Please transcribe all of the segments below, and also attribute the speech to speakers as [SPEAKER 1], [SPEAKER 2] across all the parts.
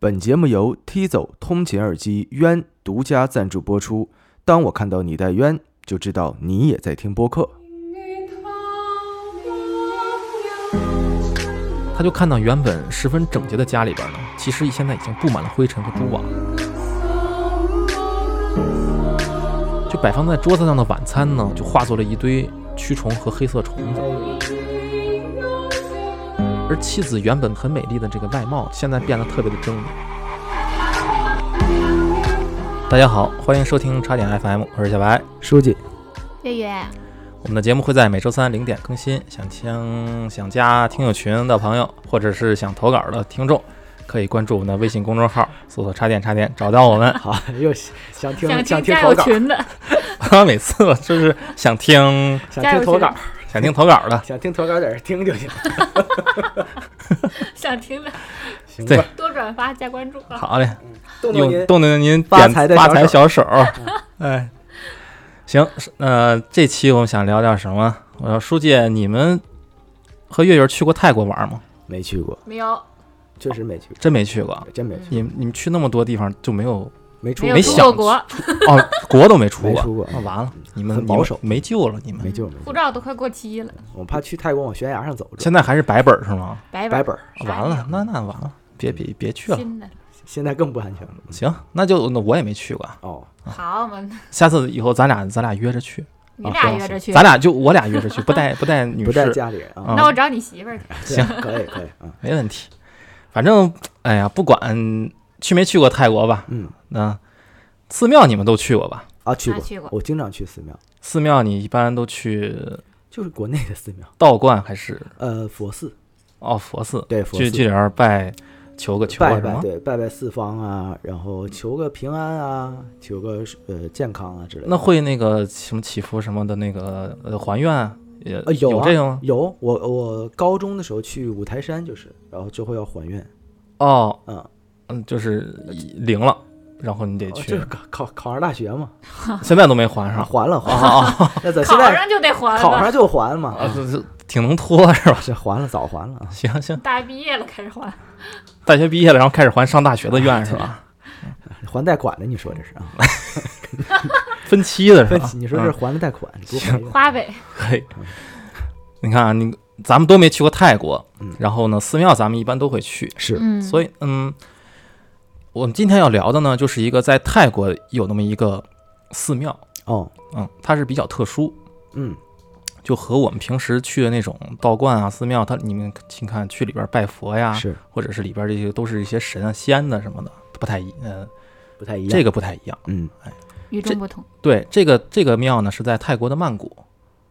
[SPEAKER 1] 本节目由 T 走通勤耳机冤独家赞助播出。当我看到你戴冤，就知道你也在听播客。
[SPEAKER 2] 他就看到原本十分整洁的家里边呢，其实现在已经布满了灰尘和蛛网。就摆放在桌子上的晚餐呢，就化作了一堆蛆虫和黑色虫子。而妻子原本很美丽的这个外貌，现在变得特别的狰狞。大家好，欢迎收听茶点 FM，我是小白。
[SPEAKER 1] 书记，
[SPEAKER 3] 月月，
[SPEAKER 2] 我们的节目会在每周三零点更新，想听想加听友群的朋友，或者是想投稿的听众，可以关注我们的微信公众号，搜索“插电插电”，找到我 们。
[SPEAKER 4] 好， 又想想听
[SPEAKER 3] 想
[SPEAKER 4] 听
[SPEAKER 3] 加
[SPEAKER 4] 投
[SPEAKER 3] 入
[SPEAKER 4] 稿，
[SPEAKER 3] 群的，
[SPEAKER 2] 每次我就是想听
[SPEAKER 4] 想
[SPEAKER 3] 加入
[SPEAKER 4] 听投
[SPEAKER 3] 群
[SPEAKER 4] 稿，
[SPEAKER 2] 想听投稿的，
[SPEAKER 4] 想听投稿，在这儿听就 行，
[SPEAKER 3] 想听的
[SPEAKER 4] 行
[SPEAKER 2] 对
[SPEAKER 4] 吧？
[SPEAKER 3] 多转发加关注啊！
[SPEAKER 2] 好嘞，
[SPEAKER 4] 动动
[SPEAKER 2] 用
[SPEAKER 4] 您
[SPEAKER 2] 动动您
[SPEAKER 4] 发
[SPEAKER 2] 点
[SPEAKER 4] 财的
[SPEAKER 2] 发
[SPEAKER 4] 小
[SPEAKER 2] 财
[SPEAKER 4] 手
[SPEAKER 2] 小手儿，哎，行，那、呃、这期我们想聊点什么？我说书记，你们和月月去过泰国玩吗？
[SPEAKER 4] 没去过，
[SPEAKER 3] 没有，
[SPEAKER 4] 确实没去
[SPEAKER 2] 真没去过
[SPEAKER 4] 过，，真没去，
[SPEAKER 2] 你们你们去那么多地方就没有
[SPEAKER 4] 没出
[SPEAKER 3] 嗯没有
[SPEAKER 2] 没
[SPEAKER 3] 出
[SPEAKER 2] 想
[SPEAKER 3] 过国，
[SPEAKER 2] 哦，国都没出
[SPEAKER 4] 没
[SPEAKER 2] 过，
[SPEAKER 4] 出过，
[SPEAKER 2] 那、啊完了，你们
[SPEAKER 4] 很
[SPEAKER 2] 你们
[SPEAKER 4] 保守
[SPEAKER 2] 没救了，你们
[SPEAKER 4] 没救没救
[SPEAKER 3] 护，照都快过期了，
[SPEAKER 4] 我怕去泰国往悬崖上走，
[SPEAKER 2] 现在还是白本儿是吗？啊
[SPEAKER 3] 白
[SPEAKER 4] 白
[SPEAKER 3] 本
[SPEAKER 4] 本儿，
[SPEAKER 3] 啥也
[SPEAKER 2] 完了，那那完了，别别别去了。嗯
[SPEAKER 3] 新的。
[SPEAKER 4] 现在更不安全了。
[SPEAKER 2] 行，那就那我也没去过，
[SPEAKER 4] 哦，
[SPEAKER 3] 好嘛，
[SPEAKER 2] 下次以后咱俩咱俩约着去，
[SPEAKER 3] 你
[SPEAKER 4] 啊
[SPEAKER 3] 俩
[SPEAKER 4] 行
[SPEAKER 3] 约着去，
[SPEAKER 2] 咱俩就我俩约着去，不带不带女
[SPEAKER 4] 不带
[SPEAKER 2] 士，
[SPEAKER 4] 家里人啊，
[SPEAKER 2] 嗯
[SPEAKER 3] 那我找你媳妇儿去。
[SPEAKER 4] 行，可以可以啊，
[SPEAKER 2] 没问题。反正哎呀，不管去没去过泰国吧，
[SPEAKER 4] 嗯
[SPEAKER 2] 那寺庙你们都去过吧？
[SPEAKER 4] 啊，去
[SPEAKER 3] 啊
[SPEAKER 4] 过
[SPEAKER 3] 去过
[SPEAKER 4] 我经常去寺庙，
[SPEAKER 2] 寺庙你一般都去
[SPEAKER 4] 就是国内的寺庙，
[SPEAKER 2] 道观还是
[SPEAKER 4] 呃，佛寺，
[SPEAKER 2] 哦佛寺？
[SPEAKER 4] 对佛
[SPEAKER 2] 去
[SPEAKER 4] 寺
[SPEAKER 2] 去里边拜求个求个
[SPEAKER 4] 拜
[SPEAKER 2] 什
[SPEAKER 4] 拜，
[SPEAKER 2] 么？
[SPEAKER 4] 对，拜拜四方啊，然后求个平安啊，求个呃健康啊之类的。
[SPEAKER 2] 那会那个什么祈福什么的那个呃还愿也、
[SPEAKER 4] 呃，有啊
[SPEAKER 2] 这个吗？
[SPEAKER 4] 有，我我高中的时候去五台山就是，然后之后要还愿，
[SPEAKER 2] 哦，
[SPEAKER 4] 嗯，
[SPEAKER 2] 嗯，就是灵了，然后你得
[SPEAKER 4] 哦
[SPEAKER 2] 去，
[SPEAKER 4] 就是考考考上大学嘛，
[SPEAKER 2] 现在都没还
[SPEAKER 4] 啊
[SPEAKER 2] 上。
[SPEAKER 4] 还了还了，
[SPEAKER 2] 啊，哦
[SPEAKER 4] 那咱现
[SPEAKER 3] 考
[SPEAKER 4] 在
[SPEAKER 3] 上就得还
[SPEAKER 4] 考
[SPEAKER 3] 了，
[SPEAKER 4] 上就还嘛，
[SPEAKER 2] 哦
[SPEAKER 4] 啊，
[SPEAKER 2] 这这挺能拖是吧？
[SPEAKER 4] 这还了早还了啊，
[SPEAKER 2] 行行，
[SPEAKER 3] 大学毕业了开始还，
[SPEAKER 2] 大学毕业了，然后开始还上大学的愿是吧？
[SPEAKER 4] 还贷款的你说这是啊？
[SPEAKER 2] 分期的是
[SPEAKER 4] 分
[SPEAKER 2] 吧？
[SPEAKER 4] 期 你说
[SPEAKER 2] 嗯
[SPEAKER 4] 这还了贷款，你不还愿
[SPEAKER 3] 花呗
[SPEAKER 2] 可以。你看啊，你咱们都没去过泰国，
[SPEAKER 4] 嗯
[SPEAKER 2] 然后呢，寺庙咱们一般都会去，
[SPEAKER 4] 是
[SPEAKER 3] 嗯
[SPEAKER 2] 所
[SPEAKER 3] 以
[SPEAKER 2] 以嗯，我们今天要聊的呢，就是一个在泰国有那么一个寺庙，
[SPEAKER 4] 哦，
[SPEAKER 2] 嗯，它是比较特殊，
[SPEAKER 4] 嗯，
[SPEAKER 2] 就和我们平时去的那种道观啊、寺庙，它你们请看去里边拜佛呀，
[SPEAKER 4] 是
[SPEAKER 2] 或者是里边这些都是一些神啊、仙的什么的，不太一，呃，
[SPEAKER 4] 不太一样，
[SPEAKER 2] 这
[SPEAKER 4] 个
[SPEAKER 2] 个不太一样。
[SPEAKER 4] 嗯，
[SPEAKER 3] 与众不同
[SPEAKER 2] 对，这个这个庙呢是在泰国的曼谷，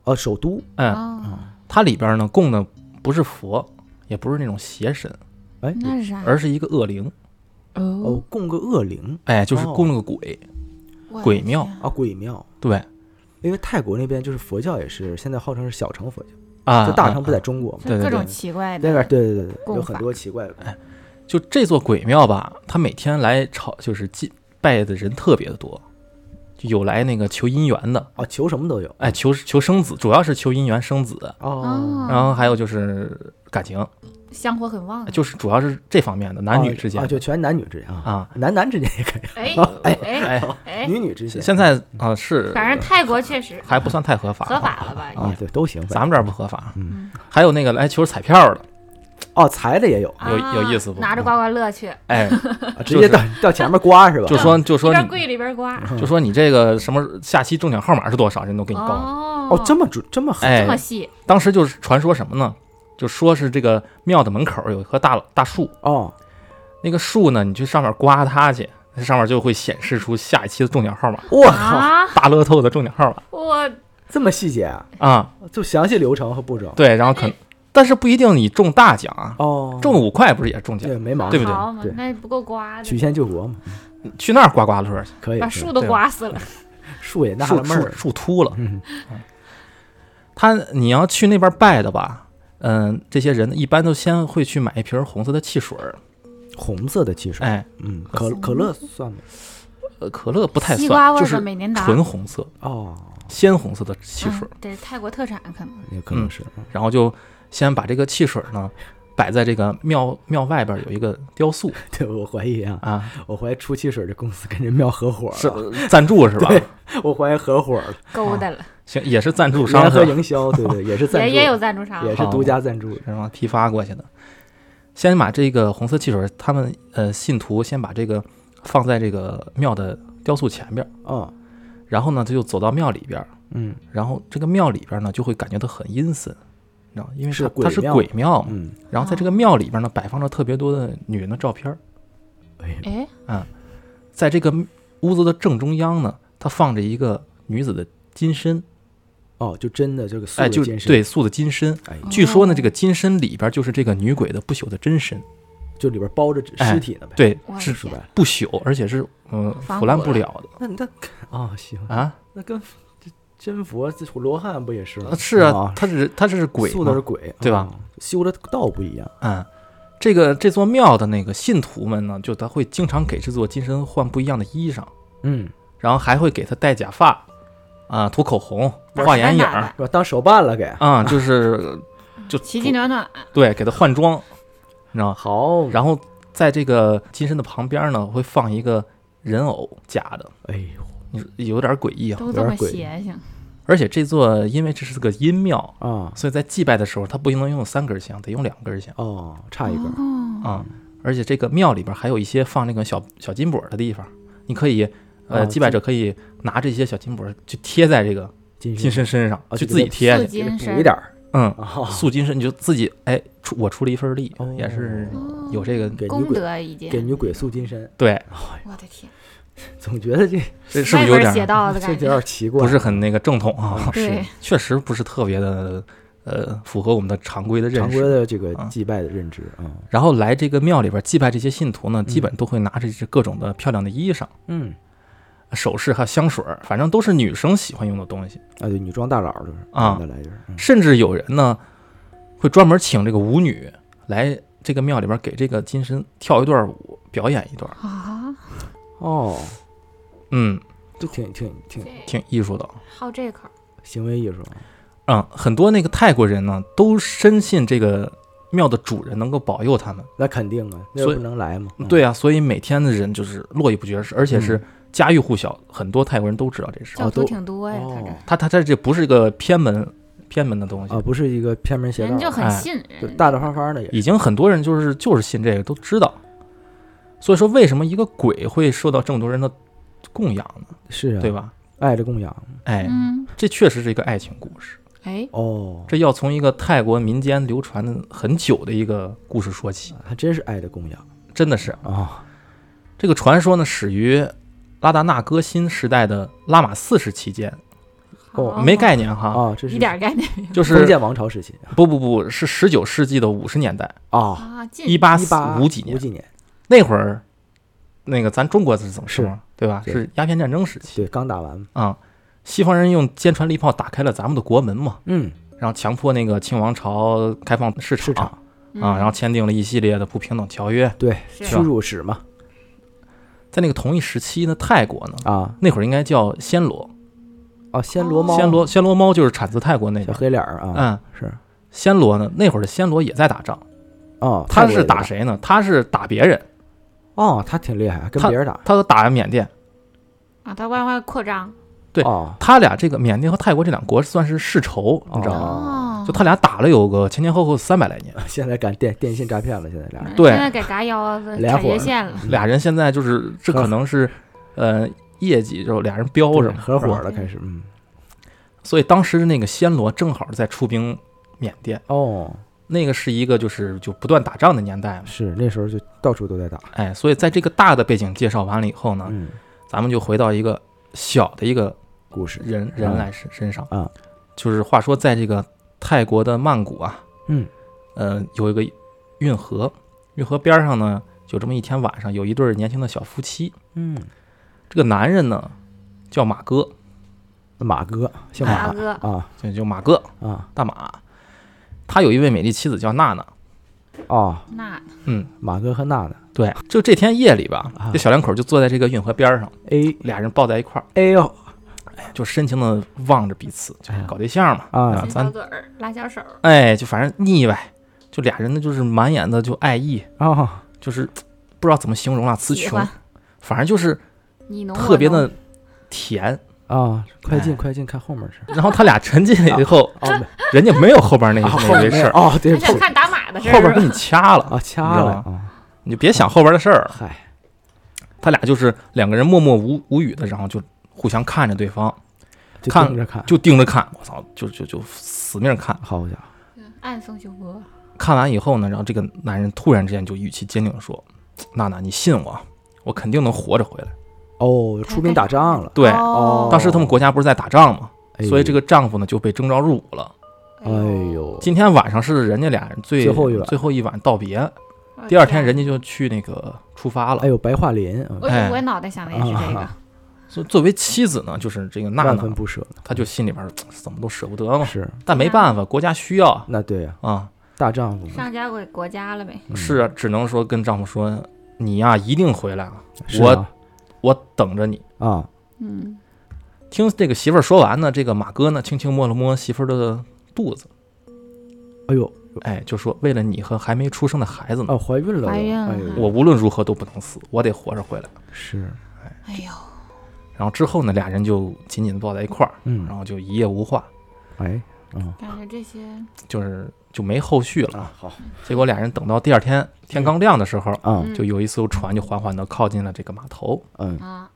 [SPEAKER 4] 哦，首都
[SPEAKER 2] 嗯，
[SPEAKER 3] 哦，
[SPEAKER 2] 它里边呢供的不是佛，也不是那种邪神，
[SPEAKER 4] 哎
[SPEAKER 3] 那是啥？
[SPEAKER 2] 嗯而是一个恶灵，
[SPEAKER 4] 哦
[SPEAKER 3] 哦，，
[SPEAKER 4] 供个恶灵
[SPEAKER 2] 哎，就是
[SPEAKER 4] 哦
[SPEAKER 2] 供了个鬼。
[SPEAKER 3] 我的
[SPEAKER 2] 鬼庙
[SPEAKER 3] 天
[SPEAKER 4] 啊，鬼庙，
[SPEAKER 2] 对
[SPEAKER 4] 因为泰国那边就是佛教也是现在号称是小乘佛教，
[SPEAKER 2] 啊，
[SPEAKER 4] 就大
[SPEAKER 2] 啊
[SPEAKER 4] 乘不在中国嘛，
[SPEAKER 2] 对对
[SPEAKER 3] 各
[SPEAKER 2] 对
[SPEAKER 3] 种奇怪
[SPEAKER 4] 那
[SPEAKER 3] 的，
[SPEAKER 4] 边对对对对，有
[SPEAKER 3] 供
[SPEAKER 4] 很
[SPEAKER 3] 法
[SPEAKER 4] 多奇怪
[SPEAKER 2] 哎
[SPEAKER 4] 的，
[SPEAKER 2] 就这座鬼庙吧，它每天来朝就是祭拜的人特别的多，就有来那个求姻缘的，
[SPEAKER 4] 哦，求什么都有，
[SPEAKER 2] 哎，求求生子，主要是求姻缘生子，
[SPEAKER 4] 哦。
[SPEAKER 3] 哦
[SPEAKER 2] 然后还有就是感情，
[SPEAKER 3] 嗯香火很旺啊，
[SPEAKER 2] 就是主要是这方面的男女
[SPEAKER 4] 啊
[SPEAKER 2] 之间
[SPEAKER 4] 啊，就全男女之间啊，
[SPEAKER 2] 啊。
[SPEAKER 4] 男男之间也可
[SPEAKER 3] 哎
[SPEAKER 2] 哎
[SPEAKER 3] 哎
[SPEAKER 4] 以，
[SPEAKER 3] 哎，
[SPEAKER 4] 女女之间
[SPEAKER 2] 现在啊是，
[SPEAKER 3] 反正泰国确实
[SPEAKER 2] 还不算太合法，
[SPEAKER 3] 合法了吧？
[SPEAKER 4] 啊，对，都行。
[SPEAKER 2] 咱们这儿不合法。啊
[SPEAKER 4] 嗯
[SPEAKER 2] 还有那个来求彩票的，
[SPEAKER 4] 哦，裁的也有，
[SPEAKER 2] 有
[SPEAKER 3] 啊
[SPEAKER 2] 有意思不嗯
[SPEAKER 3] 拿着刮刮乐去，
[SPEAKER 2] 哎，
[SPEAKER 4] 啊直接到到前面刮是吧？
[SPEAKER 2] 就说就
[SPEAKER 3] 一
[SPEAKER 2] 说
[SPEAKER 3] 边
[SPEAKER 2] 你
[SPEAKER 3] 跪着一边刮。
[SPEAKER 2] 就说你这个什么下期中奖号码是多少，人都给你告诉
[SPEAKER 3] 哦
[SPEAKER 4] 哦，这么准，这么狠，
[SPEAKER 2] 哎
[SPEAKER 3] 这，么细，
[SPEAKER 2] 当时就是传说什么呢？就说是这个庙的门口有一棵大大树，
[SPEAKER 4] 哦
[SPEAKER 2] 那个树呢，你去上面刮它去，那上面就会显示出下一期的中奖号码，
[SPEAKER 4] 我靠，
[SPEAKER 3] 啊！
[SPEAKER 2] 大乐透的中奖号码
[SPEAKER 3] 我
[SPEAKER 4] 这么细节啊，
[SPEAKER 2] 啊、
[SPEAKER 4] 就详细流程和步骤。
[SPEAKER 2] 对，然后可，但是不一定你中大奖啊，
[SPEAKER 4] 哎哦，
[SPEAKER 2] 中五块不是也中奖？
[SPEAKER 4] 对没毛
[SPEAKER 2] 对
[SPEAKER 4] 病，
[SPEAKER 2] 不对
[SPEAKER 3] 好嘛
[SPEAKER 4] 对，
[SPEAKER 3] 那不够刮
[SPEAKER 4] 曲
[SPEAKER 3] 的，
[SPEAKER 4] 线救国嘛，
[SPEAKER 2] 去那儿刮刮乐去，
[SPEAKER 4] 可以。
[SPEAKER 3] 把
[SPEAKER 4] 可以
[SPEAKER 3] 树都
[SPEAKER 2] 对啊
[SPEAKER 3] 刮死了。
[SPEAKER 4] 树也纳
[SPEAKER 2] 树
[SPEAKER 4] 了闷
[SPEAKER 2] 树
[SPEAKER 4] 儿，
[SPEAKER 2] 树秃了。
[SPEAKER 4] 嗯，
[SPEAKER 2] 他你要去那边拜的吧，嗯，这些人一般都先会去买一瓶红色的汽水儿，
[SPEAKER 4] 红色的汽水，
[SPEAKER 2] 哎，
[SPEAKER 4] 嗯，可可乐算吗？
[SPEAKER 2] 呃，可乐不太
[SPEAKER 3] 西瓜
[SPEAKER 2] 算，
[SPEAKER 3] 味
[SPEAKER 2] 就
[SPEAKER 3] 儿的
[SPEAKER 2] 是
[SPEAKER 3] 美年达，
[SPEAKER 2] 纯红色、
[SPEAKER 4] 哦，
[SPEAKER 2] 鲜红色的汽水儿。啊
[SPEAKER 3] 嗯，对，泰国特产可能。
[SPEAKER 4] 也可能是
[SPEAKER 2] 然后就先把这个汽水呢摆在这个庙庙外边有一个雕塑
[SPEAKER 4] 对我怀疑啊，
[SPEAKER 2] 啊，
[SPEAKER 4] 我怀疑出汽水这公司跟这庙合伙了，
[SPEAKER 2] 是赞助是吧？
[SPEAKER 4] 我怀疑合伙了，
[SPEAKER 3] 勾搭了，
[SPEAKER 2] 行，也是赞助
[SPEAKER 4] 联
[SPEAKER 2] 商哦
[SPEAKER 4] 合
[SPEAKER 2] 是吧？
[SPEAKER 4] 营销，对对，也是赞
[SPEAKER 3] 也
[SPEAKER 4] 助，
[SPEAKER 3] 也有赞助商，
[SPEAKER 4] 也是独家赞助的，
[SPEAKER 2] 是吗？批发过去的。先把这个红色汽水，他们呃信徒先把这个放在这个庙的雕塑前边儿，
[SPEAKER 4] 哦，
[SPEAKER 2] 然后呢，他就走到庙里边儿，
[SPEAKER 4] 嗯
[SPEAKER 2] 然后这个庙里边儿呢就会感觉到很阴森，你知道吗，因为
[SPEAKER 4] 是
[SPEAKER 2] 它
[SPEAKER 4] 鬼
[SPEAKER 2] 它是
[SPEAKER 4] 庙
[SPEAKER 2] 鬼庙嘛，
[SPEAKER 4] 嗯，
[SPEAKER 2] 然后在这个庙里边呢，摆放着特别多的女人的照片儿。
[SPEAKER 4] 哎，
[SPEAKER 3] 哎，
[SPEAKER 2] 在这个屋子的正中央呢，它放着一个女子的金身，
[SPEAKER 4] 哦，就真的这个素
[SPEAKER 2] 哎，
[SPEAKER 4] 的
[SPEAKER 2] 就
[SPEAKER 4] 健身，
[SPEAKER 2] 对塑的金身。
[SPEAKER 4] 哎，
[SPEAKER 2] 据说呢，
[SPEAKER 3] 哦
[SPEAKER 2] 这个金身里边就是这个女鬼的不朽的真身，
[SPEAKER 4] 就里边包着尸体呢呗，
[SPEAKER 2] 哎对，
[SPEAKER 3] 我的
[SPEAKER 2] 是
[SPEAKER 4] 是
[SPEAKER 3] 天，
[SPEAKER 4] 吧？
[SPEAKER 2] 不朽，而且是嗯
[SPEAKER 3] 防
[SPEAKER 2] 腐烂
[SPEAKER 3] 腐
[SPEAKER 2] 不
[SPEAKER 3] 了
[SPEAKER 2] 了
[SPEAKER 4] 那那哦，行，
[SPEAKER 2] 的啊。
[SPEAKER 4] 那跟这真佛这罗汉不也是吗？
[SPEAKER 2] 是啊，它是它这是鬼
[SPEAKER 4] 嗯哦塑的是
[SPEAKER 2] 嘛，
[SPEAKER 4] 鬼，
[SPEAKER 2] 对吧
[SPEAKER 4] 哦？修的道不一样，
[SPEAKER 2] 嗯。这个这座庙的那个信徒们呢，就他会经常给这座金身换不一样的衣裳，
[SPEAKER 4] 嗯，
[SPEAKER 2] 然后还会给他戴假发，啊、涂口红、画眼影儿，
[SPEAKER 4] 是吧？当手办了给，
[SPEAKER 2] 啊、就是就
[SPEAKER 3] 奇迹暖暖，
[SPEAKER 2] 对，给他换装，你知道吗？
[SPEAKER 4] 好，
[SPEAKER 2] 然后在这个金身的旁边呢，会放一个人偶，假的，
[SPEAKER 4] 哎呦
[SPEAKER 2] 你有点诡异啊。
[SPEAKER 3] 都这么
[SPEAKER 4] 有点鬼
[SPEAKER 3] 邪性，
[SPEAKER 2] 而且这座因为这是个阴庙，
[SPEAKER 4] 啊，
[SPEAKER 2] 所以在祭拜的时候，它不能用三根香，得用两根香
[SPEAKER 4] 哦，差一个，
[SPEAKER 3] 哦，
[SPEAKER 2] 啊、而且这个庙里边还有一些放那个小小金箔的地方，你可以。呃，
[SPEAKER 4] 啊
[SPEAKER 2] 祭拜者可以拿这些小金箔去贴在这个
[SPEAKER 4] 金
[SPEAKER 2] 金身身上，
[SPEAKER 4] 啊
[SPEAKER 2] 去
[SPEAKER 4] 就
[SPEAKER 2] 自己
[SPEAKER 4] 给它
[SPEAKER 2] 贴
[SPEAKER 3] 刺
[SPEAKER 2] 去。
[SPEAKER 3] 激金身
[SPEAKER 4] 补一点儿
[SPEAKER 2] 嗯，
[SPEAKER 4] 啊，
[SPEAKER 2] 塑金身你就自己哎出我出了一份力，
[SPEAKER 4] 哦
[SPEAKER 2] 也是有这个
[SPEAKER 4] 给女
[SPEAKER 3] 哦功
[SPEAKER 4] 鬼
[SPEAKER 3] 德已
[SPEAKER 4] 给
[SPEAKER 3] 经，
[SPEAKER 4] 女鬼塑金身，
[SPEAKER 2] 对，
[SPEAKER 3] 我的天，
[SPEAKER 4] 总觉 得这
[SPEAKER 2] 这是不
[SPEAKER 3] 外
[SPEAKER 2] 是有
[SPEAKER 3] 边邪
[SPEAKER 2] 点
[SPEAKER 3] 道的
[SPEAKER 4] 这
[SPEAKER 3] 感
[SPEAKER 4] 有
[SPEAKER 3] 觉，
[SPEAKER 4] 点 奇怪，
[SPEAKER 2] 不是很那个正统
[SPEAKER 4] 嗯
[SPEAKER 2] 啊？
[SPEAKER 3] 对，
[SPEAKER 2] 确实不是特别的呃符合我们的常规的认
[SPEAKER 4] 常规
[SPEAKER 2] 识。
[SPEAKER 4] 的这个
[SPEAKER 2] 啊
[SPEAKER 4] 祭拜的认知啊，
[SPEAKER 2] 然后来这个庙里边祭拜这些信徒呢，基本都会拿着这各种的漂亮的衣裳、
[SPEAKER 4] 嗯，
[SPEAKER 2] 首饰还有香水儿，反正都是女生喜欢用的东西。
[SPEAKER 4] 啊，对，女装大佬就是
[SPEAKER 2] 啊
[SPEAKER 4] 男的来就是，嗯
[SPEAKER 2] 甚至有人呢会专门请这个舞女来这个庙里边给这个金身跳一段舞，表演一段，
[SPEAKER 3] 啊，
[SPEAKER 4] 哦，
[SPEAKER 2] 嗯，
[SPEAKER 4] 就挺挺挺
[SPEAKER 2] 挺艺术的。
[SPEAKER 3] 好这口儿，
[SPEAKER 4] 行为艺术，啊
[SPEAKER 2] 嗯，很多那个泰国人呢，都深信这个庙的主人能够保佑他们。
[SPEAKER 4] 那肯定啊，那
[SPEAKER 2] 所以
[SPEAKER 4] 不能来嘛，嗯，
[SPEAKER 2] 对啊，所以每天的人就是络绎不绝，而且是家喻户晓，很多泰国人都知道这事。
[SPEAKER 3] 教徒
[SPEAKER 4] 都
[SPEAKER 3] 挺多呀，他
[SPEAKER 4] 哦
[SPEAKER 3] 这
[SPEAKER 2] 他他他这不是一个偏门偏门的东西，
[SPEAKER 4] 啊，不是一个偏门邪道
[SPEAKER 3] 人
[SPEAKER 4] 的，
[SPEAKER 3] 就很
[SPEAKER 2] 哎
[SPEAKER 3] 信
[SPEAKER 4] 就
[SPEAKER 3] 人，
[SPEAKER 4] 大大方方的也
[SPEAKER 2] 已经很多人就是就是信这个，都知道。所以说，为什么一个鬼会受到这么多人的供养呢？
[SPEAKER 4] 是啊，
[SPEAKER 2] 对吧？
[SPEAKER 4] 爱的供养
[SPEAKER 2] 哎，
[SPEAKER 3] 嗯，
[SPEAKER 2] 这确实是一个爱情故事。
[SPEAKER 3] 哎，
[SPEAKER 4] 哦，
[SPEAKER 2] 这要从一个泰国民间流传的很久的一个故事说起，
[SPEAKER 4] 还真是爱的供养
[SPEAKER 2] 真的是
[SPEAKER 4] 啊，
[SPEAKER 2] 这个传说呢，始于拉达纳哥辛时代的拉玛四世期间，
[SPEAKER 4] 哦
[SPEAKER 3] 好
[SPEAKER 2] 没概念哈，
[SPEAKER 4] 啊，这是
[SPEAKER 3] 一点儿概念
[SPEAKER 2] 就
[SPEAKER 4] 封
[SPEAKER 2] 是
[SPEAKER 4] 建王朝时期
[SPEAKER 2] 不不不是十九世纪的五十年代，
[SPEAKER 4] 啊，
[SPEAKER 3] 啊，进
[SPEAKER 2] 一八
[SPEAKER 4] 一八
[SPEAKER 2] 五几
[SPEAKER 4] 五
[SPEAKER 2] 年
[SPEAKER 4] 几年，
[SPEAKER 2] 那会儿，那个咱中国是怎么说
[SPEAKER 4] 是
[SPEAKER 2] 对吧？
[SPEAKER 4] 对
[SPEAKER 2] 是鸦片战争时期
[SPEAKER 4] 对，刚打完，
[SPEAKER 2] 啊、西方人用坚船利炮打开了咱们的国门嘛，
[SPEAKER 4] 嗯，
[SPEAKER 2] 然后强迫那个清王朝开放市场
[SPEAKER 4] 市场嗯
[SPEAKER 3] 嗯
[SPEAKER 2] 啊，然后签订了一系列的不平等条约。
[SPEAKER 4] 对，
[SPEAKER 3] 是
[SPEAKER 4] 屈辱史嘛
[SPEAKER 2] 在那个同一时期呢，泰国呢
[SPEAKER 4] 啊，
[SPEAKER 2] 那会儿应该叫暹罗，
[SPEAKER 4] 哦，暹罗猫，
[SPEAKER 2] 暹罗暹罗猫就是产自泰国那
[SPEAKER 4] 小
[SPEAKER 2] 边。
[SPEAKER 4] 黑脸儿啊，
[SPEAKER 2] 嗯，
[SPEAKER 4] 是
[SPEAKER 2] 暹罗呢，那会儿的暹罗也在打仗，
[SPEAKER 4] 哦，
[SPEAKER 2] 他
[SPEAKER 4] 泰国
[SPEAKER 2] 是
[SPEAKER 4] 也
[SPEAKER 2] 打谁呢？他是打别人，
[SPEAKER 4] 哦，他挺厉害，跟
[SPEAKER 2] 他
[SPEAKER 4] 别人打。
[SPEAKER 2] 他打缅甸，
[SPEAKER 3] 啊，他往外扩张，
[SPEAKER 2] 对
[SPEAKER 4] 哦，
[SPEAKER 2] 他俩这个缅甸和泰国这两国算是世仇，你知道吗？
[SPEAKER 4] 哦
[SPEAKER 3] 哦，
[SPEAKER 2] 就他俩打了有个前前后后三百来年，
[SPEAKER 4] 现在敢电电信诈骗了，现在俩人
[SPEAKER 2] 对
[SPEAKER 3] 现在改嘎腰子
[SPEAKER 4] 俩
[SPEAKER 3] 产
[SPEAKER 4] 伙儿
[SPEAKER 3] 业线了，
[SPEAKER 2] 俩人现在就是这可能是，呃，业绩就俩人飙着嘛
[SPEAKER 4] 合伙
[SPEAKER 2] 是吧
[SPEAKER 4] 了，开始，嗯，
[SPEAKER 2] 所以当时那个暹罗正好在出兵缅甸，
[SPEAKER 4] 哦，
[SPEAKER 2] 那个是一个就是就不断打仗的年代嘛，
[SPEAKER 4] 是那时候就到处都在打，
[SPEAKER 2] 哎，所以在这个大的背景介绍完了以后呢，
[SPEAKER 4] 嗯，
[SPEAKER 2] 咱们就回到一个小的一个
[SPEAKER 4] 故事，
[SPEAKER 2] 人人来身身上
[SPEAKER 4] 啊，
[SPEAKER 2] 就是话说在这个泰国的曼谷啊，
[SPEAKER 4] 嗯，
[SPEAKER 2] 呃，有一个运河，运河边上呢，有这么一天晚上，有一对儿年轻的小夫妻，
[SPEAKER 4] 嗯，
[SPEAKER 2] 这个男人呢叫马哥，嗯
[SPEAKER 4] 马哥，姓
[SPEAKER 3] 大
[SPEAKER 4] 马
[SPEAKER 3] 哥，
[SPEAKER 4] 啊
[SPEAKER 2] 就叫马哥
[SPEAKER 4] 啊
[SPEAKER 2] 大马，他有一位美丽妻子叫娜娜，
[SPEAKER 4] 哦，
[SPEAKER 3] 那
[SPEAKER 2] 嗯，
[SPEAKER 4] 马哥和娜娜，
[SPEAKER 2] 对，就这天夜里吧
[SPEAKER 4] 啊，
[SPEAKER 2] 这小两口就坐在这个运河边上，
[SPEAKER 4] 哎
[SPEAKER 2] 俩人抱在一块儿，
[SPEAKER 4] 哎呦
[SPEAKER 2] 就深情的望着彼此，就是搞对象嘛，
[SPEAKER 4] 啊
[SPEAKER 2] 啊，
[SPEAKER 3] 亲
[SPEAKER 2] 咱
[SPEAKER 3] 小嘴儿，拉小手儿，
[SPEAKER 2] 哎，就反正腻歪，就俩人呢就是满眼的就爱意，
[SPEAKER 4] 哦
[SPEAKER 1] 啊，
[SPEAKER 2] 就是嘖不知道怎么形容啊，词
[SPEAKER 3] 喜
[SPEAKER 2] 穷
[SPEAKER 3] 欢，
[SPEAKER 2] 反正就是
[SPEAKER 3] 你侬
[SPEAKER 2] 特别
[SPEAKER 3] 我侬
[SPEAKER 2] 的甜。
[SPEAKER 4] 啊，快进
[SPEAKER 2] 哎
[SPEAKER 4] 快进，看后面是。
[SPEAKER 2] 然后他俩沉浸了以后，
[SPEAKER 4] 哦，没
[SPEAKER 2] 人家没有哎后边那
[SPEAKER 4] 啊，后
[SPEAKER 2] 那回
[SPEAKER 4] 面没
[SPEAKER 2] 事
[SPEAKER 4] 有
[SPEAKER 2] 儿，
[SPEAKER 4] 哦，对
[SPEAKER 3] 还
[SPEAKER 4] 不起
[SPEAKER 3] 想看打码的事儿，
[SPEAKER 2] 后边给你掐了，
[SPEAKER 4] 啊，掐了
[SPEAKER 2] 你知
[SPEAKER 4] 啊，
[SPEAKER 2] 你就别想后边的事儿。
[SPEAKER 4] 嗨，
[SPEAKER 2] 他俩就是两个人默默无无语的，然后就互相看着对方，
[SPEAKER 4] 就
[SPEAKER 2] 看
[SPEAKER 4] 盯着看，
[SPEAKER 2] 就盯着看。我操，就就就死命看。
[SPEAKER 4] 好家伙，
[SPEAKER 3] 嗯暗送酒博，
[SPEAKER 2] 看完以后呢，然后这个男人突然之间就语气坚定的说：“娜娜，你信我，我肯定能活着回来。
[SPEAKER 4] 哦，出兵打仗了”，
[SPEAKER 2] 对，
[SPEAKER 3] 哦
[SPEAKER 2] 当时他们国家不是在打仗吗？
[SPEAKER 4] 哎
[SPEAKER 2] 所以这个丈夫呢就被征召入伍了。
[SPEAKER 4] 哎呦，
[SPEAKER 2] 今天晚上是人家俩人最
[SPEAKER 4] 最后一晚
[SPEAKER 2] 最后一晚道别，
[SPEAKER 3] 我的
[SPEAKER 2] 第二天人家就去那个出发了
[SPEAKER 4] 哎。呦，白桦林，嗯
[SPEAKER 3] 我
[SPEAKER 2] 哎啊
[SPEAKER 3] 我脑袋想的也是这个，
[SPEAKER 2] 所以作为妻子呢，哦就是这个娜
[SPEAKER 4] 万
[SPEAKER 2] 娜
[SPEAKER 4] 分，不舍，
[SPEAKER 2] 她就心里边儿怎么都舍不得嘛。
[SPEAKER 4] 是，
[SPEAKER 2] 但没办法，国家需要啊
[SPEAKER 4] 那对呀，
[SPEAKER 2] 啊，
[SPEAKER 4] 大丈夫嘛，
[SPEAKER 3] 上家国国家了呗，
[SPEAKER 4] 嗯
[SPEAKER 2] 是啊，只能说跟丈夫说，你呀、一定回来啊，
[SPEAKER 4] 是
[SPEAKER 2] 我
[SPEAKER 4] 啊
[SPEAKER 2] 我等着你。
[SPEAKER 4] 啊，
[SPEAKER 3] 嗯，
[SPEAKER 2] 听这个媳妇儿说完呢，这个马哥呢轻轻摸了摸媳妇儿的肚子，
[SPEAKER 4] 哎呦，
[SPEAKER 2] 哎，就说为了你和还没出生的孩子呢，
[SPEAKER 4] 哦，怀孕了，
[SPEAKER 3] 怀孕了
[SPEAKER 4] 哎呦
[SPEAKER 2] 我无论如何都不能死，我得活着回来。
[SPEAKER 4] 是，
[SPEAKER 2] 啊
[SPEAKER 3] 哎呦，
[SPEAKER 2] 然后之后呢，俩人就紧紧的抱在一块儿，
[SPEAKER 4] 嗯
[SPEAKER 2] 然，后就一夜无话，
[SPEAKER 4] 哎，嗯
[SPEAKER 3] 感觉这些
[SPEAKER 2] 就是就没后续了。
[SPEAKER 4] 啊，好
[SPEAKER 2] 结果俩人等到第二天天刚亮的时候，
[SPEAKER 4] 啊，
[SPEAKER 3] 嗯
[SPEAKER 2] 就有一艘船就缓缓的靠近了这个码头，
[SPEAKER 4] 嗯，
[SPEAKER 3] 啊，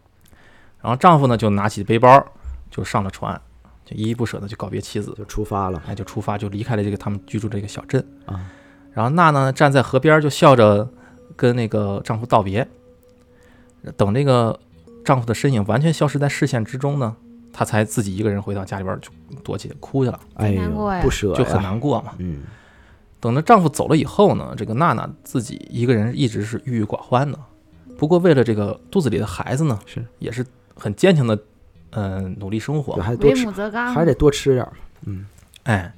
[SPEAKER 2] 然后丈夫呢就拿起背包就上了船，就依依不舍的就告别妻子，
[SPEAKER 4] 就出发了
[SPEAKER 2] 哎，就出发就离开了这个他们居住的这个小镇。
[SPEAKER 4] 啊，
[SPEAKER 2] 然后娜娜呢站在河边儿就笑着跟那个丈夫道别。等这个丈夫的身影完全消失在视线之中呢，她才自己一个人回到家里边儿就躲起来哭去了，
[SPEAKER 4] 哎
[SPEAKER 3] 难过
[SPEAKER 4] 呦，
[SPEAKER 3] 呀
[SPEAKER 4] 不舍
[SPEAKER 2] 就很
[SPEAKER 4] 呀，
[SPEAKER 2] 难过嘛。
[SPEAKER 4] 嗯，
[SPEAKER 2] 等着丈夫走了以后呢，这个娜娜自己一个人一直是郁郁寡欢的。不过为了这个肚子里的孩子呢，
[SPEAKER 4] 是
[SPEAKER 2] 也是很坚强的，嗯、努力生活
[SPEAKER 4] 就。还多
[SPEAKER 3] 为
[SPEAKER 4] 吃，
[SPEAKER 3] 母则刚，
[SPEAKER 4] 还得多吃点儿，嗯，
[SPEAKER 2] 哎，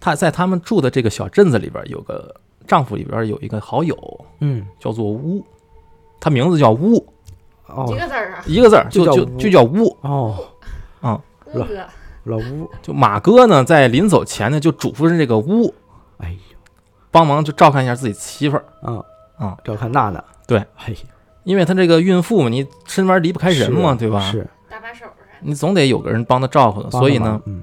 [SPEAKER 2] 她在他们住的这个小镇子里边儿有个丈夫里边儿有一个好友，
[SPEAKER 4] 嗯，
[SPEAKER 2] 叫做乌，他名字叫乌，
[SPEAKER 3] 几
[SPEAKER 4] 哦
[SPEAKER 3] 个字儿啊，
[SPEAKER 2] 一个字儿
[SPEAKER 4] 就
[SPEAKER 2] 就
[SPEAKER 4] 叫
[SPEAKER 2] 就
[SPEAKER 4] 乌
[SPEAKER 2] 就叫乌。
[SPEAKER 4] 哦，
[SPEAKER 3] 乌哥，
[SPEAKER 4] 老吴，
[SPEAKER 2] 就马哥呢，在临走前呢，就嘱咐着这个乌
[SPEAKER 4] 哎
[SPEAKER 2] 帮忙就照看一下自己媳妇儿，
[SPEAKER 4] 呦，啊
[SPEAKER 2] 啊，
[SPEAKER 4] 照看娜娜，
[SPEAKER 2] 对
[SPEAKER 4] 哎，
[SPEAKER 2] 因为他这个孕妇嘛，你身边离不开人嘛，
[SPEAKER 4] 是啊
[SPEAKER 2] 对吧？
[SPEAKER 4] 是，
[SPEAKER 3] 搭把手啊啥的，
[SPEAKER 2] 你总得有个人帮他照顾的，所以
[SPEAKER 4] 帮
[SPEAKER 2] 呢
[SPEAKER 4] 个忙，，嗯，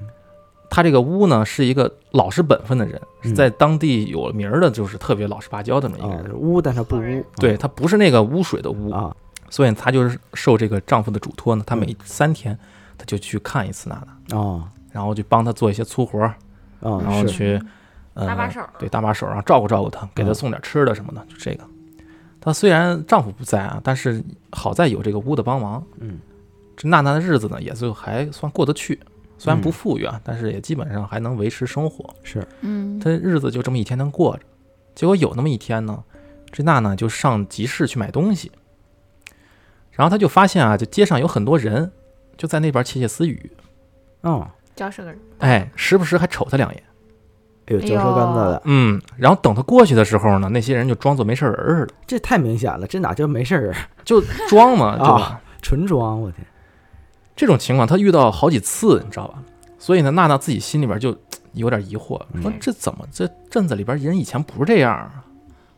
[SPEAKER 2] 他这个乌呢是一个老实本分的人，
[SPEAKER 4] 嗯
[SPEAKER 2] 在当地有名儿的，就是特别老实巴交的那么一个
[SPEAKER 4] 啊
[SPEAKER 2] 人。，
[SPEAKER 4] 污但他不污，
[SPEAKER 2] 对他不是那个污水的污，
[SPEAKER 4] 哦啊，
[SPEAKER 2] 所以他就是受这个丈夫的嘱托呢，他每
[SPEAKER 4] 嗯
[SPEAKER 2] 三天他就去看一次娜娜，
[SPEAKER 4] 啊
[SPEAKER 2] 然后就帮她做一些粗活儿，
[SPEAKER 4] 啊，
[SPEAKER 2] 然后
[SPEAKER 4] 是
[SPEAKER 2] 去呃
[SPEAKER 3] 搭把手，
[SPEAKER 2] 对，搭把手，然后照顾照顾她，给她
[SPEAKER 4] 嗯
[SPEAKER 2] 送点吃的什么的，就这个。她虽然丈夫不在啊，但是好在有这个屋的帮忙，
[SPEAKER 4] 嗯，
[SPEAKER 2] 这娜娜的日子呢也就还算过得去，虽然
[SPEAKER 4] 嗯
[SPEAKER 2] 不富裕啊，但是也基本上还能维持生活。
[SPEAKER 4] 是，
[SPEAKER 3] 嗯，
[SPEAKER 2] 她日子就这么一天天过着。结果有那么一天呢，这娜娜就上集市去买东西，然后她就发现啊，就街上有很多人就在那边窃窃私语，
[SPEAKER 4] 嗯，
[SPEAKER 2] 哦
[SPEAKER 3] 交涉个人，
[SPEAKER 2] 哎，时不时还瞅她两眼。
[SPEAKER 4] 哎呦，嚼舌根子的，
[SPEAKER 2] 嗯，然后等她过去的时候呢，那些人就装作没事人儿似的。
[SPEAKER 4] 这太明显了，这哪叫没事儿啊？
[SPEAKER 2] 就装嘛，对吧？
[SPEAKER 4] 啊纯装，我天，
[SPEAKER 2] 这种情况他遇到好几次，你知道吧？所以呢，娜娜自己心里边就嘖有点疑惑，说
[SPEAKER 3] 嗯
[SPEAKER 2] 这怎么这镇子里边人以前不是这样啊？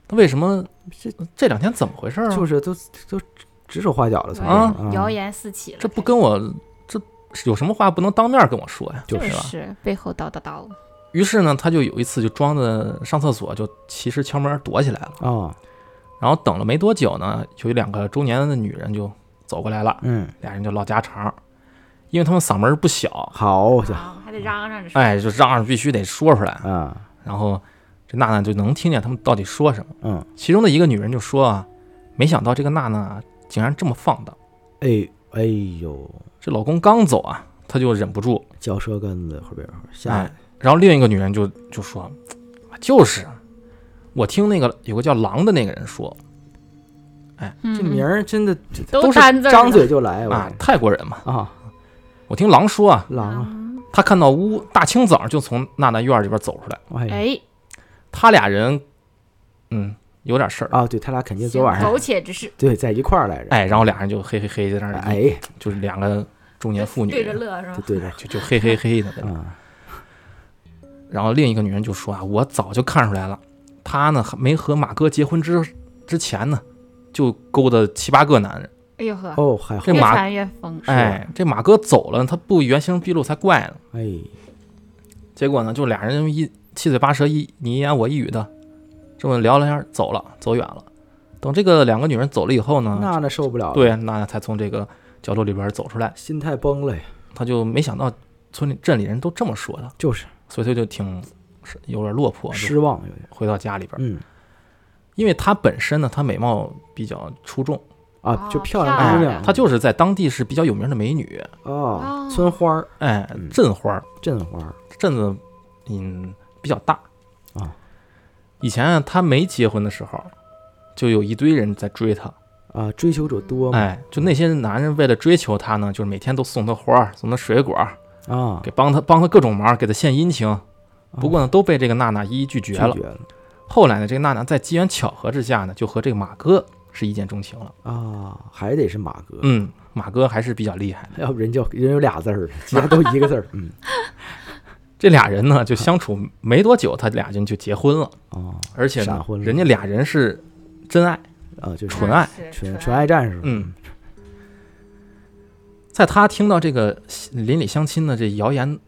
[SPEAKER 2] 那为什么
[SPEAKER 4] 这
[SPEAKER 2] 这两天怎么回
[SPEAKER 3] 嗯
[SPEAKER 2] 事啊？
[SPEAKER 4] 就是都都指手画脚的，从
[SPEAKER 2] 啊
[SPEAKER 4] 这儿
[SPEAKER 3] 谣，言四起了，
[SPEAKER 2] 这不跟我这有什么话不能当面跟我说呀？
[SPEAKER 3] 就
[SPEAKER 2] 吧？
[SPEAKER 3] 是背后叨叨叨，
[SPEAKER 2] 于是呢，他就有一次就装着上厕所，就其实敲门躲起来了。
[SPEAKER 4] 啊，
[SPEAKER 2] 然后等了没多久呢，有两个中年的女人就走过来了，
[SPEAKER 4] 嗯，
[SPEAKER 2] 俩人就唠家常，因为他们嗓门儿不小，
[SPEAKER 4] 好家
[SPEAKER 3] 啊，还得嚷嚷着说，
[SPEAKER 2] 哎，就嚷嚷必须得说出来。
[SPEAKER 4] 伙啊，
[SPEAKER 2] 然后这娜娜就能听见他们到底说什么。
[SPEAKER 4] 嗯，
[SPEAKER 2] 其中的一个女人就说啊，没想到这个娜娜竟然这么放荡，
[SPEAKER 4] 哎哎呦，
[SPEAKER 2] 这老公刚走啊，她就忍不住。
[SPEAKER 4] 嚼舌根子，后边儿下
[SPEAKER 2] 哎，
[SPEAKER 3] 嗯
[SPEAKER 2] 然后另一个女人就就说，啊就是，我听那个有个叫狼的那个人说
[SPEAKER 3] 嗯
[SPEAKER 4] 这名儿真的这
[SPEAKER 3] 都
[SPEAKER 2] 都是
[SPEAKER 3] 单字儿
[SPEAKER 4] 张
[SPEAKER 3] 的
[SPEAKER 4] 嘴就来，我
[SPEAKER 2] 啊
[SPEAKER 4] 天，
[SPEAKER 2] 泰国人嘛，
[SPEAKER 4] 啊，
[SPEAKER 2] 我听狼说啊，
[SPEAKER 4] 狼啊，
[SPEAKER 3] 嗯
[SPEAKER 2] 他看到乌大清早就从娜娜院里边走出来，
[SPEAKER 4] 哎
[SPEAKER 3] 哎，
[SPEAKER 2] 他俩人，嗯，有点事儿。
[SPEAKER 4] 啊，对他俩肯定昨晚
[SPEAKER 3] 苟
[SPEAKER 4] 上
[SPEAKER 3] 且之事，
[SPEAKER 4] 对在一块儿来着，
[SPEAKER 2] 哎，然后俩人就嘿嘿嘿在那儿，
[SPEAKER 4] 哎，
[SPEAKER 2] 就是两个中年妇女，
[SPEAKER 3] 对着乐是吧？
[SPEAKER 4] 对对
[SPEAKER 2] 就就嘿嘿嘿的，对吧
[SPEAKER 4] 着啊，
[SPEAKER 2] 然后另一个女人就说啊，我早就看出来了，她呢还没和马哥结婚之之前呢，就勾搭七八个男人。
[SPEAKER 3] 哎呦呵，
[SPEAKER 4] 哦，还好
[SPEAKER 2] 这，
[SPEAKER 3] 越
[SPEAKER 2] 马
[SPEAKER 3] 传越疯，
[SPEAKER 2] 哎，这马哥走了，他不原形毕露才怪呢。
[SPEAKER 4] 哎，
[SPEAKER 2] 结果呢，就俩人就一七嘴八舌一你一言我一语的，这么聊了一下，走了，走远了。等这个两个女人走了以后呢，
[SPEAKER 4] 那那受不了了，
[SPEAKER 2] 嗯对，娜才从这个角落里边走出来。
[SPEAKER 4] 心态崩了呀，
[SPEAKER 2] 他就没想到村里镇里人都这么说他，
[SPEAKER 4] 就是
[SPEAKER 2] 所以他就挺是有点落魄，就
[SPEAKER 4] 失望有点，
[SPEAKER 2] 回到家里边。
[SPEAKER 4] 嗯
[SPEAKER 2] 因为她本身呢，她美貌比较出众，哎
[SPEAKER 4] 啊，就
[SPEAKER 3] 哦
[SPEAKER 4] 漂亮
[SPEAKER 3] 漂
[SPEAKER 4] 姑
[SPEAKER 3] 亮
[SPEAKER 4] 娘，
[SPEAKER 2] 她就是在当地是比较有名的美女，
[SPEAKER 4] 哦
[SPEAKER 3] 哦，
[SPEAKER 4] 村花儿，
[SPEAKER 2] 哎
[SPEAKER 4] 嗯，
[SPEAKER 2] 镇花儿
[SPEAKER 4] 镇花儿，
[SPEAKER 2] 镇子，嗯，比较大
[SPEAKER 4] 啊。
[SPEAKER 2] 以前啊，她没结婚的时候，就有一堆人在追她，
[SPEAKER 4] 啊，追求者多嘛，
[SPEAKER 2] 哎，就那些男人为了追求她呢，就是每天都送她花儿，送她水果儿，
[SPEAKER 4] 啊，
[SPEAKER 2] 哎给帮她帮她各种忙，给她献殷勤。不过呢，都被这个娜娜一一拒绝
[SPEAKER 4] 拒
[SPEAKER 2] 了。
[SPEAKER 4] 绝了
[SPEAKER 2] 后来呢，这个娜娜在机缘巧合之下呢，就和这个马哥是一见钟情了。
[SPEAKER 4] 啊，还得是马哥，
[SPEAKER 2] 嗯，马哥还是比较厉害的。
[SPEAKER 4] 要不人叫人有俩字儿，其他都一个字儿，嗯，
[SPEAKER 2] 这俩人呢，就相
[SPEAKER 4] 啊
[SPEAKER 2] 处没多久，他俩人就结婚了，
[SPEAKER 4] 哦，
[SPEAKER 2] 而且
[SPEAKER 4] 闪
[SPEAKER 2] 呢
[SPEAKER 4] 婚，了
[SPEAKER 2] 人家俩人是真爱。
[SPEAKER 4] 啊，就是
[SPEAKER 2] 纯爱
[SPEAKER 3] 是
[SPEAKER 4] 纯纯
[SPEAKER 3] 纯
[SPEAKER 4] 爱战士，
[SPEAKER 2] 嗯，在他听到这个邻里相亲的这谣言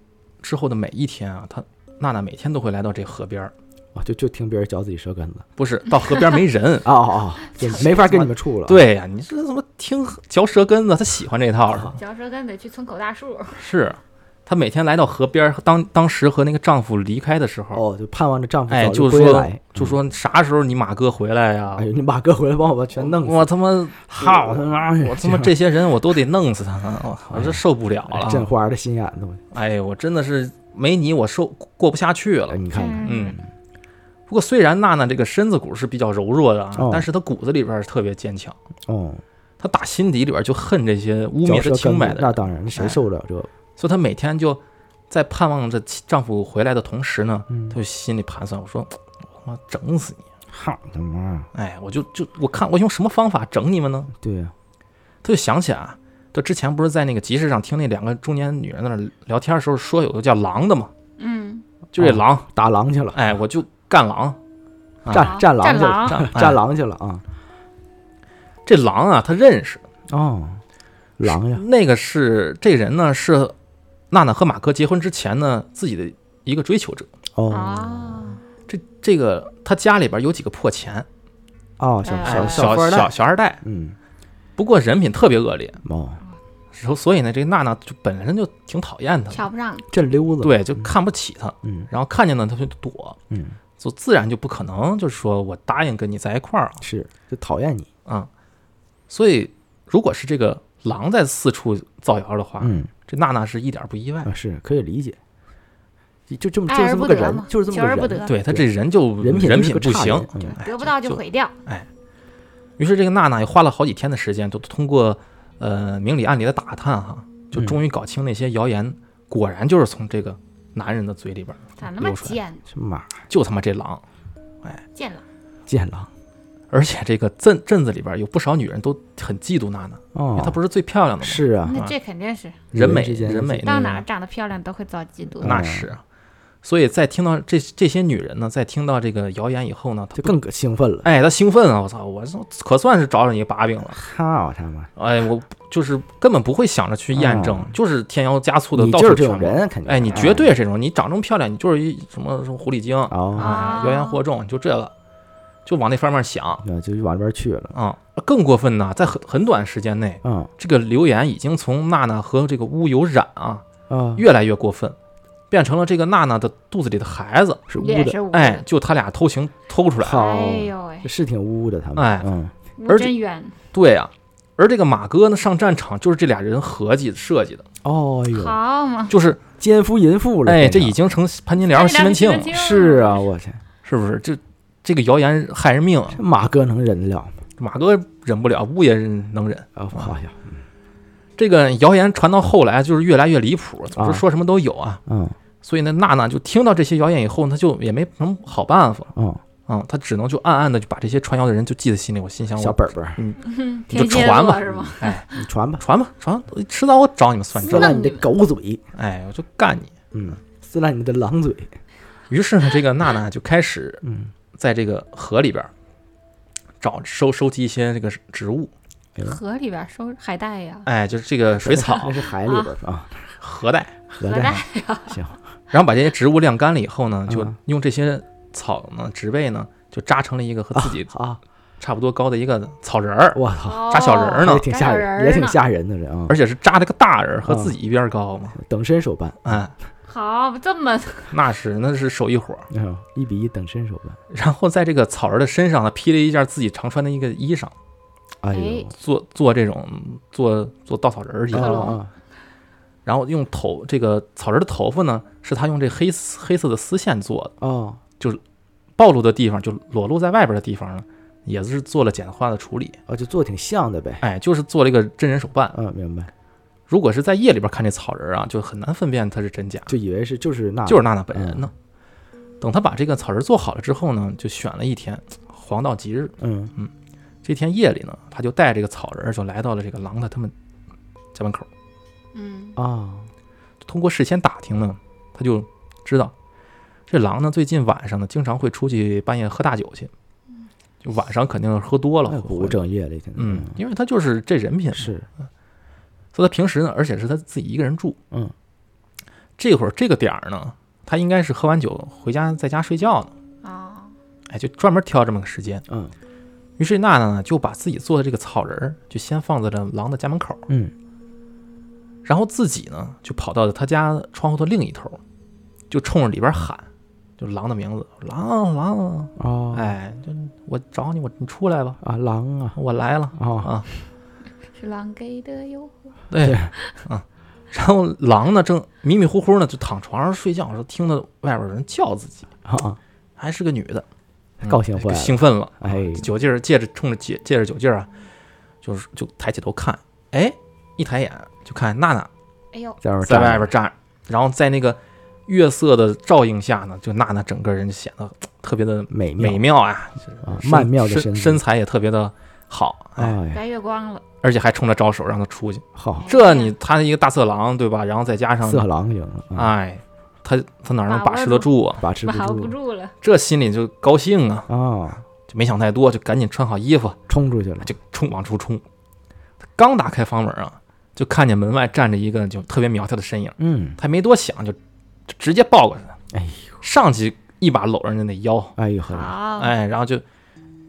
[SPEAKER 2] 之后的每一天啊，他娜娜每天都会来到这河边儿，
[SPEAKER 4] 啊，就就听别人嚼自己舌根子，
[SPEAKER 2] 不
[SPEAKER 4] 。
[SPEAKER 2] 是到河边儿没人
[SPEAKER 4] 啊啊啊， 就没法跟你们处了，，
[SPEAKER 2] 对呀、你这怎么听嚼舌根子？他喜欢这套是
[SPEAKER 4] 啊
[SPEAKER 2] 吧？
[SPEAKER 3] 嚼舌根得去村口大树，
[SPEAKER 2] 是，她每天来到河边儿，当当时和那个丈夫离开的时候，
[SPEAKER 4] 哦，就盼望着丈夫
[SPEAKER 2] 哎
[SPEAKER 4] 早日
[SPEAKER 2] 就
[SPEAKER 4] 归
[SPEAKER 2] 说
[SPEAKER 4] 来，嗯
[SPEAKER 2] 就说啥时候你马哥回来呀、
[SPEAKER 4] 哎呦，你马哥回来帮我把全弄死，嗯哎
[SPEAKER 2] 我他妈
[SPEAKER 4] 好
[SPEAKER 2] 嗯好啊
[SPEAKER 4] 他妈，我
[SPEAKER 2] 我他妈这些人我都得弄死他们，我靠，我
[SPEAKER 4] 哎
[SPEAKER 2] 这受不了
[SPEAKER 4] 镇
[SPEAKER 2] 了。
[SPEAKER 4] 花的心眼子，我
[SPEAKER 2] 哎，我真的是没你我受过不下去了
[SPEAKER 4] 哎。你看看，
[SPEAKER 2] 嗯，不过虽然娜娜这个身子骨是比较柔弱的啊，
[SPEAKER 4] 哦
[SPEAKER 2] 但是她骨子里边儿特别坚强。
[SPEAKER 4] 哦，
[SPEAKER 2] 她打心底里边儿就恨这些污
[SPEAKER 4] 嚼
[SPEAKER 2] 蔑她
[SPEAKER 4] 舌
[SPEAKER 2] 清
[SPEAKER 4] 根子，
[SPEAKER 2] 白的
[SPEAKER 4] 那
[SPEAKER 2] 人，
[SPEAKER 4] 当然，谁
[SPEAKER 2] 哎
[SPEAKER 4] 受得了这？
[SPEAKER 2] 所以她每天就在盼望着其丈夫回来的同时呢，
[SPEAKER 4] 嗯
[SPEAKER 2] 她就心里盘算：我说我他妈整死你！
[SPEAKER 4] 好他妈，
[SPEAKER 2] 哎，我就就我看我用什么方法整你们呢？
[SPEAKER 4] 对啊呀，
[SPEAKER 2] 他就想起啊，他之前不是在那个集市上听那两个中年女人在那儿聊天的时候说有个叫狼的嘛，
[SPEAKER 3] 嗯，
[SPEAKER 2] 就
[SPEAKER 4] 哦
[SPEAKER 2] 这狼，
[SPEAKER 4] 打狼去了，
[SPEAKER 2] 哎，我就干狼。啊
[SPEAKER 4] 战战狼
[SPEAKER 3] 哦战
[SPEAKER 4] 去了，
[SPEAKER 3] 狼，
[SPEAKER 2] 干
[SPEAKER 4] 战
[SPEAKER 2] 哎
[SPEAKER 4] 狼去了啊，
[SPEAKER 2] 这狼啊，他认识
[SPEAKER 4] 哦，狼呀，
[SPEAKER 2] 那个是这人呢是娜娜和马哥结婚之前呢自己的一个追求者。
[SPEAKER 4] 哦。
[SPEAKER 3] 啊，
[SPEAKER 2] 这这个他家里边有几个破钱，
[SPEAKER 4] 哦，小
[SPEAKER 3] 哎
[SPEAKER 4] 小
[SPEAKER 2] 哎，
[SPEAKER 4] 小
[SPEAKER 2] 小
[SPEAKER 4] 富二
[SPEAKER 2] 小
[SPEAKER 4] 代，
[SPEAKER 2] 小二代，
[SPEAKER 4] 嗯，
[SPEAKER 2] 不过人品特别恶劣，
[SPEAKER 4] 哦，
[SPEAKER 2] 然后所以呢，这个娜娜就本身就挺讨厌他的，
[SPEAKER 3] 瞧不上，
[SPEAKER 4] 镇溜子，，
[SPEAKER 2] 对，就看不起他，
[SPEAKER 4] 嗯
[SPEAKER 2] 然后看见呢他就躲，
[SPEAKER 4] 嗯，
[SPEAKER 2] 就自然就不可能就是说我答应跟你在一块儿啊
[SPEAKER 4] 是就讨厌你，
[SPEAKER 2] 啊、所以如果是这个狼在四处造谣的话，
[SPEAKER 4] 嗯
[SPEAKER 2] 这娜娜是一点儿不意外
[SPEAKER 4] 啊，，是可以理解，就这么就
[SPEAKER 3] 爱
[SPEAKER 4] 是
[SPEAKER 3] 而
[SPEAKER 4] 这么
[SPEAKER 3] 不
[SPEAKER 4] 个
[SPEAKER 3] 得
[SPEAKER 4] 人
[SPEAKER 3] 嘛，，
[SPEAKER 4] 就是这
[SPEAKER 3] 求
[SPEAKER 4] 么
[SPEAKER 3] 而
[SPEAKER 4] 个
[SPEAKER 3] 不
[SPEAKER 4] 人，
[SPEAKER 3] 得，
[SPEAKER 2] 对他这人就
[SPEAKER 4] 人品
[SPEAKER 2] 人
[SPEAKER 4] 就是
[SPEAKER 2] 品
[SPEAKER 4] 个
[SPEAKER 2] 不
[SPEAKER 4] 差
[SPEAKER 2] 行
[SPEAKER 4] 人，嗯
[SPEAKER 2] 哎
[SPEAKER 3] 得不到就。毁掉，
[SPEAKER 2] 于是这个娜娜也花了好几天的时间，就通过呃明里暗里的打探哈，就
[SPEAKER 4] 嗯
[SPEAKER 2] 终于搞清那些谣言，果然就是从这个男人的嘴里边儿，
[SPEAKER 3] 咋那么
[SPEAKER 2] 溜出来
[SPEAKER 3] 贱
[SPEAKER 4] 这马
[SPEAKER 2] 就他妈这狼。
[SPEAKER 3] 贱了？
[SPEAKER 4] 见狼
[SPEAKER 2] 而且这个镇镇子里边有不少女人都很嫉妒娜娜，因
[SPEAKER 4] 哦
[SPEAKER 2] 为，她不是最漂亮的吗？
[SPEAKER 4] 是啊，
[SPEAKER 3] 那这肯定是
[SPEAKER 2] 人美
[SPEAKER 4] 人之间
[SPEAKER 2] 人美
[SPEAKER 3] 到
[SPEAKER 2] 那
[SPEAKER 3] 哪
[SPEAKER 2] 个
[SPEAKER 3] 儿长得漂亮都会遭嫉妒，
[SPEAKER 2] 那是啊。所以在听到这这些女人呢，在听到这个谣言以后呢，她
[SPEAKER 4] 就更兴奋了，
[SPEAKER 2] 哎，她兴奋啊！我操，我这可算是找着你个把柄了。
[SPEAKER 4] 好他妈，
[SPEAKER 2] 哎，我就是根本不会想着去验证，
[SPEAKER 4] 嗯
[SPEAKER 2] 就是添油加醋的
[SPEAKER 4] 你
[SPEAKER 2] 到
[SPEAKER 4] 就
[SPEAKER 2] 处
[SPEAKER 4] 是这种
[SPEAKER 2] 传播
[SPEAKER 4] 人，肯定，
[SPEAKER 2] 哎，你绝对是这种，你长这么漂亮，你就是一什么什么狐狸精，
[SPEAKER 4] 哦，
[SPEAKER 2] 哎
[SPEAKER 3] 啊，
[SPEAKER 2] 妖言惑众，就这个，就往那方面想
[SPEAKER 4] 那就往那边去了，
[SPEAKER 2] 啊、更过分呢，在很很短时间内，
[SPEAKER 4] 嗯
[SPEAKER 2] 这个流言已经从娜娜和这个乌有染啊，
[SPEAKER 4] 啊，
[SPEAKER 2] 越来越过分，变成了这个娜娜的肚子里的孩子，
[SPEAKER 4] 是污
[SPEAKER 3] 也
[SPEAKER 4] 的，
[SPEAKER 3] 是污的
[SPEAKER 2] 哎，，就他俩偷情偷出来，
[SPEAKER 4] 好，
[SPEAKER 3] 哎呦喂，
[SPEAKER 4] 是挺污的，他们，
[SPEAKER 2] 哎
[SPEAKER 4] 嗯，
[SPEAKER 3] 无真冤，
[SPEAKER 2] 对啊。而这个马哥呢，上战场就是这俩人合计设计的，
[SPEAKER 4] 哦哎呦，
[SPEAKER 3] 好嘛，
[SPEAKER 2] 就是
[SPEAKER 4] 奸夫淫妇了，
[SPEAKER 2] 哎，这
[SPEAKER 4] 天哪
[SPEAKER 2] 已经成潘金莲和西门庆了，
[SPEAKER 4] 是
[SPEAKER 3] 嗯
[SPEAKER 4] 啊，，我去，
[SPEAKER 2] 是不是？这这个谣言害人命啊！
[SPEAKER 4] 这马哥能忍得了吗？
[SPEAKER 2] 马哥忍不了，乌也能忍。
[SPEAKER 4] 啊，好呀，
[SPEAKER 2] 这个谣言传到后来，就是越来越离谱，总
[SPEAKER 4] 啊
[SPEAKER 2] 是说什么都有啊。
[SPEAKER 4] 嗯
[SPEAKER 2] 所以呢，娜娜就听到这些谣言以后，她就也没什么好办法
[SPEAKER 4] 嗯，
[SPEAKER 2] 啊、她只能就暗暗的就把这些传谣的人就记在心里。我心想，
[SPEAKER 4] 小
[SPEAKER 2] 我
[SPEAKER 4] 本本儿，
[SPEAKER 3] 嗯
[SPEAKER 2] 你就
[SPEAKER 3] 天蝎
[SPEAKER 2] 传
[SPEAKER 3] 座
[SPEAKER 2] 吧
[SPEAKER 3] 是吗？
[SPEAKER 2] 哎，
[SPEAKER 4] 你传吧，
[SPEAKER 2] 传吧，传，迟早我找你们算
[SPEAKER 4] 撕
[SPEAKER 2] 账。
[SPEAKER 4] 烂你的狗嘴，
[SPEAKER 2] 哎，我就干你。
[SPEAKER 4] 嗯，撕烂你的狼嘴，
[SPEAKER 2] 于是呢，这个娜娜就开始
[SPEAKER 4] 嗯
[SPEAKER 2] 在这个河里边儿找收收集一些这个植物，
[SPEAKER 4] 嗯
[SPEAKER 3] 河里边收海带呀，
[SPEAKER 2] 哎，就是这个水草
[SPEAKER 4] 那、是海里边儿啊，
[SPEAKER 2] 河带，
[SPEAKER 4] 河
[SPEAKER 3] 河带
[SPEAKER 4] 带行，
[SPEAKER 2] 然后把这些植物晾干了以后呢，就
[SPEAKER 4] 嗯
[SPEAKER 2] 用这些草呢、植被呢，就扎成了一个和 自己
[SPEAKER 4] 好，
[SPEAKER 2] 差不多高的一个草人儿，
[SPEAKER 4] 啊我操，
[SPEAKER 2] 啊扎小人儿呢
[SPEAKER 4] 也挺吓人，也挺吓人的这啊，
[SPEAKER 2] 而且是扎了个大人儿，和自己一边儿高嘛。
[SPEAKER 4] 等身手办，
[SPEAKER 2] 哎，
[SPEAKER 3] 哦好，这么
[SPEAKER 2] 那是那是手艺活儿。
[SPEAKER 4] 嗯，一比一等身手办，
[SPEAKER 2] 然后在这个草人的身上呢，披了一件自己常穿的一个衣裳，
[SPEAKER 4] 哎
[SPEAKER 3] 哎
[SPEAKER 4] 呦，
[SPEAKER 2] 做做这种做做稻草人儿去。
[SPEAKER 4] 啊
[SPEAKER 3] 克
[SPEAKER 4] 啊
[SPEAKER 3] 隆
[SPEAKER 4] 啊，
[SPEAKER 2] 然后用头这个草人的头发呢，是他用这黑丝黑色的丝线做的，
[SPEAKER 4] 哦，
[SPEAKER 2] 暴露的地方就裸露在外边的地方呢，也是做了简化的处理。
[SPEAKER 4] 哦，就做挺像的呗，
[SPEAKER 2] 哎，就是做了一个真人手办。
[SPEAKER 4] 嗯，明白，
[SPEAKER 2] 如果是在夜里边看这草人啊，就很难分辨他是真假，
[SPEAKER 4] 就嗯以为是就是那，
[SPEAKER 2] 就是娜娜本人呢。等他把这个草人做好了之后呢，就选了一天黄道吉日。
[SPEAKER 4] 嗯，
[SPEAKER 2] 这天夜里呢，他就带这个草人儿就来到了这个狼的他们家门口。
[SPEAKER 3] 嗯，
[SPEAKER 4] 啊，
[SPEAKER 2] 通过事先打听呢，他就知道这狼呢最近晚上呢经常会出去半夜喝大酒去，就晚上肯定是喝多了
[SPEAKER 4] 那
[SPEAKER 2] 会。
[SPEAKER 4] 不务正业了，现在，
[SPEAKER 2] 嗯，因为他就是这人品，
[SPEAKER 4] 是，
[SPEAKER 2] 所以他平时呢，而且是他自己一个人住。
[SPEAKER 4] 嗯，
[SPEAKER 2] 这会儿这个点儿呢，他应该是喝完酒回家在家睡觉呢。
[SPEAKER 3] 啊，
[SPEAKER 2] 哎，就专门挑这么个时间。
[SPEAKER 4] 嗯
[SPEAKER 2] 于是娜娜呢就把自己做的这个草人儿就先放在了狼的家门口，
[SPEAKER 4] 嗯，
[SPEAKER 2] 然后自己呢就跑到了他家窗户的另一头，就冲着里边喊，就狼的名字，狼狼，
[SPEAKER 4] 哦，
[SPEAKER 2] 哎，就我找你，我你出来吧，
[SPEAKER 4] 啊，狼啊，
[SPEAKER 2] 我来了
[SPEAKER 4] 啊，
[SPEAKER 2] 啊，
[SPEAKER 3] 是狼给的哟，
[SPEAKER 2] 对，啊，然后狼呢正迷迷糊糊呢就躺床上睡觉，说听到外边有人叫自己，
[SPEAKER 4] 啊，
[SPEAKER 2] 还是个女的，嗯
[SPEAKER 4] 高兴坏了
[SPEAKER 2] 兴奋了，
[SPEAKER 4] 哎，
[SPEAKER 2] 酒劲儿借着冲着借借着酒劲儿啊，就是就抬起头看，哎，一抬眼就看娜娜
[SPEAKER 3] 哎呦，
[SPEAKER 4] 在外
[SPEAKER 2] 在
[SPEAKER 4] 站
[SPEAKER 2] 外
[SPEAKER 4] 着
[SPEAKER 2] 边站着，然后在那个月色的照映下呢，就娜娜整个人显得特别的
[SPEAKER 4] 美
[SPEAKER 2] 美
[SPEAKER 4] 妙
[SPEAKER 2] 妙啊，
[SPEAKER 4] 啊，
[SPEAKER 2] 身
[SPEAKER 4] 曼妙的
[SPEAKER 2] 身
[SPEAKER 4] 身
[SPEAKER 2] 身材也特别的好，哎，
[SPEAKER 4] 哎，
[SPEAKER 3] 白月光了，
[SPEAKER 2] 而且还冲他招手让他出去，
[SPEAKER 4] 好，
[SPEAKER 2] 这你他一个大色狼对吧？然后再加上
[SPEAKER 4] 色狼赢了啊，
[SPEAKER 2] 哎，他他哪能
[SPEAKER 3] 把
[SPEAKER 2] 把
[SPEAKER 3] 握
[SPEAKER 2] 持得住啊？
[SPEAKER 4] 把持
[SPEAKER 3] 把握
[SPEAKER 4] 不
[SPEAKER 3] 不
[SPEAKER 4] 住
[SPEAKER 3] 住了，
[SPEAKER 2] 这心里就高兴啊，
[SPEAKER 4] 啊，
[SPEAKER 2] 就没想太多，就赶紧穿好衣服，
[SPEAKER 4] 冲出去 了，
[SPEAKER 2] 就冲往出冲。他刚打开房门啊，就看见门外站着一个就特别苗条的身影，
[SPEAKER 4] 嗯，
[SPEAKER 2] 他没多想就就直接抱过去了，
[SPEAKER 4] 哎
[SPEAKER 2] 上去一把搂人家的腰，
[SPEAKER 4] 哎呦呵，
[SPEAKER 3] 好，
[SPEAKER 2] 哎，然后就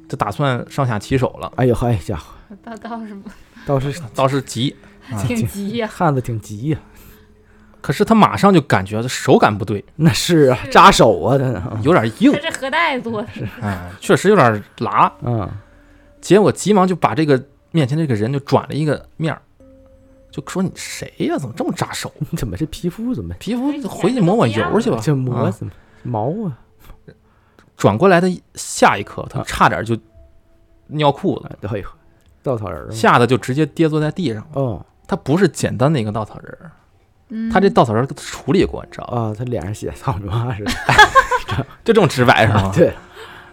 [SPEAKER 2] 就打算上下其手了，
[SPEAKER 4] 哎呦嘿家伙，
[SPEAKER 3] 倒倒是
[SPEAKER 4] 倒 是
[SPEAKER 2] 倒是急，
[SPEAKER 3] 挺急呀，
[SPEAKER 4] 汉子挺急 呀，
[SPEAKER 2] 可是他马上就感觉手感不对，
[SPEAKER 4] 那是啊，扎手啊，真的，
[SPEAKER 2] 有点硬
[SPEAKER 3] 他，这河带做的，
[SPEAKER 2] 哎，确实有点拉。
[SPEAKER 4] 嗯，
[SPEAKER 2] 结果急忙就把这个面前这个人就转了一个面儿，就说你谁呀、怎么这么扎手？
[SPEAKER 4] 怎么这皮肤怎么
[SPEAKER 2] 皮肤回去抹抹油去吧。
[SPEAKER 4] 这磨
[SPEAKER 2] 啊
[SPEAKER 4] 怎么毛啊？
[SPEAKER 2] 转过来的下一刻，他差点就尿裤子，
[SPEAKER 4] 哎呦，稻草人儿吗
[SPEAKER 2] 吓得就直接跌坐在地上。
[SPEAKER 4] 哦
[SPEAKER 2] 他不是简单的一个稻草人儿，
[SPEAKER 3] 嗯，
[SPEAKER 2] 他这稻草人儿处理过，你知道吧？
[SPEAKER 4] 啊，他脸上写啊操你妈似的，
[SPEAKER 2] 就这种直白是 吗？
[SPEAKER 4] 对，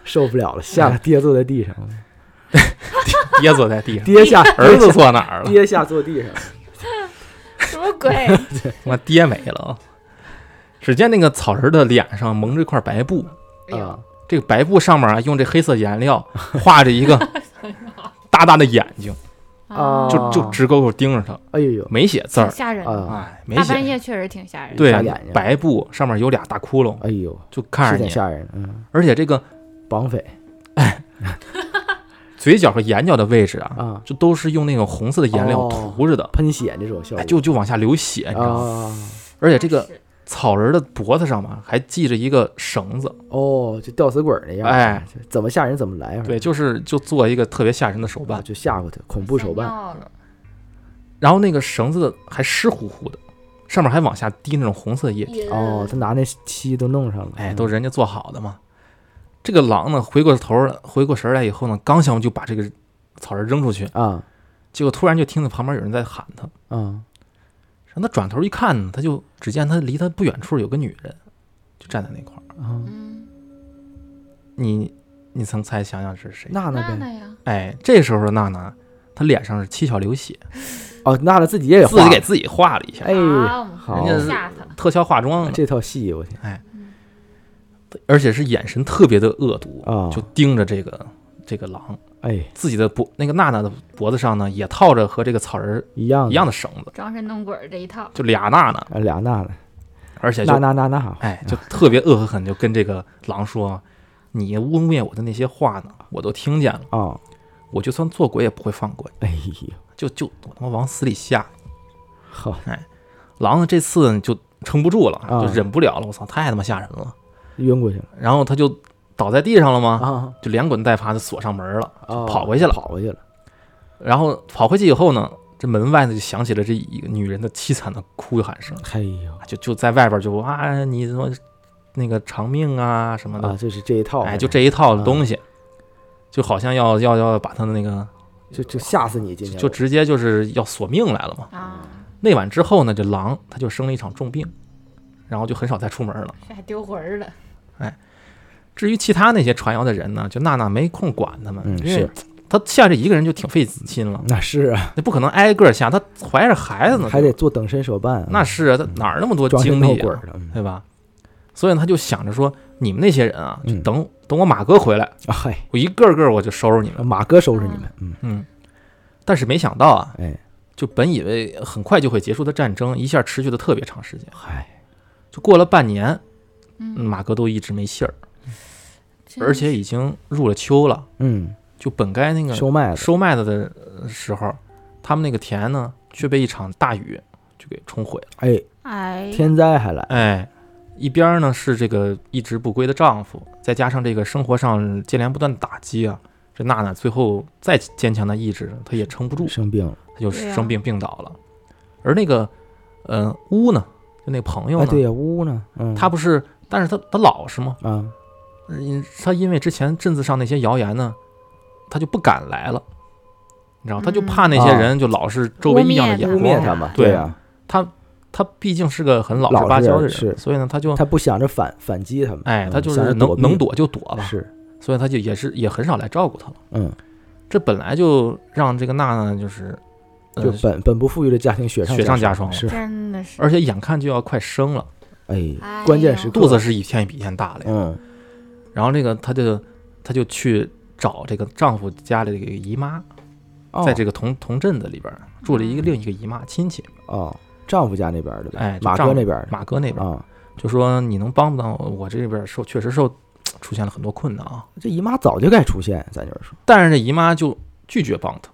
[SPEAKER 4] 受不了了，吓
[SPEAKER 2] 哎
[SPEAKER 4] 得跌坐在地上，
[SPEAKER 2] 跌坐在地上，
[SPEAKER 4] 跌下
[SPEAKER 2] 哎 儿子坐哪 儿 了？
[SPEAKER 4] 跌下坐地上，
[SPEAKER 3] 什么 鬼？
[SPEAKER 2] 他妈爹没了啊。只见那个草人的脸上蒙着一块白布，
[SPEAKER 3] 哎呦，
[SPEAKER 4] 啊，
[SPEAKER 2] 这个白布上面啊用这黑色颜料画着一个大大的眼睛，
[SPEAKER 4] 啊
[SPEAKER 2] 就就直勾勾盯着他，
[SPEAKER 4] 哎呦呦，
[SPEAKER 2] 没写字
[SPEAKER 3] 挺
[SPEAKER 2] 儿，
[SPEAKER 3] 吓人的，
[SPEAKER 4] 啊，
[SPEAKER 2] 哎，没
[SPEAKER 3] 大
[SPEAKER 2] 写，
[SPEAKER 3] 半夜确实挺吓人的，
[SPEAKER 2] 对
[SPEAKER 4] 眨
[SPEAKER 2] 啊
[SPEAKER 4] 眼，睛
[SPEAKER 2] 白布上面有俩大窟窿，
[SPEAKER 4] 哎呦，
[SPEAKER 2] 就看
[SPEAKER 4] 是
[SPEAKER 2] 着
[SPEAKER 4] 挺
[SPEAKER 2] 你，
[SPEAKER 4] 吓人的，嗯，
[SPEAKER 2] 而且这个
[SPEAKER 4] 绑匪
[SPEAKER 2] 嘴角和眼角的位置啊，
[SPEAKER 4] 啊，
[SPEAKER 2] 就都是用那种红色的颜料涂着的，
[SPEAKER 4] 喷血这种效
[SPEAKER 2] 哎，
[SPEAKER 4] 果，
[SPEAKER 2] 就就往下流血，你知道吗？
[SPEAKER 4] 啊，
[SPEAKER 2] 而且这个
[SPEAKER 3] 是
[SPEAKER 2] 草人的脖子上嘛，还系着一个绳子，
[SPEAKER 4] 哦，就吊死鬼儿那样，
[SPEAKER 2] 哎，
[SPEAKER 4] 怎么吓人怎么来，
[SPEAKER 2] 对，就是就做一个特别吓人的手
[SPEAKER 4] 吧，
[SPEAKER 2] 办，
[SPEAKER 4] 就吓唬他，恐怖手
[SPEAKER 3] 吓
[SPEAKER 4] 办，
[SPEAKER 3] 尿了
[SPEAKER 2] 然后那个绳子还湿乎乎的，上面还往下滴那种红色液体，
[SPEAKER 3] 嗯
[SPEAKER 4] 哦，他拿那漆都弄上了，嗯
[SPEAKER 2] 哎，都是人家做好的嘛。这个狼呢，回过头儿回过神儿来以后呢，刚想就把这个草人扔出去，
[SPEAKER 4] 啊
[SPEAKER 2] 结果突然就听到旁边有人在喊他，
[SPEAKER 4] 啊，
[SPEAKER 2] 然后他转头一看呢，他就只见他离他不远处有个女人，就站在那块儿。
[SPEAKER 4] 啊，
[SPEAKER 3] 嗯，
[SPEAKER 2] 你你曾猜想想是谁？
[SPEAKER 4] 娜娜
[SPEAKER 3] 娜
[SPEAKER 4] 呗，
[SPEAKER 3] 娜呀，
[SPEAKER 2] 哎，这时候的娜娜，她脸上是七窍流血，
[SPEAKER 4] 哦，娜娜自己也给
[SPEAKER 2] 自己
[SPEAKER 4] 画
[SPEAKER 2] 给，自己画了一下，
[SPEAKER 4] 哎，
[SPEAKER 3] 好
[SPEAKER 4] 好，
[SPEAKER 2] 人家
[SPEAKER 3] 吓他了，
[SPEAKER 2] 特效化妆呢。
[SPEAKER 4] 这套戏我天，
[SPEAKER 2] 哎
[SPEAKER 3] 嗯，
[SPEAKER 2] 而且是眼神特别的恶毒，
[SPEAKER 4] 啊，
[SPEAKER 2] 就盯着这个这个狼。
[SPEAKER 4] 哎
[SPEAKER 2] 自己的脖那个娜娜的脖子上呢，也套着和这个草人儿
[SPEAKER 4] 一样
[SPEAKER 2] 一样的绳子，
[SPEAKER 3] 装神弄鬼儿这一套，
[SPEAKER 2] 就俩娜娜，
[SPEAKER 4] 的，俩那的，
[SPEAKER 2] 而且
[SPEAKER 4] 那
[SPEAKER 2] 哎就
[SPEAKER 4] 那那那，
[SPEAKER 2] 哎，就特别恶狠狠，就跟这个狼说：“你污蔑我的那些话呢，我都听见了，
[SPEAKER 4] 啊，
[SPEAKER 2] 我就算做鬼也不会放过你，
[SPEAKER 4] 哎呦，
[SPEAKER 2] 就就我他妈往死里吓。
[SPEAKER 4] 好，”
[SPEAKER 2] 狼呢这次就撑不住了，
[SPEAKER 4] 啊
[SPEAKER 2] 就忍不了了，我操，太他妈吓人了。
[SPEAKER 4] 晕过去了
[SPEAKER 2] 然后他就倒在地上了吗？
[SPEAKER 4] 啊，
[SPEAKER 2] 就连滚带爬的锁上门了。
[SPEAKER 4] 哦
[SPEAKER 2] 跑回去了
[SPEAKER 4] 跑回去了，
[SPEAKER 2] 然后跑回去以后呢，这门外呢就响起了这一个女人的凄惨的哭喊声。
[SPEAKER 4] 哎呦
[SPEAKER 2] 就就在外边就啊，你怎么那个偿命啊什么的，
[SPEAKER 4] 啊，这是这一套，
[SPEAKER 2] 哎，就这一套
[SPEAKER 4] 啊
[SPEAKER 2] 东西，就好像要要要把他的那个
[SPEAKER 4] 就就吓死你，今天
[SPEAKER 2] 就直接就是要索命来了嘛。
[SPEAKER 3] 啊，
[SPEAKER 2] 那晚之后呢，这狼他就生了一场重病，然后就很少再出门了。
[SPEAKER 3] 这还丢魂儿了，
[SPEAKER 2] 至于其他那些传谣的人呢，就娜娜没空管他们，
[SPEAKER 4] 嗯
[SPEAKER 2] 因为
[SPEAKER 4] 是
[SPEAKER 2] 她下这一个人就挺费心 了，
[SPEAKER 4] 那是啊，
[SPEAKER 2] 那不可能挨个下，她怀着孩子呢，
[SPEAKER 4] 还得做等身手办啊，
[SPEAKER 2] 那是啊，她哪儿那么多
[SPEAKER 4] 装神
[SPEAKER 2] 精力
[SPEAKER 4] 弄
[SPEAKER 2] 啊
[SPEAKER 4] 鬼儿的，嗯
[SPEAKER 2] 对吧？所以呢他就想着说，你们那些人啊，就
[SPEAKER 4] 嗯
[SPEAKER 2] 等、等我马哥回来，
[SPEAKER 4] 啊嗨，
[SPEAKER 2] 我一个个我就啊收拾你们。
[SPEAKER 4] 马哥收拾你们，嗯，
[SPEAKER 2] 嗯，但是没想到啊，
[SPEAKER 4] 哎
[SPEAKER 2] 就本以为很快就会结束的战争，一下持续的特别长时间，
[SPEAKER 4] 嗨，
[SPEAKER 2] 就过了半年，
[SPEAKER 3] 嗯，
[SPEAKER 2] 马哥都一直没信儿，
[SPEAKER 3] 真
[SPEAKER 2] 而且已经入了秋了，
[SPEAKER 4] 嗯，
[SPEAKER 2] 就本该那个
[SPEAKER 4] 收麦子，
[SPEAKER 2] 收麦子的呃时候，他们那个田呢却被一场大雨就给冲毁了。
[SPEAKER 4] 哎，
[SPEAKER 3] 哎呀，
[SPEAKER 4] 天灾还来，
[SPEAKER 2] 哎，一边儿呢是这个一直不归的丈夫，再加上这个生活上接连不断的打击啊，这娜娜最后再坚强的意志，她也撑不住。
[SPEAKER 4] 生病了，
[SPEAKER 2] 他就
[SPEAKER 3] 对呀
[SPEAKER 2] 生病病倒了。而那个，呃，乌呢，就那朋友
[SPEAKER 4] 哎，
[SPEAKER 2] 呢，
[SPEAKER 4] 对呀，屋呢，嗯，
[SPEAKER 2] 他不是，但是他他老实嘛，
[SPEAKER 4] 啊，
[SPEAKER 2] 嗯他因为之前镇子上那些谣言呢，他就不敢来了，你知道，他就
[SPEAKER 3] 嗯
[SPEAKER 2] 怕那些人就老是周围异样的
[SPEAKER 3] 污
[SPEAKER 4] 污
[SPEAKER 2] 眼
[SPEAKER 4] 蔑
[SPEAKER 2] 光，
[SPEAKER 4] 他嘛，
[SPEAKER 2] 对啊
[SPEAKER 4] 呀，
[SPEAKER 2] 他他毕竟是个很老
[SPEAKER 4] 老
[SPEAKER 2] 实巴
[SPEAKER 4] 实
[SPEAKER 2] 交的
[SPEAKER 4] 人
[SPEAKER 2] 人，
[SPEAKER 4] 是
[SPEAKER 2] 所以呢，他就
[SPEAKER 4] 他不想着反反击他们，
[SPEAKER 2] 哎，
[SPEAKER 4] 嗯
[SPEAKER 2] 他就
[SPEAKER 4] 想
[SPEAKER 2] 是
[SPEAKER 4] 着
[SPEAKER 2] 能
[SPEAKER 4] 躲避
[SPEAKER 2] 能躲就躲吧，
[SPEAKER 4] 是，
[SPEAKER 2] 所以他就也是也很少来照顾他了。
[SPEAKER 4] 嗯，
[SPEAKER 2] 这本来就让这个娜娜就是，呃
[SPEAKER 4] 就本本不富裕的家庭雪上
[SPEAKER 2] 雪上加霜了
[SPEAKER 4] 是，
[SPEAKER 3] 真的是，
[SPEAKER 2] 而且眼看就要快生了，
[SPEAKER 3] 哎
[SPEAKER 4] 哎，
[SPEAKER 3] 呦
[SPEAKER 4] 关键时刻
[SPEAKER 2] 肚子是一天比一天大了呀。
[SPEAKER 4] 嗯，
[SPEAKER 2] 然后这个她就她就去找这个丈夫家里的一个姨妈，
[SPEAKER 4] 哦嗯
[SPEAKER 2] 在这个同同镇子里边住了一个另一个姨妈亲戚，
[SPEAKER 4] 哦，丈夫家那边的呗，
[SPEAKER 2] 哎，就
[SPEAKER 4] 马
[SPEAKER 2] 丈
[SPEAKER 4] 哥
[SPEAKER 2] 夫
[SPEAKER 4] 那边的
[SPEAKER 2] 马哥那边
[SPEAKER 4] 啊，
[SPEAKER 2] 就说你能帮帮我，我这边受确实受出现了很多困难啊，
[SPEAKER 4] 这姨妈早就该出现，咱就是说，
[SPEAKER 2] 但是这姨妈就拒绝帮她，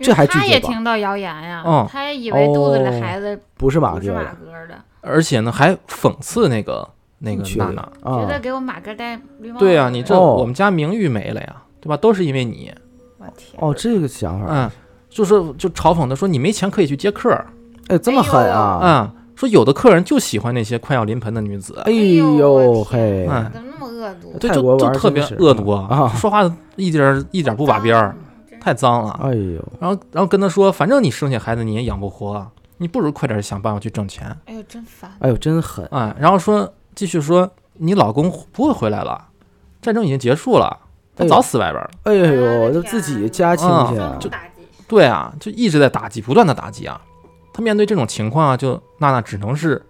[SPEAKER 3] 因为
[SPEAKER 4] 这还拒
[SPEAKER 3] 他
[SPEAKER 4] 绝
[SPEAKER 3] 也
[SPEAKER 4] 吧
[SPEAKER 3] 听到谣言呀
[SPEAKER 2] 嗯，
[SPEAKER 3] 他也以为肚子
[SPEAKER 4] 哦
[SPEAKER 3] 里孩子
[SPEAKER 4] 不是马
[SPEAKER 3] 不
[SPEAKER 4] 哥
[SPEAKER 3] 是马
[SPEAKER 4] 呀
[SPEAKER 3] 哥的，
[SPEAKER 2] 而且呢还讽刺那个那个
[SPEAKER 4] 去
[SPEAKER 2] 娜娜，
[SPEAKER 3] 觉
[SPEAKER 4] 啊
[SPEAKER 3] 得，给我马哥戴绿帽
[SPEAKER 2] 哦
[SPEAKER 3] 子，
[SPEAKER 2] 对呀、你这
[SPEAKER 4] 哦
[SPEAKER 2] 我们家名誉没了呀，对吧？都是因为你，
[SPEAKER 3] 我天，
[SPEAKER 4] 哦，这个想法，
[SPEAKER 2] 嗯，就说就嘲讽她说你没钱可以去接客儿，
[SPEAKER 4] 哎，这么狠啊，
[SPEAKER 2] 啊、说有的客人就喜欢那些快要临盆的女子，
[SPEAKER 4] 哎
[SPEAKER 3] 哎呦
[SPEAKER 4] 呦
[SPEAKER 3] 我
[SPEAKER 4] 嘿，
[SPEAKER 2] 嗯
[SPEAKER 3] 怎么那么恶毒？
[SPEAKER 2] 对，
[SPEAKER 4] 泰
[SPEAKER 2] 就
[SPEAKER 4] 国
[SPEAKER 2] 就
[SPEAKER 4] 玩儿
[SPEAKER 2] 特
[SPEAKER 4] 真
[SPEAKER 2] 别
[SPEAKER 4] 是
[SPEAKER 2] 恶毒
[SPEAKER 4] 啊
[SPEAKER 2] 说话一点儿一点儿不把边 儿，
[SPEAKER 3] 啊
[SPEAKER 2] 太脏了。
[SPEAKER 4] 哎呦，
[SPEAKER 2] 然后然后跟他说，反正你生下孩子你也养不活，你不如快点想办法去挣钱
[SPEAKER 3] 哎呦，真烦！
[SPEAKER 4] 哎呦，真狠，
[SPEAKER 2] 啊、然后说继续说，你老公不会回来了，战争已经结束了，他
[SPEAKER 4] 哎呦
[SPEAKER 2] 早死外边了。
[SPEAKER 4] 哎呦，这自己家亲
[SPEAKER 2] 啊
[SPEAKER 4] 戚啊
[SPEAKER 3] 就，打击，
[SPEAKER 2] 对啊，就一直在打击，不断的打击啊。他面对这种情况啊，就娜娜只能是，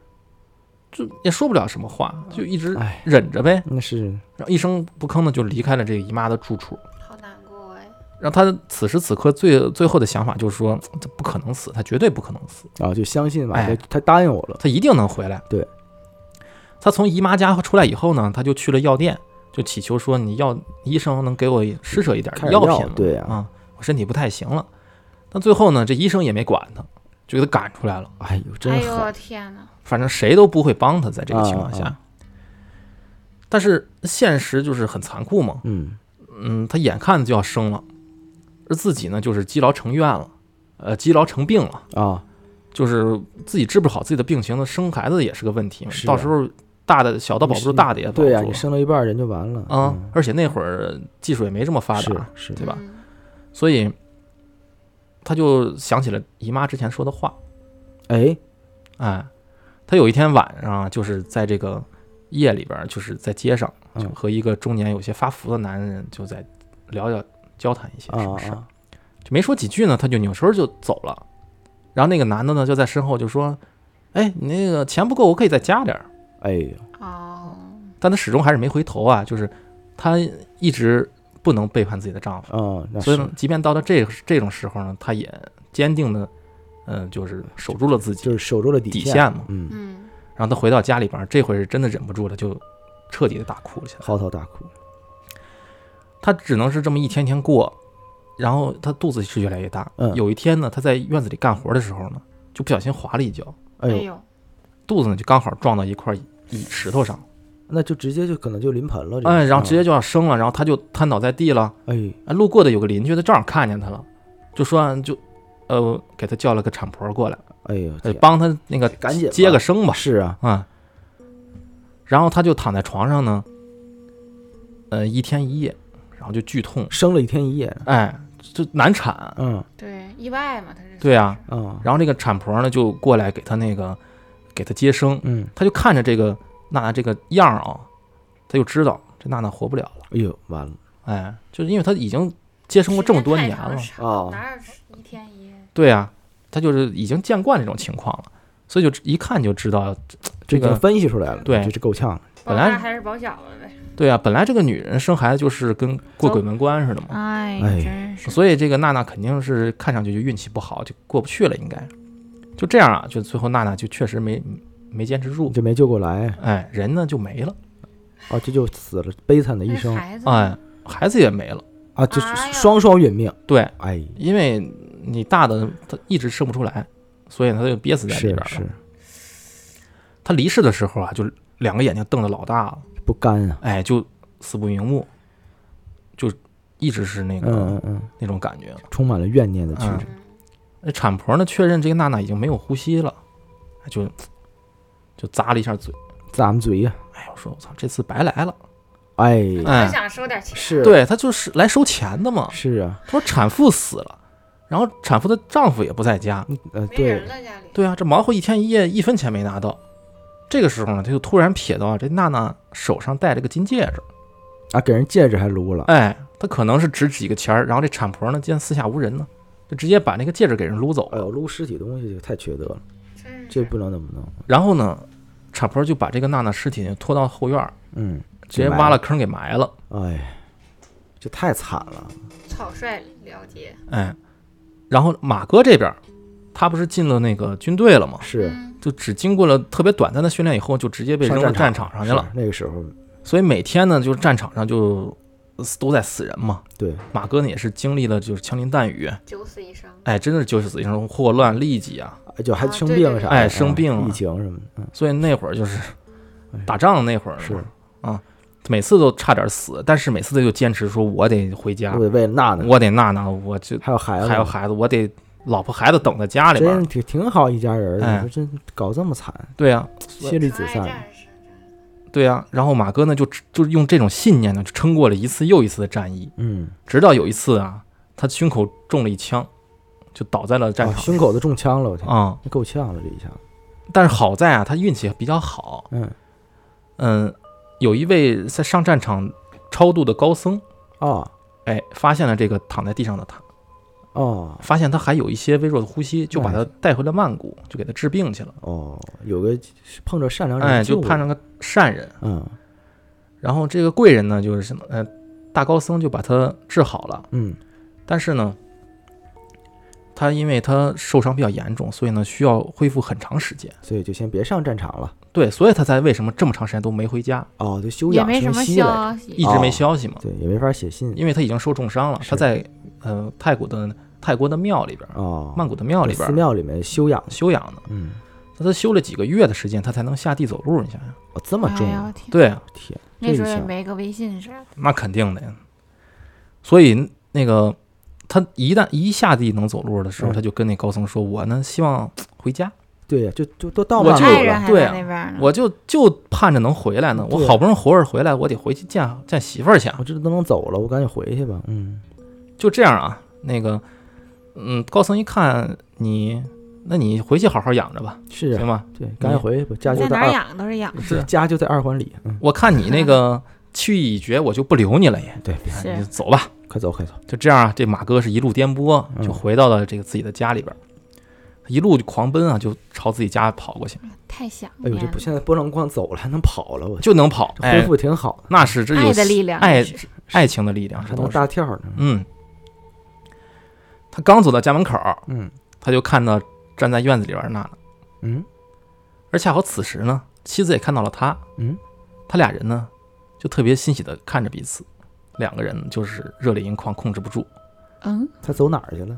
[SPEAKER 2] 就也说不了什么话，就一直
[SPEAKER 4] 哎，
[SPEAKER 2] 忍着呗，
[SPEAKER 4] 那是
[SPEAKER 2] 然后一声不吭的就离开了这个姨妈的住处。
[SPEAKER 3] 好难过哎。
[SPEAKER 2] 让他此时此刻最最后的想法就是说，他不可能死，他绝对不可能死，
[SPEAKER 4] 啊，就相信马
[SPEAKER 2] 哎
[SPEAKER 4] 哥，他答应我了，
[SPEAKER 2] 他一定能回来。
[SPEAKER 4] 对，
[SPEAKER 2] 他从姨妈家出来以后呢，他就去了药店，就祈求说，你药医生能给我施舍一点
[SPEAKER 4] 开点
[SPEAKER 2] 药品
[SPEAKER 4] 药
[SPEAKER 2] 吗
[SPEAKER 4] 对呀
[SPEAKER 2] 啊，我身体不太行了。但最后呢，这医生也没管他，就给他赶出来了。
[SPEAKER 4] 哎呦，真
[SPEAKER 3] 哎呦，
[SPEAKER 4] 狠，
[SPEAKER 3] 我天哪！
[SPEAKER 2] 反正谁都不会帮他，在这个情况下。
[SPEAKER 4] 啊
[SPEAKER 2] 但是现实就是很残酷嘛，
[SPEAKER 4] 嗯，
[SPEAKER 2] 嗯，他眼看着就要生了，而自己呢就是积劳成怨了，呃，积劳成病了。
[SPEAKER 4] 啊，
[SPEAKER 2] 就是自己治不好自己的病情呢，生孩子也是个问题嘛。
[SPEAKER 4] 是啊
[SPEAKER 2] 到时候大的小的保不住，
[SPEAKER 4] 你
[SPEAKER 2] 大的也保不住。
[SPEAKER 4] 对呀，啊你生到一半儿人就完了，
[SPEAKER 2] 啊、
[SPEAKER 4] 嗯
[SPEAKER 2] 而且那会儿技术也没这么发达，
[SPEAKER 4] 是是，
[SPEAKER 2] 对吧？
[SPEAKER 3] 嗯？
[SPEAKER 2] 所以他就想起了姨妈之前说的话，
[SPEAKER 4] 哎，
[SPEAKER 2] 哎，他有一天晚上啊就是在这个夜里边儿，就是在街上，
[SPEAKER 4] 嗯
[SPEAKER 2] 就和一个中年有些发福的男人就在聊聊交谈一些什
[SPEAKER 4] 啊
[SPEAKER 2] 么事儿。
[SPEAKER 4] 啊，
[SPEAKER 2] 就没说几句呢，他就扭身就走了。然后那个男的呢，就在身后就说：“哎，你那个钱不够，我可以再加点儿。
[SPEAKER 4] 哎呦，
[SPEAKER 3] 哦，
[SPEAKER 2] 但她始终还是没回头啊，就是她一直不能背叛自己的丈夫，
[SPEAKER 4] 嗯，那
[SPEAKER 2] 所以
[SPEAKER 4] 是
[SPEAKER 2] 呢，即便到了这这种时候呢，她也坚定的，嗯、就是守住了自己
[SPEAKER 4] 就是守住了
[SPEAKER 2] 底
[SPEAKER 4] 底
[SPEAKER 2] 线
[SPEAKER 4] 线，
[SPEAKER 2] 嘛。
[SPEAKER 4] 嗯，
[SPEAKER 3] 嗯，
[SPEAKER 2] 然后她回到家里边儿，这回是真的忍不住了，就彻底的大哭了起来。
[SPEAKER 4] 嚎啕大哭，
[SPEAKER 2] 她只能是这么一天天过，然后她肚子是越来越大。
[SPEAKER 4] 嗯
[SPEAKER 2] 有一天呢，她在院子里干活的时候呢，就不小心滑了一跤，
[SPEAKER 4] 哎呦，
[SPEAKER 3] 呦，
[SPEAKER 2] 肚子呢就刚好撞到一块一石头上，
[SPEAKER 4] 那就直接就可能就临盆了，这个
[SPEAKER 2] 哎，然后直接
[SPEAKER 4] 啊
[SPEAKER 2] 就要生了，然后她就瘫倒在地了。
[SPEAKER 4] 哎
[SPEAKER 2] 啊，路过的有个邻居，他正好看见她了，就说啊就，呃，给她叫了个产婆过来，
[SPEAKER 4] 哎呦，
[SPEAKER 2] 呃
[SPEAKER 4] 天
[SPEAKER 2] 帮她那个
[SPEAKER 4] 赶紧吧
[SPEAKER 2] 接个生吧，
[SPEAKER 4] 是啊，
[SPEAKER 2] 啊、然后她就躺在床上呢，呃，一天一夜，然后就剧痛，
[SPEAKER 4] 生了一天一夜，
[SPEAKER 2] 哎，就难产，
[SPEAKER 4] 嗯
[SPEAKER 3] 对，意外嘛，他是
[SPEAKER 2] 对啊，
[SPEAKER 4] 嗯
[SPEAKER 2] 然后这个产婆呢就过来给她那个给她接生，
[SPEAKER 4] 嗯，
[SPEAKER 2] 她就看着这个娜娜这个样儿啊，她就知道这娜娜活不了了，
[SPEAKER 4] 哎呦，完了，
[SPEAKER 2] 哎，就是因为她已经接生过这么多年了，
[SPEAKER 3] 时间太长
[SPEAKER 4] 哦
[SPEAKER 3] 哪有一天一夜？
[SPEAKER 2] 对啊，她就是已经见惯这种情况了，所以就一看就知道，
[SPEAKER 4] 这已
[SPEAKER 2] 这个
[SPEAKER 4] 经分析出来了，
[SPEAKER 2] 对
[SPEAKER 4] 这是够呛了，
[SPEAKER 3] 保
[SPEAKER 2] 本来
[SPEAKER 3] 大还是保小了呗？
[SPEAKER 2] 对啊，本来这个女人生孩子就是跟过鬼门关似的嘛，
[SPEAKER 3] 哎
[SPEAKER 4] 哎
[SPEAKER 3] 真是
[SPEAKER 2] 所以这个娜娜肯定是看上去就运气不好，就过不去了，应该就这样啊，就最后娜娜就确实没没坚持住，
[SPEAKER 4] 就没救过来，
[SPEAKER 2] 哎，人呢就没了，
[SPEAKER 4] 啊，这就死了，悲惨的一生
[SPEAKER 3] 孩子呢
[SPEAKER 2] 哎，孩子也没了，
[SPEAKER 4] 啊，这
[SPEAKER 3] 哎呀
[SPEAKER 4] 双双殒命，
[SPEAKER 2] 对。
[SPEAKER 4] 哎，
[SPEAKER 2] 因为你大的他一直生不出来，所以他就憋死在里
[SPEAKER 4] 是
[SPEAKER 2] 边了。
[SPEAKER 4] 是
[SPEAKER 2] 他离世的时候啊，就两个眼睛瞪得老大了，
[SPEAKER 4] 不甘啊，
[SPEAKER 2] 哎，就死不瞑目，就一直是那个、
[SPEAKER 4] 嗯嗯嗯，
[SPEAKER 2] 那种感觉。
[SPEAKER 4] 充满了怨念的曲折，
[SPEAKER 3] 嗯
[SPEAKER 2] 那产婆呢确认这个娜娜已经没有呼吸了，就就咂了一下嘴，
[SPEAKER 4] 咱们嘴呀，
[SPEAKER 2] 哎呦，说我操，这次白来了。
[SPEAKER 4] 哎，
[SPEAKER 3] 我
[SPEAKER 2] 哎，
[SPEAKER 3] 想收点钱，
[SPEAKER 4] 是，
[SPEAKER 2] 对他就是来收钱的嘛。
[SPEAKER 4] 是啊，
[SPEAKER 2] 他说产妇死了，然后产妇的丈夫也不在家，嗯
[SPEAKER 4] 呃，
[SPEAKER 3] 没人
[SPEAKER 4] 对，
[SPEAKER 3] 了家里，
[SPEAKER 2] 对啊，这忙活一天一夜，一分钱没拿到。这个时候呢，他就突然瞥到啊，这娜娜手上戴着个金戒指，
[SPEAKER 4] 啊，给人戒指还撸了，
[SPEAKER 2] 哎，他可能是值几个钱儿，然后这产婆呢，见四下无人呢，就直接把那个戒指给人撸走
[SPEAKER 4] 哎
[SPEAKER 2] 了。
[SPEAKER 4] 呦，撸尸体东西就太缺德了，
[SPEAKER 3] 真
[SPEAKER 4] 这
[SPEAKER 3] 是
[SPEAKER 4] 不能怎么弄，
[SPEAKER 2] 然后呢，产婆就把这个娜娜尸体拖到后院儿，
[SPEAKER 4] 嗯，
[SPEAKER 2] 直接挖了坑给埋了。
[SPEAKER 4] 哎，这太惨了，
[SPEAKER 3] 草率了结。
[SPEAKER 2] 哎，然后马哥这边儿，他不是进了那个军队了吗？
[SPEAKER 4] 是
[SPEAKER 3] 嗯
[SPEAKER 2] 就只经过了特别短暂的训练以后，就直接被
[SPEAKER 4] 上
[SPEAKER 2] 扔到战
[SPEAKER 4] 战
[SPEAKER 2] 场上去
[SPEAKER 4] 是
[SPEAKER 2] 了。
[SPEAKER 4] 那个时候，
[SPEAKER 2] 所以每天呢，就是战场上就呃都在死人嘛。
[SPEAKER 4] 对，
[SPEAKER 2] 马哥呢也是经历了就是枪林弹雨，
[SPEAKER 3] 九死一生，
[SPEAKER 2] 哎，真的是九死一生，霍乱、痢疾啊，
[SPEAKER 4] 哎就还
[SPEAKER 3] 啊
[SPEAKER 4] 生
[SPEAKER 3] 对
[SPEAKER 4] 病
[SPEAKER 3] 对
[SPEAKER 4] 啥的，
[SPEAKER 2] 对哎
[SPEAKER 4] 啊
[SPEAKER 2] 生病了
[SPEAKER 4] 疫情什么的，嗯，
[SPEAKER 2] 所以那会儿就是打仗那会儿
[SPEAKER 4] 哎
[SPEAKER 2] 啊
[SPEAKER 4] 是，
[SPEAKER 2] 每次都差点死，但是每次他就坚持说我得回家
[SPEAKER 4] 我，得为了娜娜，
[SPEAKER 2] 啊我得娜娜，我就
[SPEAKER 4] 还有孩子，
[SPEAKER 2] 还有孩子，我得老婆孩子等在家里边
[SPEAKER 4] 真
[SPEAKER 2] 儿。
[SPEAKER 4] 挺挺好一家人儿，
[SPEAKER 2] 哎
[SPEAKER 4] 你说真搞这么惨，
[SPEAKER 2] 对呀、
[SPEAKER 4] 妻离子
[SPEAKER 3] 纯
[SPEAKER 4] 散，
[SPEAKER 3] 爱战士，
[SPEAKER 2] 对呀、然后马哥呢就就用这种信念呢，就撑过了一次又一次的战役，
[SPEAKER 4] 嗯，
[SPEAKER 2] 直到有一次啊，他胸口中了一枪，就倒在了战
[SPEAKER 4] 啊，
[SPEAKER 2] 场
[SPEAKER 4] 胸口都中枪了，我天，
[SPEAKER 2] 啊、
[SPEAKER 4] 那够呛了这一下，
[SPEAKER 2] 但是好在啊，他运气比较好，
[SPEAKER 4] 嗯，
[SPEAKER 2] 嗯，有一位在上战场超度的高僧，
[SPEAKER 4] 哦
[SPEAKER 2] 哎，发现了这个躺在地上的他，
[SPEAKER 4] 哦
[SPEAKER 2] 发现他还有一些微弱的呼吸，就把他
[SPEAKER 4] 哎
[SPEAKER 2] 带回了曼谷，就给他治病去了。
[SPEAKER 4] 哦，有个碰着善良人
[SPEAKER 2] 哎，
[SPEAKER 4] 救
[SPEAKER 2] 就
[SPEAKER 4] 了
[SPEAKER 2] 判上个善人。
[SPEAKER 4] 嗯
[SPEAKER 2] 然后这个贵人呢，就是什么，呃，大高僧就把他治好了。
[SPEAKER 4] 嗯，
[SPEAKER 2] 但是呢，他因为他受伤比较严重，所以呢需要恢复很长时间。
[SPEAKER 4] 所以就先别上战场了，
[SPEAKER 2] 对，所以他才为什么这么长时间都没回家，
[SPEAKER 4] 哦，就休
[SPEAKER 3] 也
[SPEAKER 4] 养
[SPEAKER 3] 没什
[SPEAKER 4] 生
[SPEAKER 3] 么
[SPEAKER 4] 息了，
[SPEAKER 3] 消息
[SPEAKER 2] 一，直没
[SPEAKER 4] 哦
[SPEAKER 2] 消息嘛，
[SPEAKER 4] 对，也没法写信，
[SPEAKER 2] 啊因为他已经受重伤了。
[SPEAKER 4] 是
[SPEAKER 2] 他在呃泰国的泰国的庙里边，
[SPEAKER 4] 哦，
[SPEAKER 2] 曼谷的庙里
[SPEAKER 4] 寺
[SPEAKER 2] 边
[SPEAKER 4] 庙里面休养，
[SPEAKER 2] 休养呢。
[SPEAKER 4] 嗯，
[SPEAKER 2] 他他休了几个月的时间，他才能下地走路。你想想，
[SPEAKER 4] 哦，这么重
[SPEAKER 3] 哎
[SPEAKER 4] 啊，
[SPEAKER 3] 呦天，
[SPEAKER 2] 对啊，
[SPEAKER 4] 天，
[SPEAKER 3] 那时候
[SPEAKER 4] 这一
[SPEAKER 3] 也
[SPEAKER 4] 下
[SPEAKER 3] 没个微信啥的，
[SPEAKER 2] 那肯定的呀。所以那个他一旦一下地能走路的时候，
[SPEAKER 4] 嗯
[SPEAKER 2] 他就跟那高僧说：“我呢，希望回家，
[SPEAKER 4] 对呀，就就都到
[SPEAKER 2] 我
[SPEAKER 4] 曼
[SPEAKER 2] 就
[SPEAKER 4] 谷
[SPEAKER 3] 爱人
[SPEAKER 4] 了，
[SPEAKER 3] 还
[SPEAKER 2] 对
[SPEAKER 3] 在
[SPEAKER 2] 啊
[SPEAKER 3] 那边呢。
[SPEAKER 2] 我就就盼着能回来呢。
[SPEAKER 4] 对
[SPEAKER 2] 我好不容易活着回来，我得回去见见媳妇儿去啊。
[SPEAKER 4] 我这都能走了，我赶紧回去吧，嗯，”
[SPEAKER 2] 就这样啊，那个嗯，高僧一看你，那你回去好好养着吧，
[SPEAKER 4] 是
[SPEAKER 2] 行
[SPEAKER 4] 啊，
[SPEAKER 2] 吧？
[SPEAKER 4] 对，赶紧回去吧，家就
[SPEAKER 3] 在哪儿
[SPEAKER 4] 二，嗯
[SPEAKER 3] 养都是养，
[SPEAKER 2] 是，啊
[SPEAKER 4] 家就在二环里，嗯，
[SPEAKER 2] 我看你那个 去意已决，我就不留你了也，
[SPEAKER 4] 对，别
[SPEAKER 2] 你
[SPEAKER 3] 是
[SPEAKER 2] 走吧。
[SPEAKER 4] 快走快走，
[SPEAKER 2] 就这样啊，这马哥是一路颠簸，
[SPEAKER 4] 嗯
[SPEAKER 2] 就回到了这个自己的家里边儿。一路就狂奔啊，就朝自己家跑过去，
[SPEAKER 3] 太想
[SPEAKER 4] 哎
[SPEAKER 3] 念
[SPEAKER 4] 呦，
[SPEAKER 3] 了。
[SPEAKER 4] 这不现在不能光走了，还能跑了，我
[SPEAKER 2] 就能跑，
[SPEAKER 4] 这恢
[SPEAKER 2] 哎，
[SPEAKER 4] 复挺好的，
[SPEAKER 2] 那是这有
[SPEAKER 3] 爱的力量，
[SPEAKER 2] 爱
[SPEAKER 3] 这是
[SPEAKER 2] 爱情的力量，
[SPEAKER 4] 还
[SPEAKER 2] 这
[SPEAKER 4] 能
[SPEAKER 2] 都是。
[SPEAKER 4] 大跳呢。
[SPEAKER 2] 嗯，他刚走到家门口，
[SPEAKER 4] 嗯
[SPEAKER 2] 他就看到站在院子里边儿娜娜，
[SPEAKER 4] 嗯
[SPEAKER 2] 而恰好此时呢，妻子也看到了他，
[SPEAKER 4] 嗯，
[SPEAKER 2] 他俩人呢就特别欣喜的看着彼此，两个人就是热泪盈眶，控制不住。
[SPEAKER 3] 嗯，
[SPEAKER 4] 他走哪儿去了？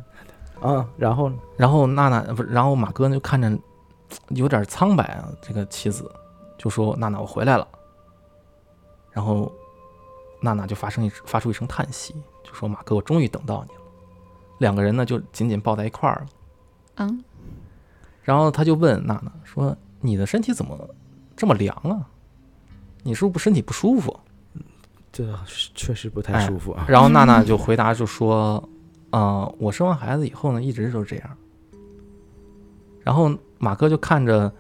[SPEAKER 4] 啊，然后呢？
[SPEAKER 2] 然后娜娜不是，然后马哥呢就看着嘖有点苍白啊，这个妻子就说：“娜娜，我回来了。”然后娜娜就发生一发出一声叹息，就说：“马哥，我终于等到你了。”两个人呢就紧紧抱在一块儿了。
[SPEAKER 3] 嗯，
[SPEAKER 2] 然后他就问娜娜说：“你的身体怎么这么凉啊？你是不是身体不舒服
[SPEAKER 4] 这是确实不太舒服？”啊。
[SPEAKER 2] 然后娜娜就回答就说：“呃，我生完孩子以后呢，一直都是这样。”然后马哥就看着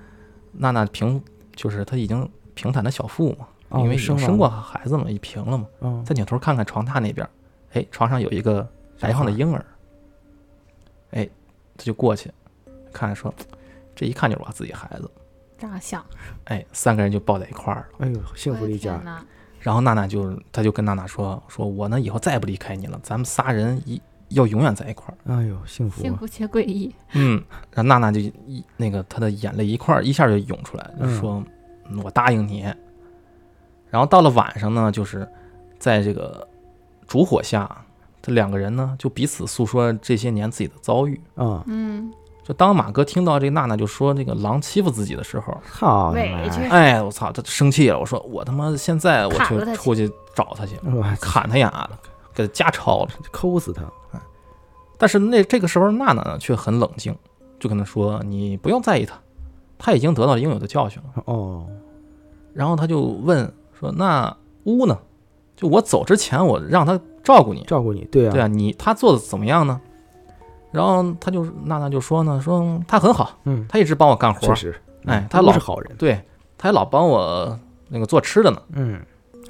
[SPEAKER 2] 娜娜平，就是她已经平坦的小腹嘛，
[SPEAKER 4] 哦
[SPEAKER 2] 因为已
[SPEAKER 4] 生完
[SPEAKER 2] 经生过孩子嘛，已平了嘛。
[SPEAKER 4] 嗯，
[SPEAKER 2] 再扭头看看床榻那边，哎，床上有一个白胖的婴儿，哎，他就过去看说，这一看就是我自己孩子。
[SPEAKER 3] 让我想
[SPEAKER 2] 哎，三个人就抱在一块儿了。
[SPEAKER 4] 哎呦，幸福的一家，
[SPEAKER 3] 呢，
[SPEAKER 2] 然后娜娜就，她就跟娜娜说：“说我呢以后再也不离开你了，咱们仨人一要永远在一块儿。
[SPEAKER 4] 哎呦，幸福
[SPEAKER 3] 幸
[SPEAKER 4] 啊！
[SPEAKER 3] 福且诡异。”
[SPEAKER 2] 嗯，然后娜娜就一那个她的眼泪一块儿一下就涌出来，就
[SPEAKER 4] 嗯
[SPEAKER 2] 说：“嗯我答应你。”然后到了晚上呢，就是在这个烛火下，这两个人呢就彼此诉说这些年自己的遭遇。
[SPEAKER 4] 啊，
[SPEAKER 3] 嗯，
[SPEAKER 2] 就当马哥听到这个娜娜就说这个狼欺负自己的时候，
[SPEAKER 4] 好
[SPEAKER 3] 委
[SPEAKER 4] 嘛
[SPEAKER 3] 屈，
[SPEAKER 2] 哎，我操，他生气了。我说我他妈现在我
[SPEAKER 3] 砍
[SPEAKER 2] 就
[SPEAKER 3] 了他去
[SPEAKER 2] 出去找他去。
[SPEAKER 4] 哇，
[SPEAKER 2] 砍他丫的，给他家抄了。
[SPEAKER 4] 抠死他！
[SPEAKER 2] 但是那这个时候，娜娜呢却很冷静，就跟他说：“你不用在意他，他已经得到应有的教训了。
[SPEAKER 4] 哦，”
[SPEAKER 2] 然后他就问说：“那乌呢？就我走之前，我让他照顾你，
[SPEAKER 4] 照顾你，对啊，
[SPEAKER 2] 对啊，你他做的怎么样呢？”然后他就娜娜就说呢，说他很好，
[SPEAKER 4] 嗯，
[SPEAKER 2] 他一直帮我干活
[SPEAKER 4] 确，实，
[SPEAKER 2] 哎
[SPEAKER 4] 嗯
[SPEAKER 2] 他
[SPEAKER 4] 都
[SPEAKER 2] 老
[SPEAKER 4] 是好人，
[SPEAKER 2] 对，他还老帮我那个做吃的呢。
[SPEAKER 4] 嗯，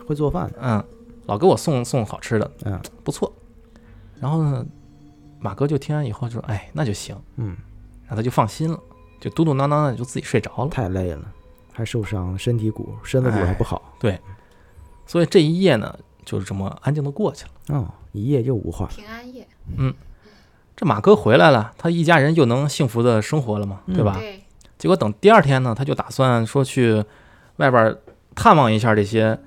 [SPEAKER 4] 会做饭的，
[SPEAKER 2] 嗯，老给我送送好吃的，
[SPEAKER 4] 嗯，
[SPEAKER 2] 不错。然后呢，马哥就听完以后就说：“哎，那就行。
[SPEAKER 4] 嗯，”
[SPEAKER 2] 然后他就放心了，就嘟嘟囔囔的就自己睡着了。
[SPEAKER 4] 太累了，还受伤了，身体骨、身
[SPEAKER 2] 哎
[SPEAKER 4] 子骨还不好，
[SPEAKER 2] 所以这一夜呢，就是这么安静的过去了。
[SPEAKER 4] 哦，一夜又无话，
[SPEAKER 3] 平安夜，
[SPEAKER 2] 这马哥回来了，他一家人又能幸福的生活了嘛，
[SPEAKER 4] 嗯
[SPEAKER 2] 对吧？
[SPEAKER 4] 啊
[SPEAKER 3] 对，
[SPEAKER 2] 结果等第二天呢，他就打算说去外边探望一下这些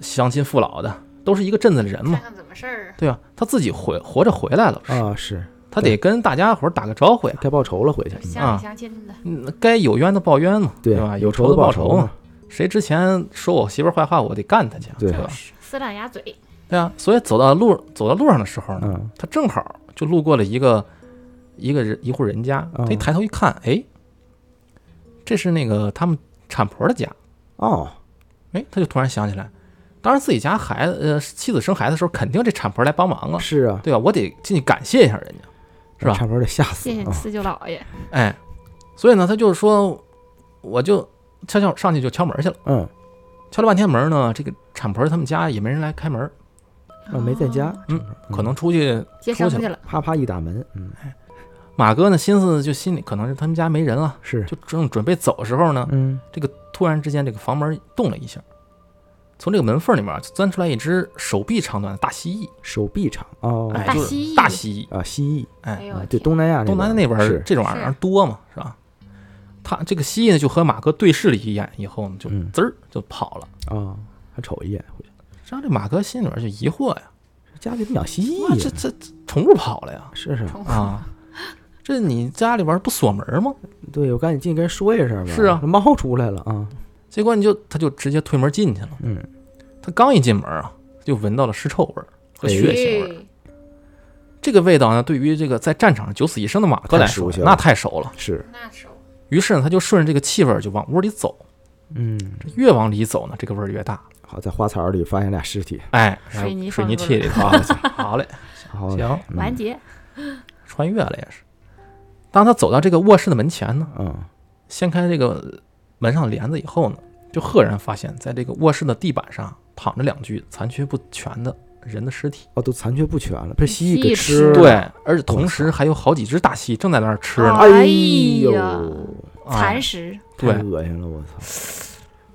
[SPEAKER 2] 乡亲父老的，都是一个镇子的
[SPEAKER 4] 嗯
[SPEAKER 2] 人嘛
[SPEAKER 3] 看，看怎么事儿啊。
[SPEAKER 2] 对吧？他自己回活着回来了，
[SPEAKER 4] 啊，是
[SPEAKER 2] 他得跟大家伙儿打个招呼呀。
[SPEAKER 4] 该报仇了，回去
[SPEAKER 3] 就，乡
[SPEAKER 4] 啊
[SPEAKER 3] 里乡亲的，
[SPEAKER 2] 嗯，该有冤的报冤嘛，
[SPEAKER 4] 对
[SPEAKER 2] 吧？
[SPEAKER 4] 有
[SPEAKER 2] 有
[SPEAKER 4] 仇
[SPEAKER 2] 的
[SPEAKER 4] 的报
[SPEAKER 2] 仇
[SPEAKER 4] 仇
[SPEAKER 2] 嘛
[SPEAKER 4] 嘛。
[SPEAKER 2] 谁之前说我媳妇儿坏话，我得干他去，
[SPEAKER 4] 对啊
[SPEAKER 2] 吧？
[SPEAKER 3] 撕烂牙嘴，
[SPEAKER 2] 对啊，所以走到路走到路上的时候呢，
[SPEAKER 4] 嗯，
[SPEAKER 2] 他正好就路过了一个一个人一户人家，
[SPEAKER 4] 嗯
[SPEAKER 2] 他一抬头一看，哎，这是那个他们产婆的家，
[SPEAKER 4] 哦，
[SPEAKER 2] 哎，他就突然想起来，当时自己家孩子呃妻子生孩子的时候，肯定这产婆来帮忙了，
[SPEAKER 4] 是啊，
[SPEAKER 2] 对吧？我得进去感谢一下人家。哦是吧
[SPEAKER 4] 差不多得吓死
[SPEAKER 3] 谢谢
[SPEAKER 4] 啊，
[SPEAKER 3] 四舅姥爷。
[SPEAKER 2] 哎，所以呢，他就是说，我就悄悄上去就敲门去了。
[SPEAKER 4] 嗯，
[SPEAKER 2] 敲了半天门呢，这个产婆他们家也没人来开门，
[SPEAKER 4] 啊，没在家
[SPEAKER 3] 哦，，
[SPEAKER 2] 可能出去
[SPEAKER 3] 接
[SPEAKER 2] 出
[SPEAKER 3] 生
[SPEAKER 2] 去
[SPEAKER 3] 去
[SPEAKER 2] 了。
[SPEAKER 3] 了，
[SPEAKER 4] 啪啪一打门，嗯，
[SPEAKER 2] 马哥呢，心思就心里可能是他们家没人了，
[SPEAKER 4] 是，
[SPEAKER 2] 就正准备走的时候呢，
[SPEAKER 4] 嗯，
[SPEAKER 2] 突然之间这个房门动了一下，从这个门缝里面就钻出来一只手臂长短的大蜥蜴，
[SPEAKER 4] 手臂长，哦，
[SPEAKER 2] 哎，
[SPEAKER 3] 大
[SPEAKER 2] 就是
[SPEAKER 3] 蜥蜴
[SPEAKER 2] 大蜥
[SPEAKER 4] 啊，蜥蜴
[SPEAKER 3] 哎呦
[SPEAKER 4] 啊，，对，
[SPEAKER 3] 天
[SPEAKER 4] 东南亚
[SPEAKER 2] 蜴，
[SPEAKER 4] 那
[SPEAKER 2] 东南那边儿
[SPEAKER 4] 是，
[SPEAKER 2] 这种玩意儿多嘛，是吧？他这个蜥蜴呢，就和马哥对视了一眼以后呢，就
[SPEAKER 4] 嗯
[SPEAKER 2] 滋儿就跑了。
[SPEAKER 4] 啊，还瞅一眼回去，
[SPEAKER 2] 让这马哥心里面就疑惑呀，
[SPEAKER 4] 家里怎么养蜥
[SPEAKER 2] 哇，这
[SPEAKER 4] 蜴呀？
[SPEAKER 2] 这这宠物跑了呀？
[SPEAKER 4] 是是，
[SPEAKER 3] 宠物
[SPEAKER 2] 啊，这你家里边儿不锁门吗？
[SPEAKER 4] 对我赶紧进去跟人说一声吧。
[SPEAKER 2] 是啊
[SPEAKER 4] 猫出来了啊，
[SPEAKER 2] 结果你就他就直接推门进去了。
[SPEAKER 4] 嗯，
[SPEAKER 2] 他刚一进门啊，就闻到了尸臭味儿和血腥味儿。
[SPEAKER 3] 哎
[SPEAKER 2] 这个味道呢，对于这个在战场上九死一生的马哥
[SPEAKER 4] 太
[SPEAKER 2] 来说
[SPEAKER 4] 熟悉，了
[SPEAKER 2] 那太熟了。
[SPEAKER 4] 是，
[SPEAKER 3] 那手
[SPEAKER 2] 于是呢，他就顺着这个气味儿就往屋里走。
[SPEAKER 4] 嗯，
[SPEAKER 2] 越往里走呢，这个味儿越大。
[SPEAKER 4] 好，在花槽里发现俩尸体，
[SPEAKER 2] 哎，然后
[SPEAKER 3] 水泥
[SPEAKER 2] 水
[SPEAKER 3] 放
[SPEAKER 2] 泥
[SPEAKER 3] 入
[SPEAKER 2] 器里头啊。 好嘞，
[SPEAKER 4] 好，
[SPEAKER 2] 行，
[SPEAKER 4] 嗯
[SPEAKER 3] 完，结，
[SPEAKER 2] 穿越了也是。当他走到这个卧室的门前呢，
[SPEAKER 4] 嗯，
[SPEAKER 2] 掀开这个门上帘子以后呢，就赫然发现，在这个卧室的地板上躺着两具残缺不全的人的尸体。
[SPEAKER 4] 哦，都残缺不全了，被蜥
[SPEAKER 3] 蜥
[SPEAKER 4] 蜴给
[SPEAKER 3] 蜴
[SPEAKER 4] 吃
[SPEAKER 3] 吃
[SPEAKER 4] 了。
[SPEAKER 3] 了
[SPEAKER 2] 对，而且同时还有好几只大蜥正在那儿吃呢。
[SPEAKER 3] 哦
[SPEAKER 4] 哎
[SPEAKER 3] 哎
[SPEAKER 4] 呦，
[SPEAKER 3] 呀
[SPEAKER 2] 哎
[SPEAKER 3] 哦蚕食，
[SPEAKER 4] 太
[SPEAKER 2] 对
[SPEAKER 4] 恶心了，我操！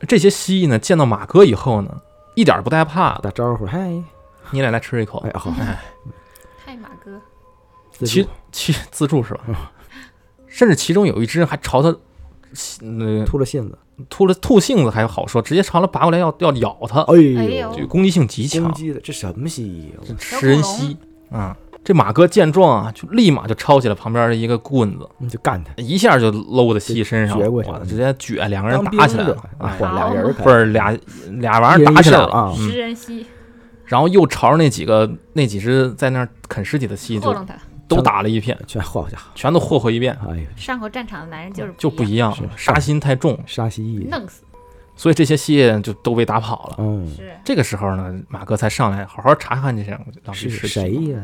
[SPEAKER 2] 这些蜥蜴呢，见到马哥以后呢，一点儿不带怕的，
[SPEAKER 4] 打招呼，
[SPEAKER 2] 哦
[SPEAKER 4] 嗨，
[SPEAKER 2] 你得来吃一口。
[SPEAKER 4] 哎好，
[SPEAKER 3] 嗨，马哥，
[SPEAKER 4] 自
[SPEAKER 2] 其
[SPEAKER 4] 助
[SPEAKER 2] 其自助是吧？
[SPEAKER 4] 嗯
[SPEAKER 2] 甚至其中有一只还朝他，呃，
[SPEAKER 4] 吐了信子，
[SPEAKER 2] 吐了吐性子还好说，直接朝他拔过来要要咬他，
[SPEAKER 4] 哎
[SPEAKER 3] 哎
[SPEAKER 4] 呦，
[SPEAKER 3] 呦
[SPEAKER 2] 就攻击性极强
[SPEAKER 4] 攻，击的这什么蜥蜴啊？
[SPEAKER 2] 食人蜥啊。这马哥见状啊，就立马就抄起了旁边的一个棍子，
[SPEAKER 4] 你就干他，
[SPEAKER 2] 一下就搂在蜥蜴身上，
[SPEAKER 4] 撅过去
[SPEAKER 2] 哇
[SPEAKER 4] 了
[SPEAKER 2] 直接撅，两个人
[SPEAKER 4] 当
[SPEAKER 2] 打起来
[SPEAKER 4] 兵的
[SPEAKER 2] 了啊，
[SPEAKER 4] 嚯俩人儿开
[SPEAKER 2] 不是俩俩玩
[SPEAKER 4] 一
[SPEAKER 2] 意
[SPEAKER 4] 人
[SPEAKER 2] 儿
[SPEAKER 4] 一
[SPEAKER 2] 打起来
[SPEAKER 4] 哨
[SPEAKER 2] 了
[SPEAKER 4] 啊
[SPEAKER 2] 嗯
[SPEAKER 3] 食人蜥，
[SPEAKER 2] 然后又朝着那几个那几只在那儿啃尸体的蜥蜴
[SPEAKER 3] 糊
[SPEAKER 2] 就
[SPEAKER 3] 弄他。
[SPEAKER 2] 都打了一片，
[SPEAKER 4] 全好家伙，
[SPEAKER 2] 全都霍霍一遍，
[SPEAKER 4] 哎呦，
[SPEAKER 3] 上过战场的男人就是
[SPEAKER 2] 就
[SPEAKER 3] 不
[SPEAKER 2] 不
[SPEAKER 3] 一
[SPEAKER 2] 一样
[SPEAKER 4] 是，
[SPEAKER 2] 杀心太重，
[SPEAKER 4] 杀蜥蜴，
[SPEAKER 3] 弄死
[SPEAKER 2] 所以这些蜥蜴就都被打跑了。
[SPEAKER 4] 嗯，
[SPEAKER 3] 是
[SPEAKER 2] 这个时候呢，马哥才上来好好查看这些两具
[SPEAKER 4] 是
[SPEAKER 2] 尸体。
[SPEAKER 4] 谁呀？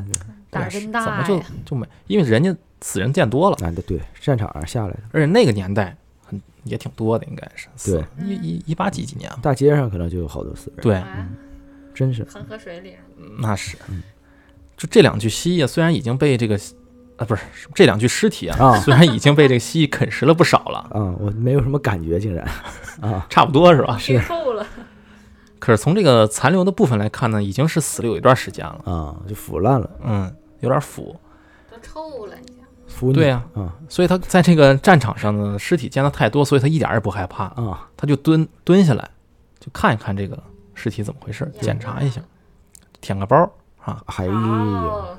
[SPEAKER 3] 胆儿
[SPEAKER 2] 对
[SPEAKER 3] 真大
[SPEAKER 2] 怎么
[SPEAKER 3] 呀！
[SPEAKER 2] 就就没？因为人家死人见多了，
[SPEAKER 4] 男的对，战场上下来的，
[SPEAKER 2] 而且那个年代很也挺多的，应该是死
[SPEAKER 4] 对
[SPEAKER 2] 了
[SPEAKER 3] 嗯
[SPEAKER 2] 一一一八几几年吧。
[SPEAKER 4] 大街上可能就有好多死人，
[SPEAKER 2] 对，
[SPEAKER 3] 啊，
[SPEAKER 4] 真是
[SPEAKER 3] 恒河水里
[SPEAKER 2] 那是。
[SPEAKER 4] 嗯
[SPEAKER 2] 就这两具蜥蜴啊虽然已经被这个啊不是这两具尸体啊，
[SPEAKER 4] 啊
[SPEAKER 2] 虽然已经被这个蜥蜴啃食了不少了，
[SPEAKER 4] 啊，我没有什么感觉，竟然啊，
[SPEAKER 2] 差不多是吧？
[SPEAKER 3] 吃透了，
[SPEAKER 2] 可是从这个残留的部分来看呢，已经是死了有一段时间了，
[SPEAKER 4] 啊，就腐烂了，
[SPEAKER 2] 嗯，有点腐。
[SPEAKER 3] 都臭了，你想
[SPEAKER 4] 腐女
[SPEAKER 2] 对呀
[SPEAKER 4] 啊
[SPEAKER 2] 所以他在这个战场上呢，尸体见的太多，所以他一点儿也不害怕，
[SPEAKER 4] 啊，
[SPEAKER 2] 他就蹲蹲下来，就看一看这个尸体怎么回事，检查一下，舔个包儿啊。
[SPEAKER 4] 哎呀，
[SPEAKER 3] 哦，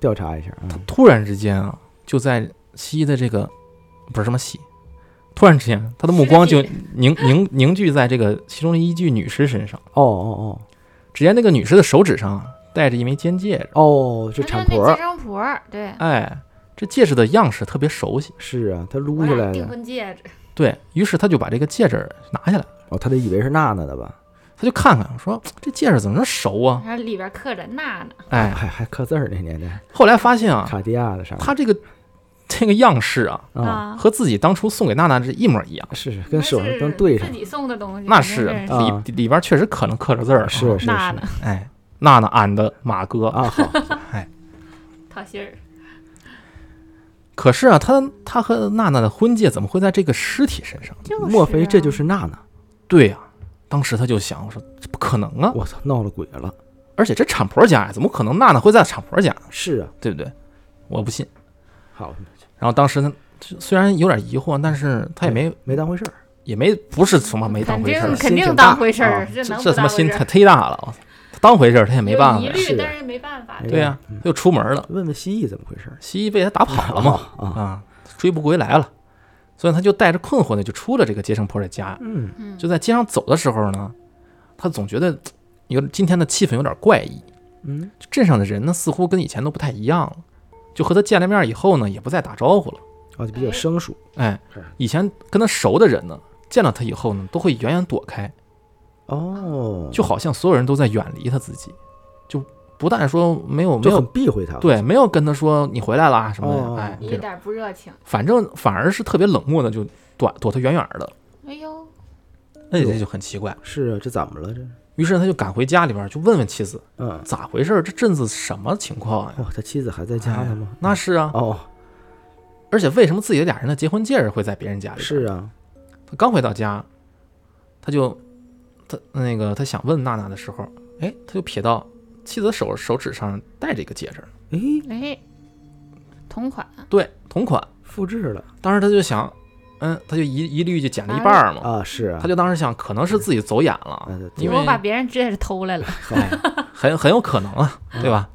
[SPEAKER 4] 调查一下啊，
[SPEAKER 2] 突然之间啊，就在蜥蜴的这个不是什么蜥，突然之间他的目光就
[SPEAKER 3] 尸体
[SPEAKER 2] 凝凝凝聚在这个其中的一具女尸身上，
[SPEAKER 4] 哦哦
[SPEAKER 2] 只见那个女尸的手指上啊戴着一枚金戒指，
[SPEAKER 4] 哦哦，这产
[SPEAKER 3] 他就那
[SPEAKER 4] 婆
[SPEAKER 3] 接生婆儿，对，
[SPEAKER 2] 哎，这戒指的样式特别熟悉。
[SPEAKER 4] 是啊，她撸
[SPEAKER 3] 我
[SPEAKER 4] 下来
[SPEAKER 3] 俩订
[SPEAKER 4] 的，
[SPEAKER 3] 婚戒指，
[SPEAKER 2] 对于是，他就把这个戒指拿下来，
[SPEAKER 4] 哦，她得以为是娜娜的吧？
[SPEAKER 2] 他就看看，说这戒指怎么这么熟啊？
[SPEAKER 3] 然后里边刻着娜娜，
[SPEAKER 2] 哎，
[SPEAKER 4] 还还刻字儿那年代，
[SPEAKER 2] 后来发现啊，
[SPEAKER 4] 卡地亚的啥
[SPEAKER 2] 他这个这个样式啊，
[SPEAKER 4] 啊，
[SPEAKER 3] 啊，
[SPEAKER 2] 和自己当初送给娜娜是一模一样。
[SPEAKER 4] 是是
[SPEAKER 3] 那
[SPEAKER 4] 跟手上
[SPEAKER 3] 是
[SPEAKER 4] 能对上
[SPEAKER 3] 自，己送的东西，
[SPEAKER 2] 那
[SPEAKER 3] 嗯肯定
[SPEAKER 2] 是
[SPEAKER 3] 是
[SPEAKER 4] 啊
[SPEAKER 2] 里里边确实可能刻着字儿，啊
[SPEAKER 4] 是是
[SPEAKER 3] 娜
[SPEAKER 4] 啊是
[SPEAKER 3] 娜
[SPEAKER 2] 哎，娜娜俺的马哥
[SPEAKER 4] 啊， 好，
[SPEAKER 3] 桃心儿，
[SPEAKER 2] 可是啊，他他和娜娜的婚戒怎么会在这个尸体身上？
[SPEAKER 3] 就是啊
[SPEAKER 4] 莫非这就是娜娜？
[SPEAKER 2] 对呀、当时他就想，我说这不可能啊！
[SPEAKER 4] 我操，闹了鬼了！
[SPEAKER 2] 而且这产婆家呀，怎么可能娜娜会在产婆家？
[SPEAKER 4] 是啊，
[SPEAKER 2] 对不对？我不信。
[SPEAKER 4] 好，
[SPEAKER 2] 然后当时他虽然有点疑惑，但是他也没
[SPEAKER 4] 没当回事儿，
[SPEAKER 2] 也没不是什么没当回事
[SPEAKER 3] 肯
[SPEAKER 2] 儿
[SPEAKER 3] 定，肯
[SPEAKER 4] 心
[SPEAKER 3] 定
[SPEAKER 4] 挺大
[SPEAKER 3] 当回事儿
[SPEAKER 4] 啊，
[SPEAKER 3] 这
[SPEAKER 2] 这
[SPEAKER 3] 能
[SPEAKER 2] 这他
[SPEAKER 3] 不当
[SPEAKER 2] 妈
[SPEAKER 3] 回
[SPEAKER 2] 心
[SPEAKER 3] 事
[SPEAKER 2] 太
[SPEAKER 3] 儿？
[SPEAKER 2] 忒大了，我操！他当回事儿他也没办法
[SPEAKER 3] 有疑
[SPEAKER 2] 呀，
[SPEAKER 3] 虑，
[SPEAKER 4] 是
[SPEAKER 3] 但是没办法，
[SPEAKER 2] 对啊呀、又出门了，
[SPEAKER 4] 问问蜥蜴怎么回事儿？
[SPEAKER 2] 蜥蜴被他打跑了嘛，
[SPEAKER 4] 啊，
[SPEAKER 2] 啊，追不回来了，所以他就带着困惑呢，就出了这个接生婆的家。
[SPEAKER 4] 嗯，
[SPEAKER 3] 嗯，
[SPEAKER 2] 就在街上走的时候呢，他总觉得嘖有今天的气氛有点怪异，
[SPEAKER 4] 嗯，
[SPEAKER 2] 就镇上的人呢似乎跟以前都不太一样了，就和他见了面以后呢，也不再打招呼了。
[SPEAKER 4] 啊，就比较生疏，
[SPEAKER 2] 哎
[SPEAKER 4] 是，
[SPEAKER 2] 以前跟他熟的人呢，见到他以后呢，都会远远躲开，
[SPEAKER 4] 哦，
[SPEAKER 2] 就好像所有人都在远离他自己，就不但说没有没
[SPEAKER 4] 就很
[SPEAKER 2] 有
[SPEAKER 4] 避讳他，，
[SPEAKER 2] 对没有跟他说你回来啦什么
[SPEAKER 4] 哦
[SPEAKER 2] 的，哎，
[SPEAKER 3] 一
[SPEAKER 2] 这种
[SPEAKER 3] 点不热情，
[SPEAKER 2] 反正反而是特别冷漠的，就躲躲他远远的，
[SPEAKER 3] 哎呦，
[SPEAKER 2] 那这就很奇怪。
[SPEAKER 4] 是啊，这怎么了这？
[SPEAKER 2] 于是他就赶回家里边儿，就问问妻子
[SPEAKER 4] 嗯，
[SPEAKER 2] 咋回事儿，这阵子什么情况呀、
[SPEAKER 4] 哇，他妻子还在家呢吗？
[SPEAKER 2] 哎那是啊，
[SPEAKER 4] 哦，
[SPEAKER 2] 而且为什么自己俩人的结婚戒指会在别人家里？
[SPEAKER 4] 是，啊，
[SPEAKER 2] 他刚回到家，他就他那个他想问娜娜的时候，哎，他就瞥到妻子手手指上戴着一个戒指，
[SPEAKER 4] 哎，
[SPEAKER 3] 哎，同款，
[SPEAKER 2] 对，同款。
[SPEAKER 4] 复制了
[SPEAKER 2] 当时他就想，嗯，他就一一律就剪了一半儿嘛，
[SPEAKER 4] 啊，是啊，
[SPEAKER 2] 他就当时想，可能是自己走眼了
[SPEAKER 4] 哎对，
[SPEAKER 2] 因为
[SPEAKER 3] 我把别人戒指 偷来了，
[SPEAKER 2] 哎，很很有可能啊，对吧？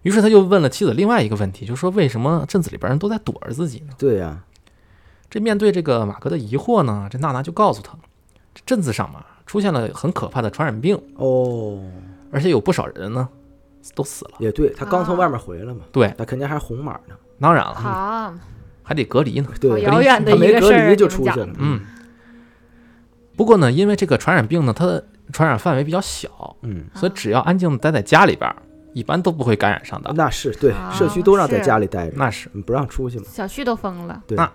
[SPEAKER 2] 于是他就问了妻子另外一个问题，就说为什么镇子里边人都在躲着自己呢？
[SPEAKER 4] 对呀，
[SPEAKER 2] 这面对这个马哥的疑惑呢，这娜娜就告诉他，这镇子上嘛出现了很可怕的传染病，
[SPEAKER 4] 哦，
[SPEAKER 2] 而且有不少人呢都死了。
[SPEAKER 4] 也对，他刚从外面回来嘛，
[SPEAKER 2] 啊对，
[SPEAKER 4] 那肯定还是红码呢，
[SPEAKER 2] 当然了，
[SPEAKER 3] 好，
[SPEAKER 2] 还得隔离呢。
[SPEAKER 3] 啊好
[SPEAKER 4] 对，
[SPEAKER 3] 遥远的
[SPEAKER 4] 他没
[SPEAKER 3] 一个事
[SPEAKER 4] 隔
[SPEAKER 3] 儿
[SPEAKER 4] 离就
[SPEAKER 3] 你们
[SPEAKER 4] 出去
[SPEAKER 3] 讲
[SPEAKER 4] 了，
[SPEAKER 2] 嗯，不过呢，因为这个传染病呢，它的传染范围比较小，
[SPEAKER 4] 嗯，
[SPEAKER 2] 所以只要安静地待在家里边儿，一般都不会感染上的。
[SPEAKER 4] 嗯那是对，
[SPEAKER 3] 啊
[SPEAKER 4] 社区都让在
[SPEAKER 3] 是
[SPEAKER 4] 家里待着，
[SPEAKER 2] 那是，
[SPEAKER 4] 你不让出去嘛，
[SPEAKER 3] 小旭都疯了，
[SPEAKER 4] 对
[SPEAKER 2] 那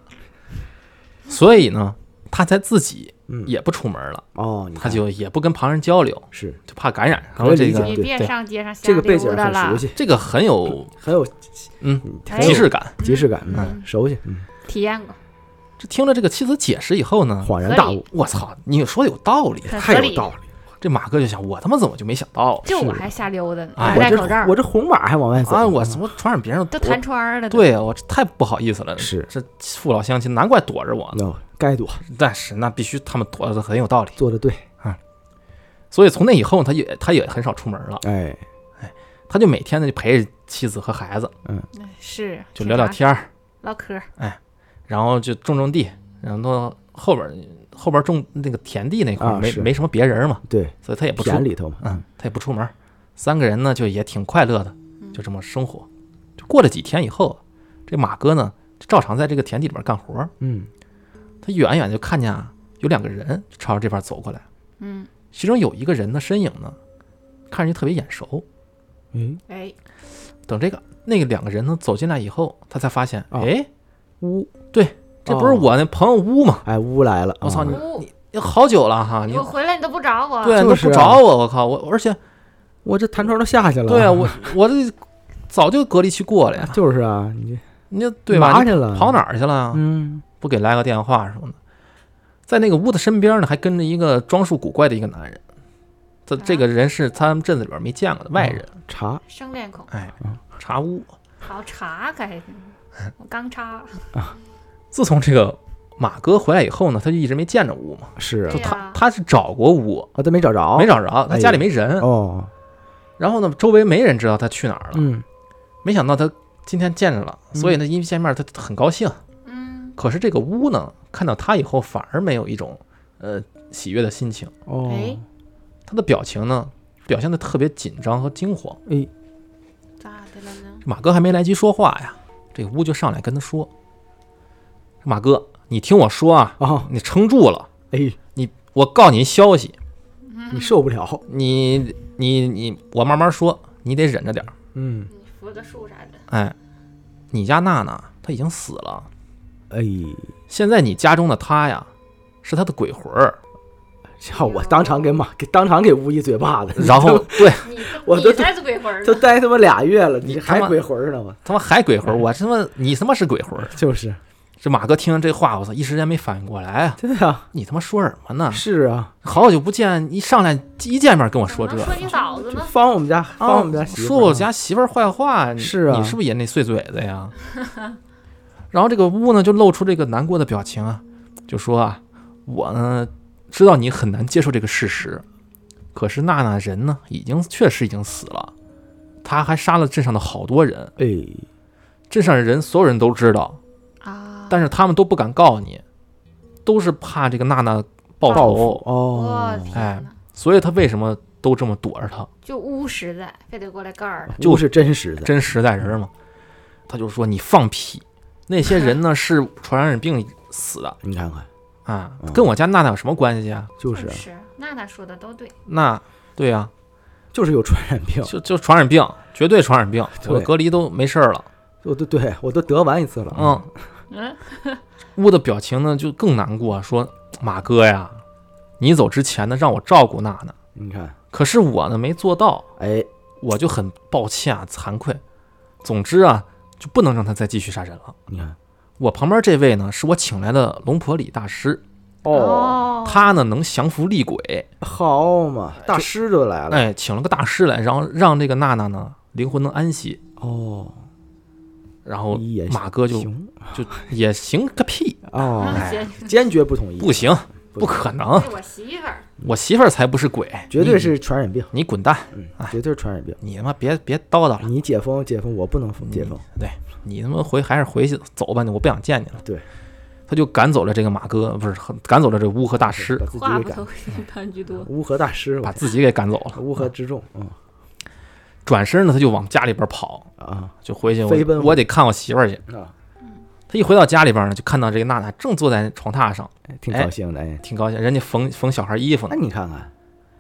[SPEAKER 2] 所以呢，她才自己
[SPEAKER 4] 嗯，
[SPEAKER 2] 也不出门了，
[SPEAKER 4] 哦，你
[SPEAKER 2] 她
[SPEAKER 4] 看
[SPEAKER 2] 就也不跟旁人交流，
[SPEAKER 4] 是
[SPEAKER 2] 就怕感染。然
[SPEAKER 4] 可
[SPEAKER 2] 后
[SPEAKER 4] 以
[SPEAKER 2] 这
[SPEAKER 4] 理解
[SPEAKER 2] 个
[SPEAKER 4] 对
[SPEAKER 3] 随
[SPEAKER 2] 对
[SPEAKER 3] 便上街上瞎
[SPEAKER 4] 这个背景
[SPEAKER 3] 溜达
[SPEAKER 4] 很
[SPEAKER 3] 啦
[SPEAKER 4] 熟，悉，
[SPEAKER 2] 这个很有
[SPEAKER 4] 很有
[SPEAKER 2] 嗯
[SPEAKER 4] 很
[SPEAKER 3] 哎
[SPEAKER 4] 有
[SPEAKER 2] 即视感。
[SPEAKER 4] 即视感，
[SPEAKER 3] 嗯
[SPEAKER 4] 嗯，熟悉，嗯，
[SPEAKER 3] 体验过，
[SPEAKER 2] 这听了这个妻子解释以后呢，
[SPEAKER 4] 恍然
[SPEAKER 3] 合
[SPEAKER 4] 大
[SPEAKER 3] 理
[SPEAKER 4] 悟，
[SPEAKER 2] 我操，你说的有道理，
[SPEAKER 3] 很合
[SPEAKER 2] 嗯太有
[SPEAKER 3] 理
[SPEAKER 2] 道理了。这马哥就想，我他妈怎么就没想到
[SPEAKER 3] 就我
[SPEAKER 4] 是
[SPEAKER 3] 还瞎溜达呢，
[SPEAKER 2] 啊
[SPEAKER 3] 还
[SPEAKER 4] 我
[SPEAKER 3] 戴口罩
[SPEAKER 4] 这，我这红码还往外走
[SPEAKER 2] 啊？我怎么传染别人？
[SPEAKER 3] 都
[SPEAKER 2] 我
[SPEAKER 3] 弹窗了都。
[SPEAKER 2] 对我这太不好意思了，
[SPEAKER 4] 是嗯
[SPEAKER 2] 这父老乡亲，难怪躲着我。
[SPEAKER 4] ？no，该躲，
[SPEAKER 2] 但是那必须他们躲的很有道理，
[SPEAKER 4] 做的对，
[SPEAKER 2] 所以从那以后他也他也很少出门了，
[SPEAKER 4] 哎，
[SPEAKER 2] 他就每天呢就陪着妻子和孩子
[SPEAKER 3] 嗯，是
[SPEAKER 2] 就
[SPEAKER 3] 挺
[SPEAKER 2] 聊聊
[SPEAKER 3] 长
[SPEAKER 2] 天儿，
[SPEAKER 3] 唠嗑儿，
[SPEAKER 2] 然后就种种地，然后后边儿后边儿种那个田地那块儿
[SPEAKER 4] 啊
[SPEAKER 2] 没
[SPEAKER 4] 是
[SPEAKER 2] 没什么别人嘛，
[SPEAKER 4] 对，
[SPEAKER 2] 所以他也不出
[SPEAKER 4] 田里头嘛，
[SPEAKER 2] 嗯，他也不出门儿，三个人呢就也挺快乐的，
[SPEAKER 3] 嗯
[SPEAKER 2] 就这么生活。就过了几天以后，这马哥呢照常在这个田地里边干活儿，
[SPEAKER 4] 嗯，
[SPEAKER 2] 他远远就看见啊有两个人就朝着这边走过来，
[SPEAKER 3] 嗯，
[SPEAKER 2] 其中有一个人的身影呢，看上去特别眼熟。
[SPEAKER 4] 哎，
[SPEAKER 3] 哎，
[SPEAKER 2] 等这个那个两个人呢走进来以后，他才发现，
[SPEAKER 4] 哦
[SPEAKER 2] 哎，
[SPEAKER 4] 乌，
[SPEAKER 2] 这不是我那朋友屋吗？
[SPEAKER 4] 哎，乌来了，
[SPEAKER 2] 我操
[SPEAKER 4] 啊
[SPEAKER 2] 你
[SPEAKER 3] 呜，
[SPEAKER 2] 好久了哈，你
[SPEAKER 3] 哦我回来你都不找我，
[SPEAKER 2] 对、
[SPEAKER 4] 就
[SPEAKER 2] 你都
[SPEAKER 4] 是
[SPEAKER 2] 不
[SPEAKER 4] 啊
[SPEAKER 2] 找我，我靠，我而且
[SPEAKER 4] 我这弹窗都下去了，
[SPEAKER 2] 对啊，我我这早就隔离期过了呀，
[SPEAKER 4] 就是啊，你
[SPEAKER 2] 你就对吧？
[SPEAKER 4] 麻
[SPEAKER 2] 你
[SPEAKER 4] 去了，
[SPEAKER 2] 跑哪？儿去了啊？
[SPEAKER 4] 嗯，
[SPEAKER 2] 不给来个电话什么的。在那个屋的身边呢，还跟着一个装束古怪的一个男人。这这个人是他们镇子里边没见过的外人，
[SPEAKER 4] 查
[SPEAKER 3] 生脸孔，
[SPEAKER 2] 哎，
[SPEAKER 4] 嗯
[SPEAKER 2] 茶屋。
[SPEAKER 3] 好查开，我刚查，
[SPEAKER 2] 自从这个马哥回来以后呢，他就一直没见着屋嘛。
[SPEAKER 4] 是啊
[SPEAKER 3] 对，呀、
[SPEAKER 2] 他他是找过屋，
[SPEAKER 4] 啊，都没找着，
[SPEAKER 2] 没找着，他
[SPEAKER 4] 哎
[SPEAKER 2] 家
[SPEAKER 4] 呦
[SPEAKER 2] 里没人。
[SPEAKER 4] 哦，
[SPEAKER 2] 然后呢，周围没人知道他去哪儿了。
[SPEAKER 4] 嗯，
[SPEAKER 2] 没想到他今天见着了，所以呢，一见面他他很高兴。
[SPEAKER 3] 嗯，
[SPEAKER 2] 可是这个屋呢，看到他以后反而没有一种呃喜悦的心情。
[SPEAKER 4] 哦，
[SPEAKER 3] 哎
[SPEAKER 2] 他的表情呢，表现的特别紧张和惊慌。
[SPEAKER 4] 哎，
[SPEAKER 3] 咋的了呢？
[SPEAKER 2] 马哥还没来及说话呀，这个屋就上来跟他说：“马哥，你听我说啊，
[SPEAKER 4] 啊，
[SPEAKER 2] 你撑住了，
[SPEAKER 4] 哎，
[SPEAKER 2] 我告你一消息，
[SPEAKER 4] 你受不了，
[SPEAKER 2] 你你你，我慢慢说，你得忍着点儿。
[SPEAKER 4] 嗯，
[SPEAKER 3] 你扶个树啥的，
[SPEAKER 2] 哎，你家娜娜她已经死了，
[SPEAKER 4] 哎，
[SPEAKER 2] 现在你家中的她呀，是她的鬼魂儿。
[SPEAKER 4] 吓我当场给马给当场给乌一嘴巴 子，
[SPEAKER 2] 然后对
[SPEAKER 3] 你
[SPEAKER 4] 我
[SPEAKER 3] 你
[SPEAKER 4] 都
[SPEAKER 3] 才是鬼魂儿
[SPEAKER 4] 都
[SPEAKER 3] 呢，
[SPEAKER 4] 待他妈俩月了，你
[SPEAKER 2] 你
[SPEAKER 4] 还
[SPEAKER 2] 他妈
[SPEAKER 4] 鬼魂儿呢吗？
[SPEAKER 2] 他妈还鬼魂儿，我他妈你他妈是鬼魂儿。
[SPEAKER 4] 就是，
[SPEAKER 2] 这马哥听了这话，我操，一时间没反应过来啊！
[SPEAKER 4] 对啊，
[SPEAKER 2] 你他妈说什么呢？
[SPEAKER 4] 是啊，
[SPEAKER 2] 好久不见，一上来一见面跟我
[SPEAKER 3] 怎
[SPEAKER 2] 说
[SPEAKER 3] 么
[SPEAKER 2] 这
[SPEAKER 3] 能
[SPEAKER 2] 个。
[SPEAKER 3] 说你嫂子
[SPEAKER 4] 就
[SPEAKER 3] 呢，
[SPEAKER 4] 帮我们家帮我们家媳妇儿
[SPEAKER 2] 哦说我家媳妇儿坏话，你
[SPEAKER 4] 是啊
[SPEAKER 2] 你是不是也那碎嘴子呀？然后这个屋呢就露出这个难过的表情啊，就说啊，我呢知道你很难接受这个事实，可是娜娜人呢已经确实已经死了，她还杀了镇上的好多人，
[SPEAKER 4] 哎，
[SPEAKER 2] 镇上的人所有人都知道，
[SPEAKER 3] 啊，
[SPEAKER 2] 但是他们都不敢告你，都是怕这个娜娜报
[SPEAKER 4] 报
[SPEAKER 2] 仇
[SPEAKER 4] 复，
[SPEAKER 3] 我
[SPEAKER 4] 哦，
[SPEAKER 3] 天
[SPEAKER 2] 哎
[SPEAKER 3] 哪，
[SPEAKER 2] 所以她为什么都这么躲着她？
[SPEAKER 3] 就巫实在，非得过来告儿了，
[SPEAKER 4] 就是真实的，
[SPEAKER 2] 真实在人儿嘛，他就说你放屁，那些 人呢是传染病死的
[SPEAKER 4] 你看看，
[SPEAKER 2] 啊
[SPEAKER 4] 嗯，
[SPEAKER 2] 跟我家娜娜有什么关系啊？
[SPEAKER 4] 就
[SPEAKER 3] 就是是娜娜说的都对，
[SPEAKER 2] 那对呀、
[SPEAKER 4] 就是有传染病，
[SPEAKER 2] 就就传染病，绝对传染病，
[SPEAKER 4] 对
[SPEAKER 2] 我隔离都没事儿了。
[SPEAKER 4] 我都对我都得完一次了，
[SPEAKER 2] 嗯，，
[SPEAKER 3] 嗯，
[SPEAKER 2] 乌的表情呢就更难过，说马哥呀，你走之前呢让我照顾娜娜，
[SPEAKER 4] 你看，
[SPEAKER 2] 可是我呢没做到，
[SPEAKER 4] 哎，
[SPEAKER 2] 我就很抱歉啊，惭愧。总之啊，就不能让他再继续杀人了。
[SPEAKER 4] 你看，
[SPEAKER 2] 我旁边这位呢，是我请来的龙婆李大师，
[SPEAKER 3] 哦，
[SPEAKER 2] 他呢能降服厉鬼，
[SPEAKER 4] 好嘛，大师都来了，
[SPEAKER 2] 哎，请了个大师来，然后让这个娜娜呢灵魂能安息，
[SPEAKER 4] 哦，
[SPEAKER 2] 然后
[SPEAKER 4] 一眼
[SPEAKER 2] 马哥就
[SPEAKER 4] 行
[SPEAKER 2] 就也行个 屁，
[SPEAKER 4] 哦，
[SPEAKER 2] 哎
[SPEAKER 3] 那姐，
[SPEAKER 4] 坚决不同意，
[SPEAKER 2] 不行，
[SPEAKER 4] 不
[SPEAKER 2] 不可能，
[SPEAKER 3] 这我媳妇儿，
[SPEAKER 2] 我媳妇儿才不是鬼，
[SPEAKER 4] 绝对
[SPEAKER 2] 你
[SPEAKER 4] 是传染病，
[SPEAKER 2] 你滚蛋，
[SPEAKER 4] 嗯，绝对是传染病，
[SPEAKER 2] 你他妈别别叨叨了，
[SPEAKER 4] 你解封解封，我不能嗯封解封，
[SPEAKER 2] 你他妈回还是回去走吧，你我不想见你了。
[SPEAKER 4] 对，
[SPEAKER 2] 他就赶走了这个马哥，不是赶走了这乌合大师
[SPEAKER 4] 把，自己
[SPEAKER 3] 话
[SPEAKER 4] 给
[SPEAKER 3] 不
[SPEAKER 4] 赶
[SPEAKER 3] 投，机半句多，
[SPEAKER 4] 乌合大师，
[SPEAKER 2] 把
[SPEAKER 4] 我
[SPEAKER 2] 自己给赶走了。
[SPEAKER 4] 乌合之众，嗯
[SPEAKER 2] 转身呢，他就往家里边跑，
[SPEAKER 4] 啊
[SPEAKER 2] 就回去
[SPEAKER 4] 飞奔
[SPEAKER 2] 我我得看我媳妇儿去。
[SPEAKER 4] 啊，
[SPEAKER 2] 他一回到家里边呢，就看到这个娜娜正坐在床榻上。
[SPEAKER 4] 挺高兴的，哎，
[SPEAKER 2] 挺高兴，人家缝缝小孩衣服
[SPEAKER 4] 那
[SPEAKER 2] 呢。
[SPEAKER 4] 哎你看看，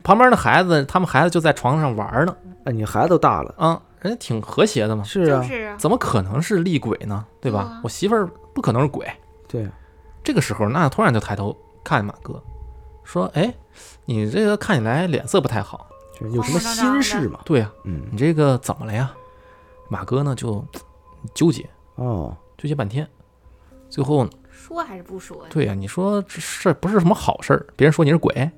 [SPEAKER 2] 旁边的孩子，他们孩子就在床上玩呢，
[SPEAKER 4] 那你孩子都大了，
[SPEAKER 2] 啊、人家挺和谐的嘛，
[SPEAKER 4] 是
[SPEAKER 3] 就
[SPEAKER 4] 啊，
[SPEAKER 3] 是啊，
[SPEAKER 2] 怎么可能是厉鬼呢？对吧？
[SPEAKER 3] 嗯
[SPEAKER 2] 我媳妇儿不可能是鬼。
[SPEAKER 4] 对，
[SPEAKER 2] 这个时候，娜娜突然就抬头看马哥，说：“哎，你这个看起来脸色不太好。
[SPEAKER 4] 就是有什么心事嘛？”
[SPEAKER 2] 对呀、
[SPEAKER 4] 嗯，
[SPEAKER 2] 你这个怎么了呀？马哥呢就纠结，
[SPEAKER 4] 哦，
[SPEAKER 2] 纠结半天，最后
[SPEAKER 3] 说还是不说呀？
[SPEAKER 2] 对呀、你说这事儿不是什么好事儿，别人说你是鬼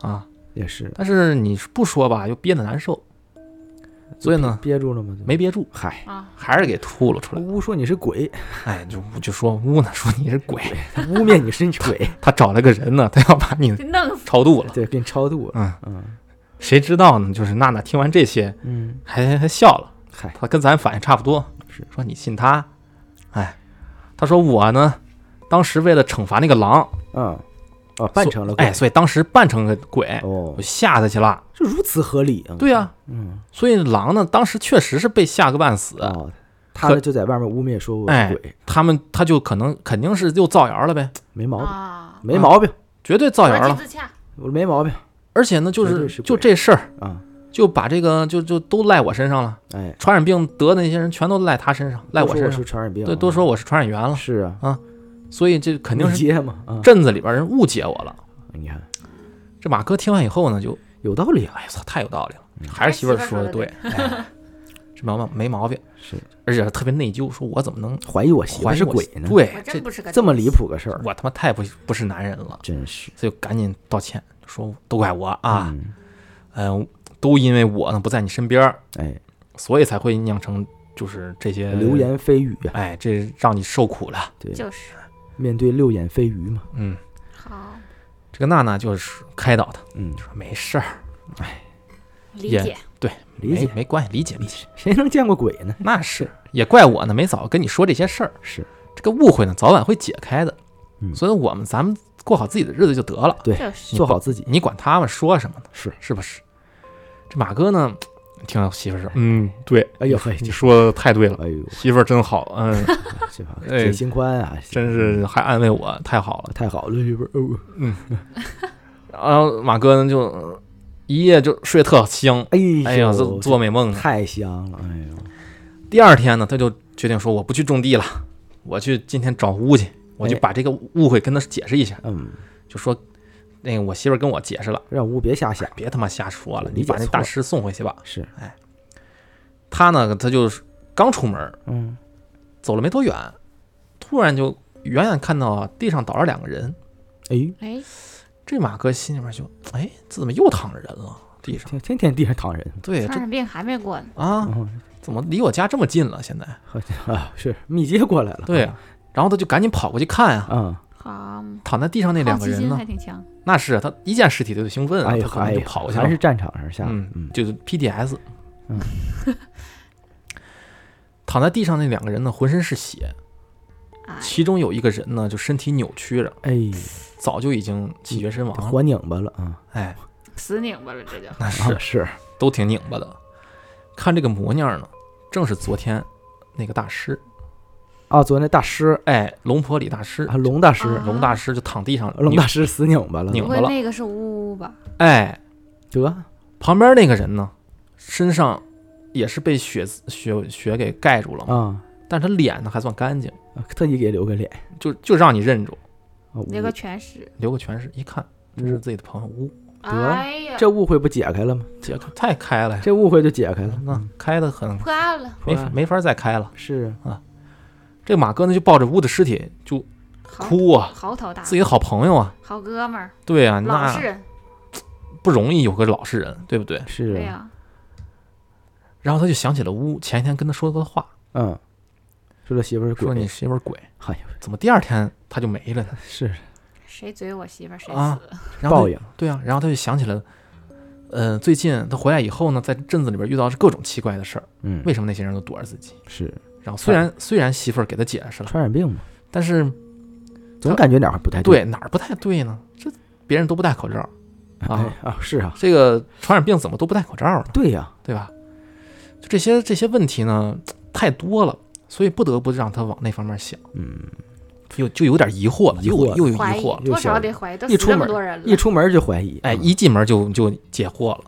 [SPEAKER 2] 啊，
[SPEAKER 4] 也是。
[SPEAKER 2] 但是你不说吧，又憋得难受，所以呢哦
[SPEAKER 4] 憋住了吗？就
[SPEAKER 2] 没憋住，
[SPEAKER 4] 嗨，
[SPEAKER 3] 啊，
[SPEAKER 2] 还是给吐了出来。
[SPEAKER 4] 呜呜说你是鬼，
[SPEAKER 2] 哎，就就说污呢，说你是鬼，
[SPEAKER 4] 他污蔑你 是鬼，
[SPEAKER 2] 他找了个人呢，他要把你
[SPEAKER 3] 给弄死。
[SPEAKER 2] 超度了。
[SPEAKER 4] 对，给你超度了。
[SPEAKER 2] 嗯，
[SPEAKER 4] 嗯
[SPEAKER 2] 谁知道呢？就是娜娜听完这些，
[SPEAKER 4] 嗯，
[SPEAKER 2] 还还笑了。
[SPEAKER 4] 嗨，
[SPEAKER 2] 他跟咱反应差不多，
[SPEAKER 4] 是
[SPEAKER 2] 说你信他，哎，他说我呢，当时为了惩罚那个狼，
[SPEAKER 4] 嗯，哦，扮
[SPEAKER 2] 所
[SPEAKER 4] 成了鬼
[SPEAKER 2] 哎，，所以当时扮成个鬼，
[SPEAKER 4] 哦
[SPEAKER 2] 我，吓他去了。
[SPEAKER 4] 这如此合理啊！
[SPEAKER 2] 对呀、
[SPEAKER 4] 嗯，
[SPEAKER 2] 所以狼呢，当时确实是被吓个半死。
[SPEAKER 4] 哦，他
[SPEAKER 2] 可哎
[SPEAKER 4] 呢就在外面污蔑说我是鬼，
[SPEAKER 2] 他们他就可能肯定是又造谣了呗，
[SPEAKER 4] 没毛病，
[SPEAKER 3] 啊，
[SPEAKER 4] 没毛病，
[SPEAKER 2] 绝对造谣
[SPEAKER 3] 逻辑
[SPEAKER 2] 了。
[SPEAKER 3] 自洽，
[SPEAKER 4] 我没毛病
[SPEAKER 2] 而且呢，就
[SPEAKER 4] 绝对
[SPEAKER 2] 是
[SPEAKER 4] 是鬼
[SPEAKER 2] 就这事儿，
[SPEAKER 4] 啊！
[SPEAKER 2] 就把这个就就都赖我身上了，
[SPEAKER 4] 哎，
[SPEAKER 2] 传染病得的那些人全都赖他身上，赖
[SPEAKER 4] 都
[SPEAKER 2] 我
[SPEAKER 4] 说
[SPEAKER 2] 身
[SPEAKER 4] 我
[SPEAKER 2] 上
[SPEAKER 4] 是，传染病啊，
[SPEAKER 2] 对，都说我是传染源了，
[SPEAKER 4] 是啊，
[SPEAKER 2] 所以这肯定
[SPEAKER 4] 你
[SPEAKER 2] 是
[SPEAKER 4] 接嘛啊！
[SPEAKER 2] 镇子里边人误解我了。
[SPEAKER 4] 你看
[SPEAKER 2] 这马哥听完以后呢，就
[SPEAKER 4] 有道理啊，
[SPEAKER 2] 哎呀，操，太有道理
[SPEAKER 3] 嗯
[SPEAKER 2] 了，嗯还是媳妇儿说的对，哎，这毛毛没毛病，
[SPEAKER 4] 是
[SPEAKER 2] 而且特别内疚，说我怎么能
[SPEAKER 4] 怀疑我媳妇
[SPEAKER 2] 怀
[SPEAKER 4] 儿
[SPEAKER 2] 疑
[SPEAKER 4] 是
[SPEAKER 2] 我
[SPEAKER 4] 鬼呢？
[SPEAKER 2] 对
[SPEAKER 3] 我，
[SPEAKER 2] 这
[SPEAKER 3] 真不是个
[SPEAKER 4] 这么离谱个事儿，
[SPEAKER 2] 我他妈太不不是男人了，
[SPEAKER 4] 真是
[SPEAKER 2] 所以赶紧道歉，说都怪我啊，
[SPEAKER 4] 嗯
[SPEAKER 2] 嗯、都因为我呢不在你身边儿，
[SPEAKER 4] 哎，
[SPEAKER 2] 所以才会酿成就是这些
[SPEAKER 4] 流，言蜚语啊，
[SPEAKER 2] 哎，这让你受苦了。
[SPEAKER 4] 对，
[SPEAKER 3] 就是
[SPEAKER 4] 面对流言蜚语嘛，
[SPEAKER 2] 嗯，
[SPEAKER 3] 好
[SPEAKER 2] 这个娜娜就是开导他，
[SPEAKER 4] 嗯，
[SPEAKER 2] 说没事儿，
[SPEAKER 3] 理
[SPEAKER 2] 也
[SPEAKER 3] 解，
[SPEAKER 4] 理解
[SPEAKER 2] 没没关系，理解理解。
[SPEAKER 4] 谁能见过鬼呢？
[SPEAKER 2] 那是也怪我呢，没早跟你说这些事儿，
[SPEAKER 4] 是
[SPEAKER 2] 这个误会呢早晚会解开的。
[SPEAKER 4] 嗯
[SPEAKER 2] 所以我们咱们过好自己的日子就得了。
[SPEAKER 4] 对
[SPEAKER 3] 就是
[SPEAKER 2] 你
[SPEAKER 4] 做好自己，
[SPEAKER 2] 你管他们说什么呢？
[SPEAKER 4] 是
[SPEAKER 2] 是不是？这马哥呢，听到媳妇儿说，嗯，对，
[SPEAKER 4] 哎呦嘿，
[SPEAKER 2] 你说的太对了，
[SPEAKER 4] 哎 呦，
[SPEAKER 2] 媳妇儿真好，嗯，
[SPEAKER 4] 这把
[SPEAKER 2] 哎
[SPEAKER 4] 解心宽啊，
[SPEAKER 2] 真是还安慰我，太好了。
[SPEAKER 4] 太好了，媳妇儿，哦
[SPEAKER 2] 然后马哥呢就呃一夜就睡特香，
[SPEAKER 4] 哎呦，
[SPEAKER 2] 哎呀，做做美梦呢。
[SPEAKER 4] 太香了，哎呦，
[SPEAKER 2] 第二天呢，他就决定说，我不去种地了，我去今天找屋去，我就
[SPEAKER 4] 哎
[SPEAKER 2] 把这个误会跟他解释一下，
[SPEAKER 4] 嗯，
[SPEAKER 2] 就说那个我媳妇儿跟我解释了，哎
[SPEAKER 4] 让屋别瞎想，
[SPEAKER 2] 别他妈瞎说了，
[SPEAKER 4] 理
[SPEAKER 2] 你
[SPEAKER 4] 解
[SPEAKER 2] 把那
[SPEAKER 4] 错
[SPEAKER 2] 大
[SPEAKER 4] 了
[SPEAKER 2] 师送回去吧。
[SPEAKER 4] 是，
[SPEAKER 2] 他呢，他就是刚出门儿
[SPEAKER 4] 嗯，
[SPEAKER 2] 走了没多远，突然就远远看到啊地上倒着两个人，
[SPEAKER 4] 哎呦，
[SPEAKER 3] 哎，
[SPEAKER 2] 这马哥心里面就哎，这怎么又躺着人了？地上
[SPEAKER 4] 天天天地上躺人，
[SPEAKER 2] 对
[SPEAKER 3] 传
[SPEAKER 2] 这
[SPEAKER 3] 染病还没过呢，
[SPEAKER 2] 啊，
[SPEAKER 4] 嗯，
[SPEAKER 2] 怎么离我家这么近了？现在
[SPEAKER 4] 好啊，是密接过来了，
[SPEAKER 2] 对啊，然后他就赶紧跑过去看啊，
[SPEAKER 4] 嗯，
[SPEAKER 3] 好嘛，
[SPEAKER 2] 躺在地上那两个
[SPEAKER 3] 好奇
[SPEAKER 2] 人
[SPEAKER 3] 心
[SPEAKER 2] 呢
[SPEAKER 3] 还，挺强，
[SPEAKER 2] 那是他一见尸体他就兴奋啊，
[SPEAKER 4] 哎
[SPEAKER 2] 他
[SPEAKER 4] 呦，
[SPEAKER 2] 可能
[SPEAKER 4] 哎
[SPEAKER 2] 就
[SPEAKER 4] 呦，
[SPEAKER 2] 跑过去
[SPEAKER 4] 还
[SPEAKER 2] 了
[SPEAKER 4] 是，战场上下的，
[SPEAKER 2] 嗯
[SPEAKER 4] 嗯，，
[SPEAKER 2] 就是 PDS，
[SPEAKER 4] 嗯，
[SPEAKER 2] 躺在地上那两个人呢，浑身是血，
[SPEAKER 3] 哎，
[SPEAKER 2] 其中有一个人呢就身体扭曲着，
[SPEAKER 4] 哎，
[SPEAKER 2] 早就已经气绝身亡了，
[SPEAKER 4] 嗯活拧巴了啊，
[SPEAKER 2] 哎，
[SPEAKER 3] 死拧巴了，这就
[SPEAKER 2] 那是
[SPEAKER 4] 啊是，
[SPEAKER 2] 都挺拧巴的。看这个模样呢，正是昨天那个大师，
[SPEAKER 4] 啊，昨天那大师
[SPEAKER 2] 哎，龙婆李大师
[SPEAKER 4] 啊，，龙大师，
[SPEAKER 3] 啊
[SPEAKER 2] 龙大师就躺地上了，
[SPEAKER 4] 龙大师死拧巴了，啊
[SPEAKER 2] 拧
[SPEAKER 3] 不
[SPEAKER 2] 巴
[SPEAKER 3] 会
[SPEAKER 2] 了
[SPEAKER 3] 那个是呜呜吧？
[SPEAKER 2] 哎，
[SPEAKER 4] 得，
[SPEAKER 2] 旁边那个人呢，身上也是被血血血给盖住了嘛，
[SPEAKER 4] 啊，
[SPEAKER 2] 但是他脸呢还算干净，
[SPEAKER 4] 特意给留个脸，
[SPEAKER 2] 就就让你认住，
[SPEAKER 4] 啊
[SPEAKER 3] 那
[SPEAKER 4] 我
[SPEAKER 3] 个全是，
[SPEAKER 2] 留个全尸，一看这是自己的朋友，呜，
[SPEAKER 3] 哎呀，
[SPEAKER 4] 这误会不解开了吗？
[SPEAKER 2] 解开太开了呀，
[SPEAKER 4] 嗯这嗯误会就解开了，
[SPEAKER 2] 那开的很，
[SPEAKER 3] 破案了，
[SPEAKER 2] 没
[SPEAKER 4] 破案
[SPEAKER 2] 没法再开了。
[SPEAKER 4] 是啊，
[SPEAKER 2] 这马哥呢就抱着呜的尸体就
[SPEAKER 3] 好
[SPEAKER 2] 哭啊，
[SPEAKER 3] 嚎啕大
[SPEAKER 2] 自己的好朋友啊，
[SPEAKER 3] 好哥们儿，
[SPEAKER 2] 对啊，
[SPEAKER 3] 老
[SPEAKER 2] 那
[SPEAKER 3] 实人，
[SPEAKER 2] 不容易有个老实人，对不对？
[SPEAKER 4] 是
[SPEAKER 3] 对
[SPEAKER 4] 啊，
[SPEAKER 3] 呀，
[SPEAKER 2] 然后他就想起了呜前一天跟他说过的话，
[SPEAKER 4] 嗯，说这媳妇儿是
[SPEAKER 2] 说你
[SPEAKER 4] 鬼，
[SPEAKER 2] 媳妇儿鬼，
[SPEAKER 4] 哎呦，
[SPEAKER 2] 怎么第二天他就没了 呢？
[SPEAKER 4] 是
[SPEAKER 3] 谁嘴我媳妇儿谁
[SPEAKER 2] 啊
[SPEAKER 3] 死，
[SPEAKER 2] 然后他
[SPEAKER 4] 报
[SPEAKER 2] 就
[SPEAKER 4] 应，
[SPEAKER 2] 对啊，然后他就想起了，呃，最近他回来以后呢，在镇子里边遇到是各种奇怪的事儿，
[SPEAKER 4] 嗯，
[SPEAKER 2] 为什么那些人都躲着自己？
[SPEAKER 4] 是
[SPEAKER 2] 然后虽
[SPEAKER 4] 哎
[SPEAKER 2] 然虽然媳妇儿给他解释了，
[SPEAKER 4] 传染病嘛，
[SPEAKER 2] 但是
[SPEAKER 4] 哎总感觉哪儿不太
[SPEAKER 2] 对哪儿不太对呢？这别人都不戴口罩，
[SPEAKER 4] 啊
[SPEAKER 2] 啊
[SPEAKER 4] 啊，是啊，
[SPEAKER 2] 这个传染病怎么都不戴口罩呢？
[SPEAKER 4] 对呀，
[SPEAKER 2] 对吧？就这些这些问题呢太多了，所以不得不让他往那方面想，
[SPEAKER 4] 嗯，
[SPEAKER 2] 又就有点疑惑了，
[SPEAKER 4] 疑惑
[SPEAKER 2] 又又有疑
[SPEAKER 3] 怀疑
[SPEAKER 2] 惑了。
[SPEAKER 4] 又
[SPEAKER 3] 多
[SPEAKER 4] 想
[SPEAKER 3] 少得怀疑，都
[SPEAKER 4] 一
[SPEAKER 3] 死
[SPEAKER 4] 出
[SPEAKER 3] 这么
[SPEAKER 4] 门
[SPEAKER 3] 多人了，
[SPEAKER 4] 一出门就怀疑，
[SPEAKER 2] 哎，
[SPEAKER 4] 嗯
[SPEAKER 2] 一进门就就解惑了，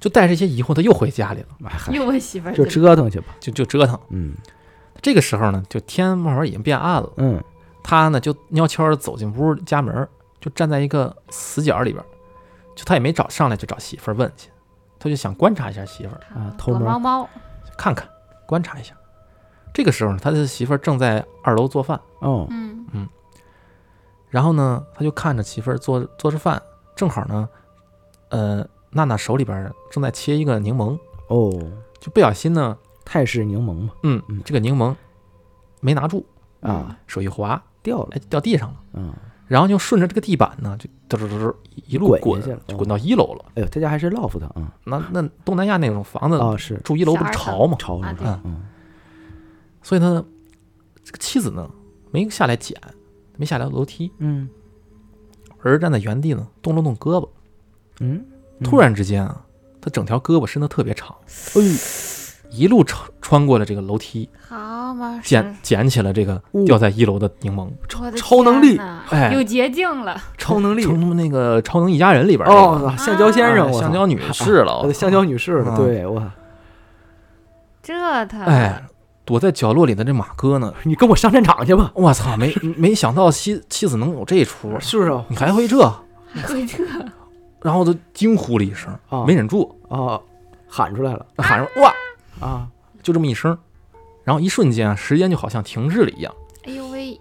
[SPEAKER 2] 就带着一些疑惑，他又回家里了，
[SPEAKER 4] 哎 嗨
[SPEAKER 3] 又问媳妇儿
[SPEAKER 4] 就
[SPEAKER 3] 去了
[SPEAKER 4] 折腾去吧，
[SPEAKER 2] 就就折腾。
[SPEAKER 4] 嗯
[SPEAKER 2] 这个时候呢，就天慢慢已经变暗了，
[SPEAKER 4] 嗯，
[SPEAKER 2] 她呢就悄悄的走进屋家门儿，就站在一个死角里边儿，就她也没找上来就找媳妇儿问去，她就想观察一下媳妇儿，
[SPEAKER 4] 啊偷
[SPEAKER 3] 躲
[SPEAKER 4] 摸
[SPEAKER 3] 猫猫，
[SPEAKER 2] 看看观察一下。这个时候呢，他的媳妇儿正在二楼做饭，
[SPEAKER 4] 哦，
[SPEAKER 3] 嗯
[SPEAKER 2] 然后呢，他就看着媳妇儿做做着饭，正好呢，呃，娜娜手里边儿正在切一个柠檬，
[SPEAKER 4] 哦，
[SPEAKER 2] 就不小心呢，
[SPEAKER 4] 泰式柠檬嘛，
[SPEAKER 2] 嗯
[SPEAKER 4] 嗯，
[SPEAKER 2] 这个柠檬没拿住，
[SPEAKER 4] 啊，
[SPEAKER 2] 手一滑，
[SPEAKER 4] 掉了，
[SPEAKER 2] 嗯哎，掉地上了。
[SPEAKER 4] 嗯，
[SPEAKER 2] 然后就顺着这个地板呢，就嘟嘟嘟嘟一路
[SPEAKER 4] 滚
[SPEAKER 2] 滚
[SPEAKER 4] 下去了，
[SPEAKER 2] 就滚到一楼了。
[SPEAKER 4] 哎呦，他家还是 loft 的啊，
[SPEAKER 2] 那那东南亚那种房子
[SPEAKER 4] 哦是
[SPEAKER 2] 住一楼不是
[SPEAKER 3] 小二层
[SPEAKER 2] 潮嘛，
[SPEAKER 4] 潮
[SPEAKER 3] 啊
[SPEAKER 4] 是
[SPEAKER 3] 对
[SPEAKER 4] 吧？嗯，
[SPEAKER 2] 所以他这个妻子呢没下来捡，没下来楼梯，
[SPEAKER 4] 嗯
[SPEAKER 2] 而是站在原地呢动了动胳膊。
[SPEAKER 4] 嗯，
[SPEAKER 2] 突然之间啊，他整条胳膊伸得特别长，
[SPEAKER 4] 哎
[SPEAKER 2] 一路穿穿过了这个楼梯，
[SPEAKER 3] 好嘛，
[SPEAKER 2] 捡捡起了这个
[SPEAKER 4] 哦
[SPEAKER 2] 掉在一楼的柠檬，
[SPEAKER 3] 超
[SPEAKER 4] 超能力
[SPEAKER 2] 哎
[SPEAKER 3] 有捷径了，
[SPEAKER 4] 超能力
[SPEAKER 2] 成成那个《超能一家人》里边那个
[SPEAKER 4] 哦，橡胶先生，
[SPEAKER 2] 哎
[SPEAKER 4] 我操
[SPEAKER 2] 橡胶女士了，
[SPEAKER 4] 啊
[SPEAKER 2] 我操
[SPEAKER 4] 橡胶女士
[SPEAKER 2] 啊
[SPEAKER 4] 了，对我，
[SPEAKER 3] 这他
[SPEAKER 2] 哎，躲在角落里的这马哥呢，
[SPEAKER 4] 你跟我上战场去吧，
[SPEAKER 2] 我操，没没想到妻妻子能有这出，
[SPEAKER 4] 是不是啊？
[SPEAKER 2] 你还会这？
[SPEAKER 3] 还会这
[SPEAKER 2] 然后他惊呼了一声，
[SPEAKER 4] 啊
[SPEAKER 2] 没忍住
[SPEAKER 4] 哦，喊出来了
[SPEAKER 2] 喊上哇，
[SPEAKER 4] 啊，
[SPEAKER 2] 就这么一声，然后一瞬间啊，时间就好像停滞了一样，
[SPEAKER 3] 哎呦喂，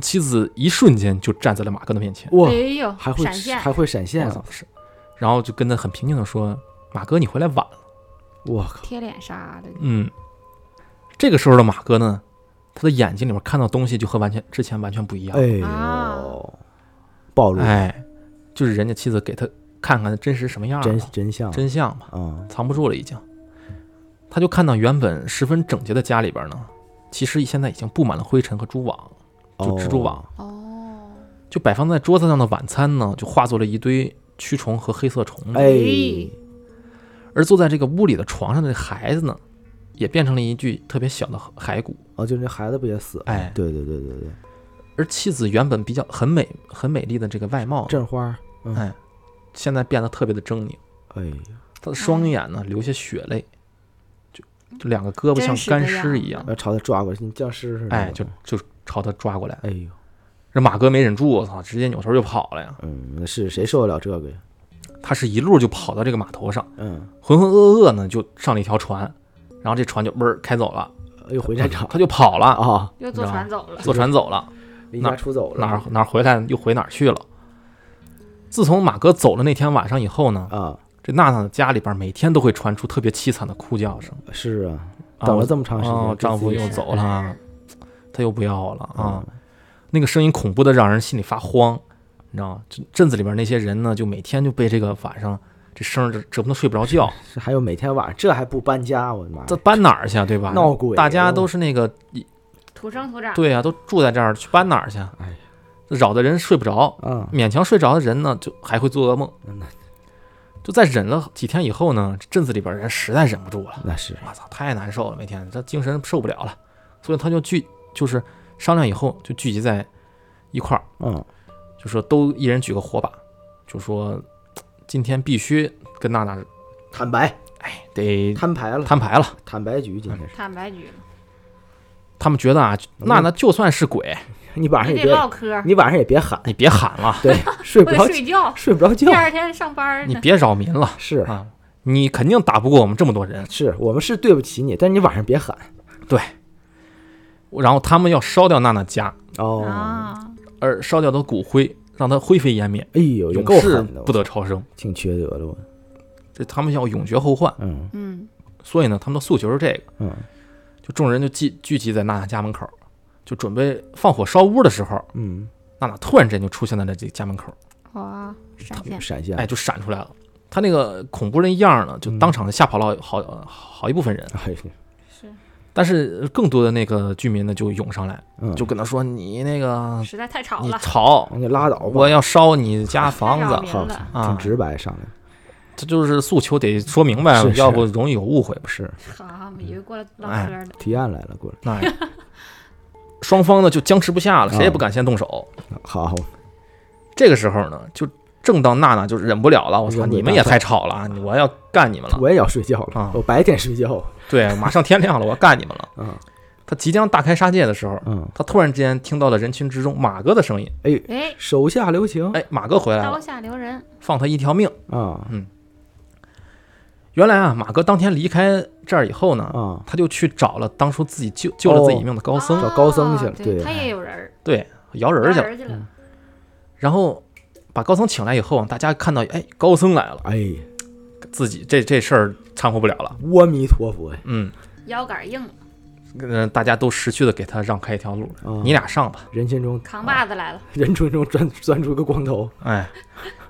[SPEAKER 2] 妻子一瞬间就站在了马哥的面前，
[SPEAKER 4] 哇
[SPEAKER 3] 哎，呦，
[SPEAKER 4] 还会
[SPEAKER 3] 闪现，
[SPEAKER 4] 还会闪现
[SPEAKER 2] 我
[SPEAKER 4] 啊，
[SPEAKER 2] 操是，然后就跟他很平静的说：“马哥，你回来晚了。
[SPEAKER 4] 我靠，
[SPEAKER 3] 贴脸杀的”，
[SPEAKER 2] 嗯，这个时候的马哥呢，他的眼睛里面看到东西就和完全之前完全不一样，
[SPEAKER 4] 哎呦
[SPEAKER 3] 啊，
[SPEAKER 4] 暴露
[SPEAKER 2] 哎，就是人家妻子给他看看真实什么样
[SPEAKER 4] 真
[SPEAKER 2] 嘛，
[SPEAKER 4] 真相
[SPEAKER 2] 真相嘛。
[SPEAKER 4] 啊，
[SPEAKER 2] 藏不住了，已经。他就看到原本十分整洁的家里边呢，其实现在已经布满了灰尘和蛛网，就蜘蛛网。
[SPEAKER 3] 哦，
[SPEAKER 2] 就摆放在桌子上的晚餐呢，就化作了一堆蛆虫和黑色虫
[SPEAKER 4] 哦，
[SPEAKER 2] 子。
[SPEAKER 4] 哎，
[SPEAKER 2] 而坐在这个屋里的床上的孩子呢，也变成了一具特别小的骸骨。
[SPEAKER 4] 哦，就那孩子不也死了？
[SPEAKER 2] 哎
[SPEAKER 4] 对对对对对，
[SPEAKER 2] 而妻子原本比较很美、很美丽的这个外貌呢，
[SPEAKER 4] 镇花，嗯
[SPEAKER 2] 哎现在变得特别的狰狞。
[SPEAKER 4] 哎呀，
[SPEAKER 2] 她的双眼呢流下血泪，就就两个胳膊像
[SPEAKER 3] 真实的
[SPEAKER 2] 干尸
[SPEAKER 3] 样
[SPEAKER 2] 一样，
[SPEAKER 4] 要朝他抓过去，你僵尸似的，
[SPEAKER 2] 哎，就就朝他抓过来。
[SPEAKER 4] 哎呦，
[SPEAKER 2] 这马哥没忍住，我操，直接扭头就跑了呀！
[SPEAKER 4] 嗯，那是谁受得了这个呀？
[SPEAKER 2] 他是一路就跑到这个码头上，
[SPEAKER 4] 嗯，
[SPEAKER 2] 浑浑噩噩呢就上了一条船，然后这船就嗡、儿开走了，
[SPEAKER 4] 哎呦，回战场
[SPEAKER 2] 他就跑了，
[SPEAKER 4] 啊，
[SPEAKER 3] 又坐船走 了，
[SPEAKER 2] 坐船走了，
[SPEAKER 4] 离
[SPEAKER 2] 哪
[SPEAKER 4] 家出走了，
[SPEAKER 2] 哪儿哪儿回来又回哪儿去了。自从马哥走了那天晚上以后呢，
[SPEAKER 4] 啊？
[SPEAKER 2] 这娜娜的家里边每天都会传出特别凄惨的哭叫声。
[SPEAKER 4] 是啊，
[SPEAKER 2] 啊
[SPEAKER 4] 等
[SPEAKER 2] 我
[SPEAKER 4] 了这么长时间
[SPEAKER 2] 哦
[SPEAKER 4] 这次
[SPEAKER 2] 丈夫
[SPEAKER 4] 也
[SPEAKER 2] 又
[SPEAKER 4] 是
[SPEAKER 2] 走了，他又不要了
[SPEAKER 4] 嗯
[SPEAKER 2] 啊！那个声音恐怖的让人心里发慌，你知道吗？这镇子里边那些人呢，就每天就被这个晚上这声儿折折磨得睡不 着觉。
[SPEAKER 4] 是还有每天晚上这还不搬家，我的妈呀！
[SPEAKER 2] 这搬哪儿去啊？对吧？
[SPEAKER 4] 闹鬼
[SPEAKER 2] 大家
[SPEAKER 4] 了
[SPEAKER 2] 都是那个，
[SPEAKER 3] 土生土长，
[SPEAKER 2] 对啊，都住在这儿，去搬哪儿去啊？
[SPEAKER 4] 哎呀
[SPEAKER 2] 扰得人睡不着，
[SPEAKER 4] 啊，
[SPEAKER 2] 勉强睡着的人呢，就还会做噩梦
[SPEAKER 4] 嗯那。
[SPEAKER 2] 就在忍了几天以后呢，这镇子里边人实在忍不住了，
[SPEAKER 4] 那是
[SPEAKER 2] 我操，太难受了，每天这精神受不了了，所以他就聚，就是商量以后就聚集在一块儿，
[SPEAKER 4] 嗯，
[SPEAKER 2] 就说都一人举个火把，就说今天必须跟娜娜
[SPEAKER 4] 坦白
[SPEAKER 2] 得
[SPEAKER 4] 摊牌了，
[SPEAKER 2] 摊牌了。
[SPEAKER 4] 坦白局今天是，
[SPEAKER 3] 坦白局了，
[SPEAKER 2] 他们觉得啊，
[SPEAKER 4] 嗯
[SPEAKER 2] 娜娜就算是鬼，
[SPEAKER 4] 你晚上
[SPEAKER 3] 你
[SPEAKER 4] 也
[SPEAKER 3] 得
[SPEAKER 4] 别，
[SPEAKER 3] 唠嗑，
[SPEAKER 4] 你晚上也别 喊，
[SPEAKER 2] 你别喊了，
[SPEAKER 4] 对，睡
[SPEAKER 3] 我
[SPEAKER 4] 不着
[SPEAKER 3] 得，睡觉，
[SPEAKER 4] 睡不着觉
[SPEAKER 3] 第，二天上班
[SPEAKER 2] 你
[SPEAKER 3] 呢，
[SPEAKER 2] 别扰民了
[SPEAKER 4] 是
[SPEAKER 2] 啊！你肯定打不过我们这么多人。
[SPEAKER 4] 是我们是对不起你，但你晚上别喊
[SPEAKER 2] 然后他们要烧掉娜娜家，
[SPEAKER 4] 哦。
[SPEAKER 3] 啊，
[SPEAKER 2] 而烧掉的骨灰让她灰飞烟灭，
[SPEAKER 4] 哎呦，也
[SPEAKER 2] 永
[SPEAKER 4] 够
[SPEAKER 2] 世
[SPEAKER 4] 狠的，
[SPEAKER 2] 不得超生。
[SPEAKER 4] 挺缺德的我。
[SPEAKER 2] 这他们要永绝后患，
[SPEAKER 4] 嗯
[SPEAKER 3] 嗯，
[SPEAKER 2] 所以呢，他们的诉求是这个。
[SPEAKER 4] 嗯
[SPEAKER 2] 就众人就聚聚集在娜娜家门口，就准备放火烧屋的时候，
[SPEAKER 4] 嗯，
[SPEAKER 2] 娜娜突然间就出现在了这家门口，
[SPEAKER 3] 哇，闪现，
[SPEAKER 4] 闪现，
[SPEAKER 2] 哎，就闪出来了。她那个恐怖那样呢，就当场就吓跑了好好一部分人，
[SPEAKER 4] 哎，
[SPEAKER 3] 是，
[SPEAKER 2] 但是更多的那个居民呢就涌上来，
[SPEAKER 4] 嗯，
[SPEAKER 2] 就跟她说：“你那个
[SPEAKER 3] 实在太吵
[SPEAKER 2] 嗯你
[SPEAKER 3] 了，
[SPEAKER 2] 吵，
[SPEAKER 4] 你拉倒吧，
[SPEAKER 2] 我要烧你家
[SPEAKER 3] 太
[SPEAKER 2] 房
[SPEAKER 3] 扰
[SPEAKER 2] 子，
[SPEAKER 3] 民
[SPEAKER 4] 好
[SPEAKER 3] 了，
[SPEAKER 2] 啊
[SPEAKER 4] 挺直白上来，
[SPEAKER 2] 这就是诉求得说明白，
[SPEAKER 4] 是是
[SPEAKER 2] 要不容易有误会。
[SPEAKER 4] 是
[SPEAKER 2] 嗯
[SPEAKER 3] 好，以为过来唠
[SPEAKER 2] 哎
[SPEAKER 3] 嗑的，
[SPEAKER 4] 提案来了，过来，
[SPEAKER 2] 那 双方呢就僵持不下了，
[SPEAKER 4] 啊
[SPEAKER 2] 谁也不敢先动手。
[SPEAKER 4] 好，
[SPEAKER 2] 这个时候呢，就正当娜娜就忍不了了，我操，
[SPEAKER 4] 忍不了
[SPEAKER 2] 你们也太吵了，啊！我要干你们了。
[SPEAKER 4] 我也要睡觉了
[SPEAKER 2] 啊，
[SPEAKER 4] 我白天睡觉，
[SPEAKER 2] 对，马上天亮了，我要干你们了。
[SPEAKER 4] 啊，
[SPEAKER 2] 他即将大开杀戒的时候，
[SPEAKER 4] 嗯，
[SPEAKER 2] 他突然之间听到了人群之中马哥的声音，
[SPEAKER 4] 哎，
[SPEAKER 3] 哎，
[SPEAKER 4] 手下留情
[SPEAKER 2] 哎，马哥回来
[SPEAKER 3] 刀
[SPEAKER 2] 了，
[SPEAKER 3] 下留人，
[SPEAKER 2] 放他一条命。
[SPEAKER 4] 啊
[SPEAKER 2] 原来啊，马哥当天离开这儿以后呢，
[SPEAKER 4] 啊，
[SPEAKER 2] 他就去找了当初自己救救了自己一命的高僧，
[SPEAKER 4] 找高僧去了
[SPEAKER 3] 啊
[SPEAKER 4] 对
[SPEAKER 3] 对，他也有人儿，
[SPEAKER 2] 对，摇人
[SPEAKER 3] 摇
[SPEAKER 2] 儿去了。嗯
[SPEAKER 3] 人去了，
[SPEAKER 2] 然后把高僧请来以后，大家看到，哎，高僧来了，
[SPEAKER 4] 哎，
[SPEAKER 2] 自己这这事儿掺和不了了。
[SPEAKER 4] 阿弥陀佛呀，
[SPEAKER 2] 嗯，
[SPEAKER 3] 腰杆儿硬，
[SPEAKER 2] 呃大家都识趣的给他让开一条路，
[SPEAKER 4] 啊
[SPEAKER 2] 你俩上吧。
[SPEAKER 4] 人群中
[SPEAKER 2] 啊
[SPEAKER 4] 啊
[SPEAKER 3] 扛把子来了，
[SPEAKER 4] 人群中钻钻出个光头
[SPEAKER 2] 哎，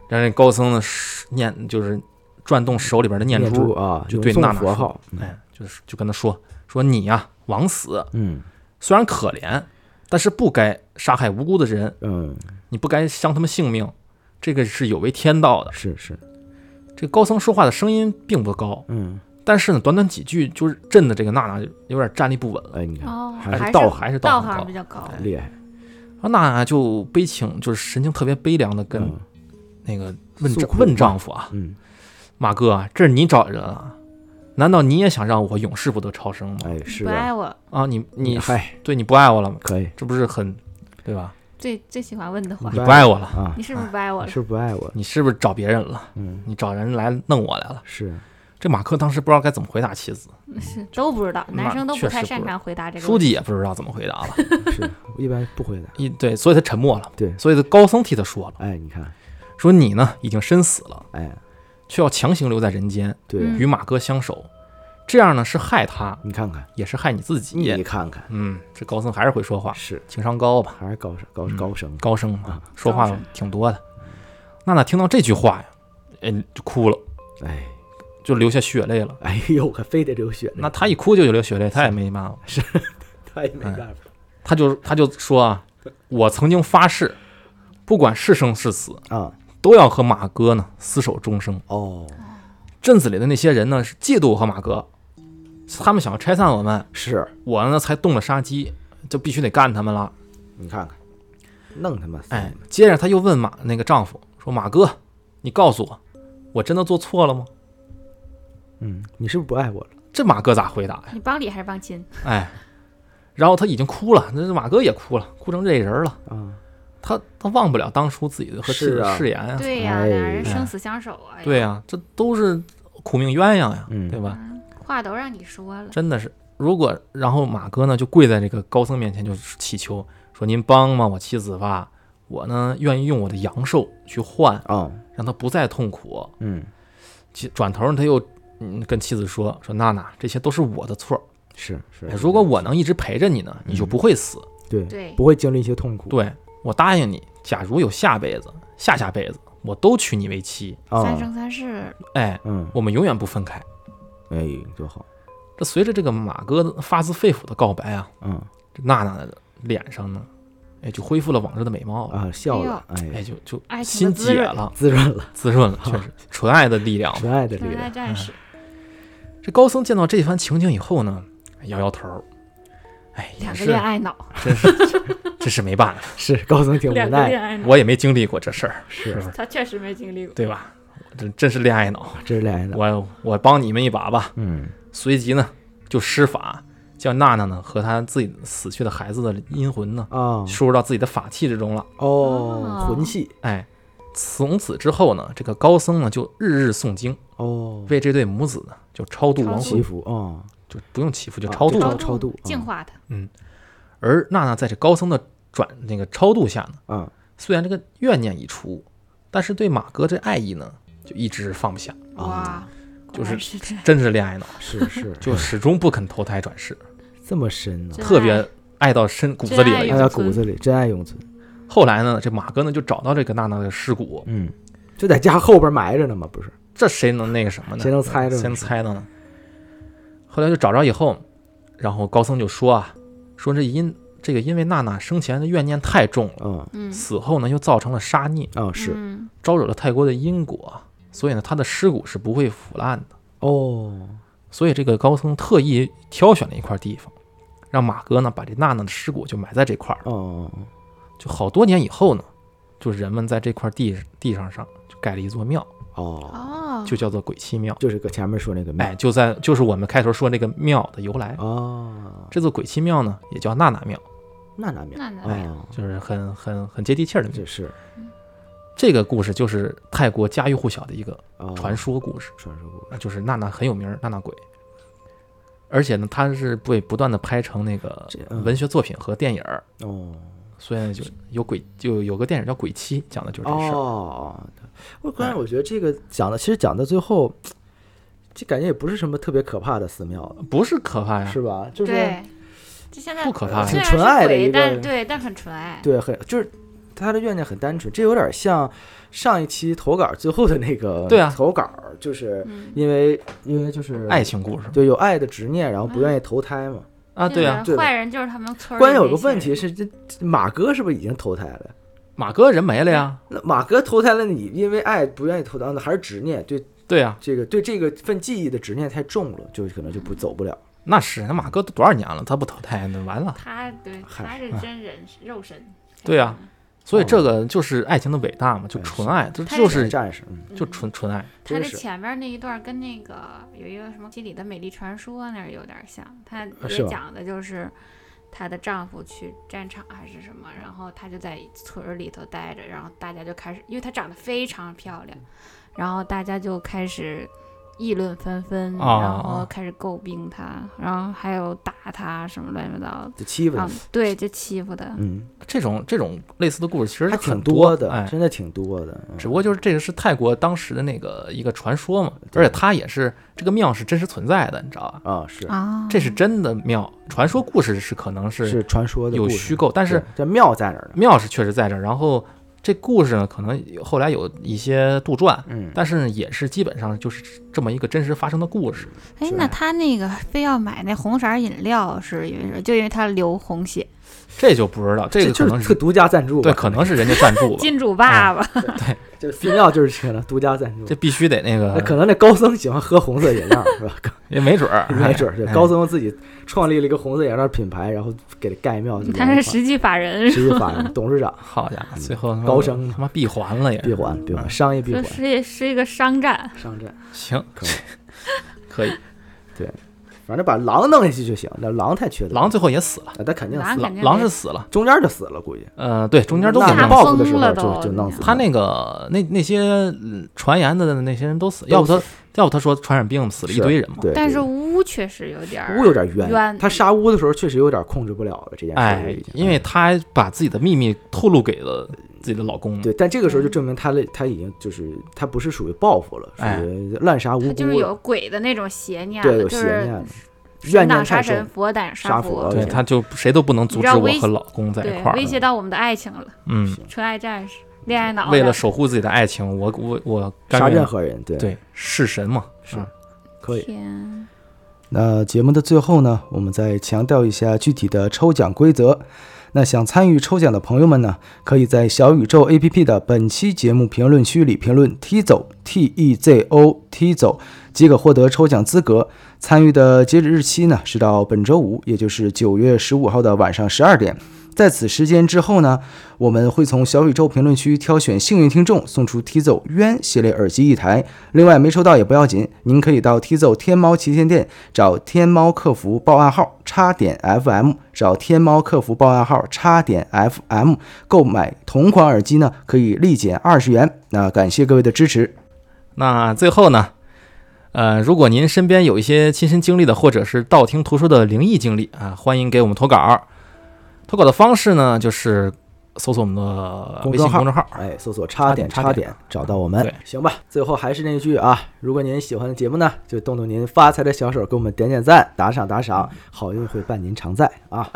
[SPEAKER 2] 让那高僧呢是念就是转动手里边的念
[SPEAKER 4] 念珠
[SPEAKER 2] 珠，
[SPEAKER 4] 啊，
[SPEAKER 2] 就
[SPEAKER 4] 有
[SPEAKER 2] 对
[SPEAKER 4] 诵
[SPEAKER 2] 娜娜
[SPEAKER 4] 佛
[SPEAKER 2] 说
[SPEAKER 4] 号，
[SPEAKER 2] 哎，就是就跟他说说你呀、枉死，
[SPEAKER 4] 嗯
[SPEAKER 2] 虽然可怜，但是不该杀害无辜的人，
[SPEAKER 4] 嗯，
[SPEAKER 2] 你不该伤他们性命，这个是有违天道的。
[SPEAKER 4] 是是，
[SPEAKER 2] 这个高僧说话的声音并不高，
[SPEAKER 4] 嗯，
[SPEAKER 2] 但是呢，短短几句就是震的这个娜娜有点站立不稳了。
[SPEAKER 4] 哎，你看
[SPEAKER 3] 哦，
[SPEAKER 4] 还是
[SPEAKER 3] 是
[SPEAKER 2] 道还是道
[SPEAKER 3] 道
[SPEAKER 2] 行高
[SPEAKER 3] 行比较
[SPEAKER 2] 哎
[SPEAKER 3] 高，
[SPEAKER 4] 厉害，
[SPEAKER 2] 然后娜娜就悲情，就是神情特别悲凉的跟
[SPEAKER 4] 嗯
[SPEAKER 2] 那个问
[SPEAKER 4] 诉
[SPEAKER 2] 丈
[SPEAKER 4] 苦
[SPEAKER 2] 问
[SPEAKER 4] 嘛
[SPEAKER 2] 丈夫啊，
[SPEAKER 4] 嗯，
[SPEAKER 2] 马哥啊，这是你找人啊？难道你也想让我永世不得超生吗？
[SPEAKER 4] 哎是
[SPEAKER 3] 不
[SPEAKER 4] 啊，
[SPEAKER 3] 爱我，
[SPEAKER 2] 啊，你你
[SPEAKER 4] 嗨
[SPEAKER 2] 对你不爱我了吗？
[SPEAKER 4] 可以，
[SPEAKER 2] 这不是很对吧？
[SPEAKER 3] 最最喜欢问的话
[SPEAKER 4] 你
[SPEAKER 2] 你，
[SPEAKER 4] 不
[SPEAKER 2] 不爱我了，
[SPEAKER 4] 啊，
[SPEAKER 3] 你是不是不爱我了？
[SPEAKER 4] 是不爱我，
[SPEAKER 2] 你嗯哎是不是找别人了？
[SPEAKER 4] 嗯，
[SPEAKER 2] 你找人来弄我来了？
[SPEAKER 4] 是
[SPEAKER 2] 这马克当时不知道该怎么回答妻子，
[SPEAKER 3] 是都不知道，
[SPEAKER 2] 嗯那
[SPEAKER 3] 男生都
[SPEAKER 2] 确
[SPEAKER 3] 不
[SPEAKER 2] 实
[SPEAKER 3] 太
[SPEAKER 2] 不
[SPEAKER 3] 擅
[SPEAKER 2] 知道
[SPEAKER 3] 长回答这个
[SPEAKER 2] 书
[SPEAKER 3] 问题。
[SPEAKER 2] 记也不知道怎么回 答了。
[SPEAKER 4] 是，我一般不回答，
[SPEAKER 2] 一对，所以他沉默了。
[SPEAKER 4] 对
[SPEAKER 2] 所以高僧替他说了，
[SPEAKER 4] 哎，你看，
[SPEAKER 2] 说你呢已经身死了，
[SPEAKER 4] 哎，
[SPEAKER 2] 却要强行留在人间
[SPEAKER 4] 对，
[SPEAKER 3] 嗯
[SPEAKER 2] 与马哥相守，这样呢是害他，
[SPEAKER 4] 你看看，
[SPEAKER 2] 也是害你自己。
[SPEAKER 4] 你看看，
[SPEAKER 2] 嗯，这高僧还是会说话，
[SPEAKER 4] 是
[SPEAKER 2] 情商高吧？
[SPEAKER 4] 还是高高
[SPEAKER 2] 嗯
[SPEAKER 4] 高升，
[SPEAKER 2] 高僧嘛，说
[SPEAKER 3] 高
[SPEAKER 2] 话
[SPEAKER 3] 僧
[SPEAKER 2] 挺多的。娜娜听到这句话呀，嗯，就哭了，
[SPEAKER 4] 哎
[SPEAKER 2] 就流下血泪了。
[SPEAKER 4] 哎呦，还非得流血呢，
[SPEAKER 2] 那她一哭就流血泪，她也没办法，
[SPEAKER 4] 他也没办法
[SPEAKER 2] 她就她就说啊，我曾经发誓，不管是生是死，
[SPEAKER 4] 啊，
[SPEAKER 2] 都要和马哥呢厮守终生。
[SPEAKER 4] 哦，
[SPEAKER 2] 镇子里的那些人呢是嫉妒我和马哥，他们想要拆散我们，
[SPEAKER 4] 是，
[SPEAKER 2] 我呢才动了杀机，就必须得干他们了。
[SPEAKER 4] 你看看，弄他妈死
[SPEAKER 2] 哎
[SPEAKER 4] 你们，，
[SPEAKER 2] 接着她又问马那个丈夫说：“马哥，你告诉我，我真的做错了吗
[SPEAKER 4] 嗯，你是不是不爱我了？？”
[SPEAKER 2] 这马哥咋回答呀？
[SPEAKER 3] 你帮理还是帮亲？
[SPEAKER 4] 嗯
[SPEAKER 2] 哎，然后他已经哭了，那马哥也哭了，哭成这人了。
[SPEAKER 4] 啊，
[SPEAKER 2] 他他忘不了当初自己的和妻
[SPEAKER 4] 是
[SPEAKER 2] 子
[SPEAKER 4] 啊
[SPEAKER 2] 的誓言啊，
[SPEAKER 3] 对呀，
[SPEAKER 4] 哎
[SPEAKER 3] 俩人生死相守啊！
[SPEAKER 2] 哎对呀、这都是苦命鸳鸯呀，
[SPEAKER 4] 嗯
[SPEAKER 2] 对吧？
[SPEAKER 3] 话都让你说了，
[SPEAKER 2] 真的是，如果然后马哥呢就跪在这个高僧面前就祈求说：“您帮帮我妻子吧，我呢愿意用我的阳寿去换，
[SPEAKER 4] 哦，
[SPEAKER 2] 让她不再痛苦。
[SPEAKER 4] 嗯，”
[SPEAKER 2] 其转头他又嗯跟妻子说：“说娜娜，这些都是我的错儿，
[SPEAKER 4] 是是
[SPEAKER 2] 哎，如果我能一直陪着你呢，你就不会死。
[SPEAKER 4] 对
[SPEAKER 3] 对
[SPEAKER 4] 不会经历一些痛苦，
[SPEAKER 2] 对我答应你，假如有下辈子、下下辈子，我都娶你为妻。
[SPEAKER 3] 三
[SPEAKER 4] 啊，
[SPEAKER 3] 生三世
[SPEAKER 2] 哎，
[SPEAKER 4] 嗯，
[SPEAKER 2] 我们永远不分开。”
[SPEAKER 4] 哎，多好，
[SPEAKER 2] 这随着这个马哥的发自肺腑的告白啊，
[SPEAKER 4] 嗯
[SPEAKER 2] 这娜娜的脸上呢，哎，就恢复了往日的美貌了，
[SPEAKER 4] 啊，笑了，
[SPEAKER 2] 哎，
[SPEAKER 4] 哎，
[SPEAKER 2] 就就
[SPEAKER 3] 爱
[SPEAKER 2] 心
[SPEAKER 3] 情的滋
[SPEAKER 2] 解
[SPEAKER 3] 润
[SPEAKER 2] 哎了，
[SPEAKER 4] 滋润了，
[SPEAKER 2] 滋润了，确实，纯爱的力量。
[SPEAKER 4] 纯爱的力
[SPEAKER 3] 纯爱
[SPEAKER 4] 量，
[SPEAKER 2] 嗯
[SPEAKER 3] 战士，
[SPEAKER 2] 这高僧见到这番情景以后呢，摇摇头儿，哎，也
[SPEAKER 3] 两个
[SPEAKER 2] 是
[SPEAKER 3] 恋，爱脑，
[SPEAKER 2] 真是，这是没办法，
[SPEAKER 4] 是高僧挺无
[SPEAKER 3] 两个
[SPEAKER 4] 奈，
[SPEAKER 3] 恋爱脑，
[SPEAKER 2] 我也没经历过这事儿，
[SPEAKER 4] 是
[SPEAKER 2] 是不是？
[SPEAKER 3] 他确实没经历过。
[SPEAKER 2] 对吧？我真真是恋爱脑，
[SPEAKER 4] 这是来的，
[SPEAKER 2] 我我帮你们一把吧。
[SPEAKER 4] 嗯，
[SPEAKER 2] 随即呢，就施法，叫娜娜呢和她自己死去的孩子的阴魂呢，
[SPEAKER 4] 啊，
[SPEAKER 2] 输入到自己的法器之中了。
[SPEAKER 4] 哦，
[SPEAKER 3] 哦
[SPEAKER 4] 魂系，
[SPEAKER 2] 哎，从此之后呢，这个高僧呢就日日诵经，
[SPEAKER 4] 哦，
[SPEAKER 2] 为这对母子呢就超度亡
[SPEAKER 3] 超
[SPEAKER 4] 祈
[SPEAKER 2] 魂，
[SPEAKER 4] 福啊，
[SPEAKER 2] 就不用祈福就
[SPEAKER 4] 啊
[SPEAKER 2] 超度
[SPEAKER 4] 对
[SPEAKER 2] 嗯了。
[SPEAKER 4] 超超度
[SPEAKER 3] 净化他，
[SPEAKER 2] 而娜娜在这高僧的转那个超度下呢，
[SPEAKER 4] 啊，
[SPEAKER 2] 虽然这个怨念已除，但是对马哥这爱意呢就一直放不下，
[SPEAKER 4] 啊
[SPEAKER 3] 哇，
[SPEAKER 2] 就
[SPEAKER 3] 果
[SPEAKER 2] 是
[SPEAKER 3] 然是这
[SPEAKER 2] 真是恋爱脑，
[SPEAKER 4] 是是，
[SPEAKER 2] 就始终不肯投胎转世，
[SPEAKER 4] 这么深 呢，
[SPEAKER 3] 真
[SPEAKER 2] 特别爱到深骨子里了已
[SPEAKER 4] 爱
[SPEAKER 3] 真
[SPEAKER 2] 经。
[SPEAKER 3] 爱
[SPEAKER 4] 到
[SPEAKER 3] 永
[SPEAKER 4] 骨子里，真爱永存，
[SPEAKER 2] 后来呢，这马哥呢就找到这个娜娜的尸骨，
[SPEAKER 4] 嗯，就在家后边埋着呢嘛，不是，
[SPEAKER 2] 这谁能那个什么呢？
[SPEAKER 4] 谁能猜着呢
[SPEAKER 2] 谁能猜到呢？后来就找着以后，然后高僧就说啊，说这因这个因为娜娜生前的怨念太重了，
[SPEAKER 4] 嗯，
[SPEAKER 3] 嗯
[SPEAKER 2] 死后呢又造成了杀孽，
[SPEAKER 4] 啊是，
[SPEAKER 3] 嗯
[SPEAKER 2] 招惹了泰国的因果，所以呢他的尸骨是不会腐烂的。
[SPEAKER 4] 哦，
[SPEAKER 2] 所以这个高僧特意挑选了一块地方，让马哥呢把这娜娜的尸骨就埋在这块儿了。
[SPEAKER 4] 哦，
[SPEAKER 2] 就好多年以后呢，就人们在这块地地上上就盖了一座庙，
[SPEAKER 4] 哦，
[SPEAKER 3] 哦，
[SPEAKER 2] 就叫做鬼泣庙。
[SPEAKER 4] 就是个前面说那个庙
[SPEAKER 2] 哎，就在就是我们开头说那个庙的由来。
[SPEAKER 4] 哦，
[SPEAKER 2] 这座鬼泣庙呢，也叫娜娜庙，
[SPEAKER 4] 那难免
[SPEAKER 3] 那难免
[SPEAKER 4] 哦，
[SPEAKER 2] 就是很很很接地气儿的庙。
[SPEAKER 4] 这是
[SPEAKER 2] 这个故事就是泰国家喻户晓的一个
[SPEAKER 4] 哦
[SPEAKER 2] 传说故事，
[SPEAKER 4] 传说故事
[SPEAKER 2] 啊就是娜娜很有名儿，娜娜鬼。而且呢，它是被不断的拍成那个
[SPEAKER 4] 这嗯
[SPEAKER 2] 文学作品和电影儿，
[SPEAKER 4] 哦
[SPEAKER 2] 所以呢就有鬼，就有个电影叫《鬼泣》，讲的就是这事儿。
[SPEAKER 4] 哦，我关
[SPEAKER 2] 哎
[SPEAKER 4] 键我觉得这个讲的，其实讲到最后，这感觉也不是什么特别可怕的寺庙了，
[SPEAKER 2] 不是可怕呀，
[SPEAKER 4] 是吧？就是
[SPEAKER 3] 对，这现在
[SPEAKER 2] 不可怕
[SPEAKER 4] 很
[SPEAKER 2] 呀，
[SPEAKER 3] 虽然
[SPEAKER 4] 纯
[SPEAKER 3] 是
[SPEAKER 4] 爱的
[SPEAKER 3] 鬼
[SPEAKER 4] 一个
[SPEAKER 3] 但对，但很纯爱。
[SPEAKER 4] 对，很就是他的怨念很单纯，这有点像上一期投稿最后的那个
[SPEAKER 2] 对啊
[SPEAKER 4] 投稿就是
[SPEAKER 3] 嗯，
[SPEAKER 4] 因为因为就是
[SPEAKER 2] 爱情故事
[SPEAKER 4] 对有爱的执念，然后不愿意投胎嘛。
[SPEAKER 2] 啊，对呀、
[SPEAKER 3] 那
[SPEAKER 4] 对
[SPEAKER 3] 个
[SPEAKER 4] 的
[SPEAKER 3] 坏人就是他们村儿里
[SPEAKER 4] 关键有
[SPEAKER 3] 那
[SPEAKER 4] 个
[SPEAKER 3] 些
[SPEAKER 4] 问
[SPEAKER 3] 人
[SPEAKER 4] 题是，这这马哥是不是已经投胎了？
[SPEAKER 2] 马哥人没了呀，
[SPEAKER 4] 那马哥投胎了你，因为爱不愿意投胎，那还是执念对
[SPEAKER 2] 对啊呀、
[SPEAKER 4] 这个对这个份记忆的执念太重了，就可能就不走不了。
[SPEAKER 2] 那是那马哥都多少年了，他不淘汰那完了。
[SPEAKER 3] 他对
[SPEAKER 4] 嗨哎啊
[SPEAKER 3] 他是真人肉身，
[SPEAKER 2] 对呀所以这个就是爱情的伟大嘛，
[SPEAKER 4] 哦
[SPEAKER 2] 就纯爱，这
[SPEAKER 3] 太
[SPEAKER 2] 就
[SPEAKER 4] 是
[SPEAKER 2] 是
[SPEAKER 4] 战士，嗯，
[SPEAKER 2] 就纯纯爱。
[SPEAKER 3] 他
[SPEAKER 4] 真
[SPEAKER 3] 的
[SPEAKER 4] 是
[SPEAKER 3] 前面那一段跟那个有一个什么《西里的美丽传说》那儿有点像，他
[SPEAKER 4] 是
[SPEAKER 3] 也
[SPEAKER 4] 吧
[SPEAKER 3] 讲的就是她的丈夫去战场还是什么，然后她就在村儿里头待着，然后大家就开始，因为她长得非常漂亮，然后大家就开始议论纷纷，然
[SPEAKER 2] 啊
[SPEAKER 3] 后开始诟病她，然后还有打她什么乱七八糟的。
[SPEAKER 4] 就欺负他
[SPEAKER 3] 啊，，对，就欺负她。
[SPEAKER 4] 嗯，
[SPEAKER 2] 这种这种类似的故事其实
[SPEAKER 4] 还
[SPEAKER 2] 很
[SPEAKER 4] 挺多
[SPEAKER 2] 哎
[SPEAKER 4] 的，，真的挺多的。嗯
[SPEAKER 2] 只不过就是这个是泰国当时的那个一个传说嘛，
[SPEAKER 4] 对
[SPEAKER 2] 而且它也是这个庙是真实存在的，你知道吧？
[SPEAKER 4] 啊，是
[SPEAKER 3] 啊，
[SPEAKER 2] 这是真的庙，传说故事是可能是
[SPEAKER 4] 是传说的
[SPEAKER 2] 有
[SPEAKER 4] 故事
[SPEAKER 2] 虚构，但是
[SPEAKER 4] 对这庙在哪儿呢？
[SPEAKER 2] 庙是确实在这儿。然后这故事呢，可能后来有一些杜撰，
[SPEAKER 4] 嗯，
[SPEAKER 2] 但是呢也是基本上就是这么一个真实发生的故事。
[SPEAKER 3] 哎
[SPEAKER 4] 是，
[SPEAKER 3] 那他那个非要买那红色儿饮料，是因为就因为他流红血，
[SPEAKER 2] 这就不知道，这个可
[SPEAKER 4] 就
[SPEAKER 2] 能
[SPEAKER 4] 是特
[SPEAKER 2] 是
[SPEAKER 4] 独家赞助吧，
[SPEAKER 2] 对，可能是人家赞
[SPEAKER 4] 啊
[SPEAKER 2] 助吧，
[SPEAKER 3] 金主爸爸。
[SPEAKER 4] 这寺庙 就是可能独家 赞助
[SPEAKER 2] 这。必须得那
[SPEAKER 4] 那可
[SPEAKER 2] 个，
[SPEAKER 4] 能那高僧喜欢喝红色饮料是 吧？
[SPEAKER 2] 也没准儿，
[SPEAKER 4] 没准儿，对
[SPEAKER 2] 哎
[SPEAKER 4] 高僧自己创立了一个红色饮料品牌，然后给盖庙就给
[SPEAKER 3] 他
[SPEAKER 4] 人
[SPEAKER 3] 是
[SPEAKER 4] 发
[SPEAKER 3] 实际法人，
[SPEAKER 4] 实际法人董事 长，
[SPEAKER 2] 哎好家伙，最后他妈
[SPEAKER 4] 高升嘛
[SPEAKER 2] 他妈闭环了也是
[SPEAKER 4] 闭环
[SPEAKER 2] 啊
[SPEAKER 4] 闭环，商业闭
[SPEAKER 3] 这
[SPEAKER 4] 环，
[SPEAKER 3] 是也是一个商战。
[SPEAKER 4] 商战。
[SPEAKER 2] 行，
[SPEAKER 4] 可以
[SPEAKER 2] 可以。
[SPEAKER 4] 反正把狼弄下去就行，那狼太缺德了，
[SPEAKER 2] 狼最后也死了，
[SPEAKER 4] 啊他肯定
[SPEAKER 3] 狼
[SPEAKER 4] 死，
[SPEAKER 2] 狼
[SPEAKER 3] 肯定
[SPEAKER 2] 狼
[SPEAKER 3] 得
[SPEAKER 2] 是死了，
[SPEAKER 4] 中间就死了，估计
[SPEAKER 2] 呃，对，中间都给
[SPEAKER 4] 那
[SPEAKER 3] 吓
[SPEAKER 2] 弄
[SPEAKER 3] 爆
[SPEAKER 4] BOSS
[SPEAKER 2] 死。
[SPEAKER 4] 的时
[SPEAKER 3] 疯
[SPEAKER 4] 候
[SPEAKER 3] 了
[SPEAKER 4] 就
[SPEAKER 3] 都
[SPEAKER 4] 就弄死
[SPEAKER 2] 他
[SPEAKER 4] 了
[SPEAKER 2] 那个那那些嗯传言的那些人都死，要不他要不他说传染病死了一
[SPEAKER 4] 是
[SPEAKER 2] 堆人嘛。
[SPEAKER 4] 对，
[SPEAKER 3] 但
[SPEAKER 4] 对
[SPEAKER 3] 是乌确实有点儿
[SPEAKER 4] 乌有点冤，
[SPEAKER 3] 冤
[SPEAKER 4] 他杀乌的时候确实有点控制不了了这件事儿
[SPEAKER 2] 哎
[SPEAKER 4] 已经，，
[SPEAKER 2] 因为他把自己的秘密透露给了自己的老公。
[SPEAKER 4] 对，但这个时候就
[SPEAKER 3] 嗯
[SPEAKER 4] 证明他的他已经就是他不是属于报复了，属
[SPEAKER 2] 哎
[SPEAKER 4] 于滥杀无
[SPEAKER 3] 他
[SPEAKER 4] 辜，
[SPEAKER 3] 就是有鬼的那种邪念
[SPEAKER 4] 对
[SPEAKER 3] 了，
[SPEAKER 4] 有
[SPEAKER 3] 就
[SPEAKER 4] 邪
[SPEAKER 3] 是
[SPEAKER 4] 念，怨
[SPEAKER 3] 神
[SPEAKER 4] 念
[SPEAKER 3] 挡
[SPEAKER 4] 太
[SPEAKER 3] 杀
[SPEAKER 4] 重
[SPEAKER 3] 神，，佛挡
[SPEAKER 4] 杀
[SPEAKER 3] 杀
[SPEAKER 4] 佛
[SPEAKER 3] 佛，
[SPEAKER 2] 对，
[SPEAKER 4] 对
[SPEAKER 2] 他就谁都不能阻
[SPEAKER 3] 你
[SPEAKER 2] 止
[SPEAKER 3] 知道
[SPEAKER 2] 我
[SPEAKER 3] 威
[SPEAKER 2] 和老公在一
[SPEAKER 3] 对
[SPEAKER 2] 块儿
[SPEAKER 3] 威
[SPEAKER 2] 了。
[SPEAKER 3] 胁到我们的爱情了。
[SPEAKER 2] 嗯，
[SPEAKER 3] 纯爱战士，恋爱脑
[SPEAKER 2] 为
[SPEAKER 3] 的
[SPEAKER 2] 了守护自己的爱情，我我我
[SPEAKER 4] 杀
[SPEAKER 2] 甘愿
[SPEAKER 4] 任何人，对，
[SPEAKER 2] 对弑神嘛，
[SPEAKER 4] 是
[SPEAKER 2] 嗯
[SPEAKER 4] 可以。
[SPEAKER 3] 天，
[SPEAKER 4] 那节目的最后呢，我们再强调一下具体的抽奖规则。那想参与抽奖的朋友们呢，可以在小宇宙 APP 的本期节目评论区里评论 “T 走 T E Z O T 走”，即可获得抽奖资格。参与的截止日期呢是到本周五，也就是九月十五号的晚上十二点。在此时间之后呢，我们会从小宇宙评论区挑选幸运听众，送出 T 走冤系列耳机一台。另外没抽到也不要紧，您可以到 T 走天猫旗舰店找天猫客服报暗号“叉点 FM”，找天猫客服报暗号“叉点 FM” 购买同款耳机呢，可以立减二十元。那感谢各位的支持。
[SPEAKER 2] 那最后呢，呃，如果您身边有一些亲身经历的，或者是道听途说的灵异经历啊，欢迎给我们投稿。投稿的方式呢，就是搜索我们的啊微信公众号。
[SPEAKER 4] 哎，搜索“叉点
[SPEAKER 2] 叉点
[SPEAKER 4] 叉点”，找到我们
[SPEAKER 2] 对，
[SPEAKER 4] 行吧？最后还是那句啊，如果您喜欢的节目呢，就动动您发财的小手，给我们点点赞、打赏打
[SPEAKER 2] 嗯
[SPEAKER 4] 赏，好运会伴您常在啊！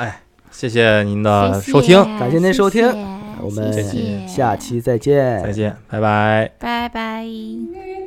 [SPEAKER 2] 谢谢您的呃收听，
[SPEAKER 4] 感谢您收听
[SPEAKER 3] 谢谢
[SPEAKER 4] 我们
[SPEAKER 3] 谢谢
[SPEAKER 4] 下期再见，
[SPEAKER 2] 再见，拜拜。
[SPEAKER 3] 拜拜。
[SPEAKER 5] Thank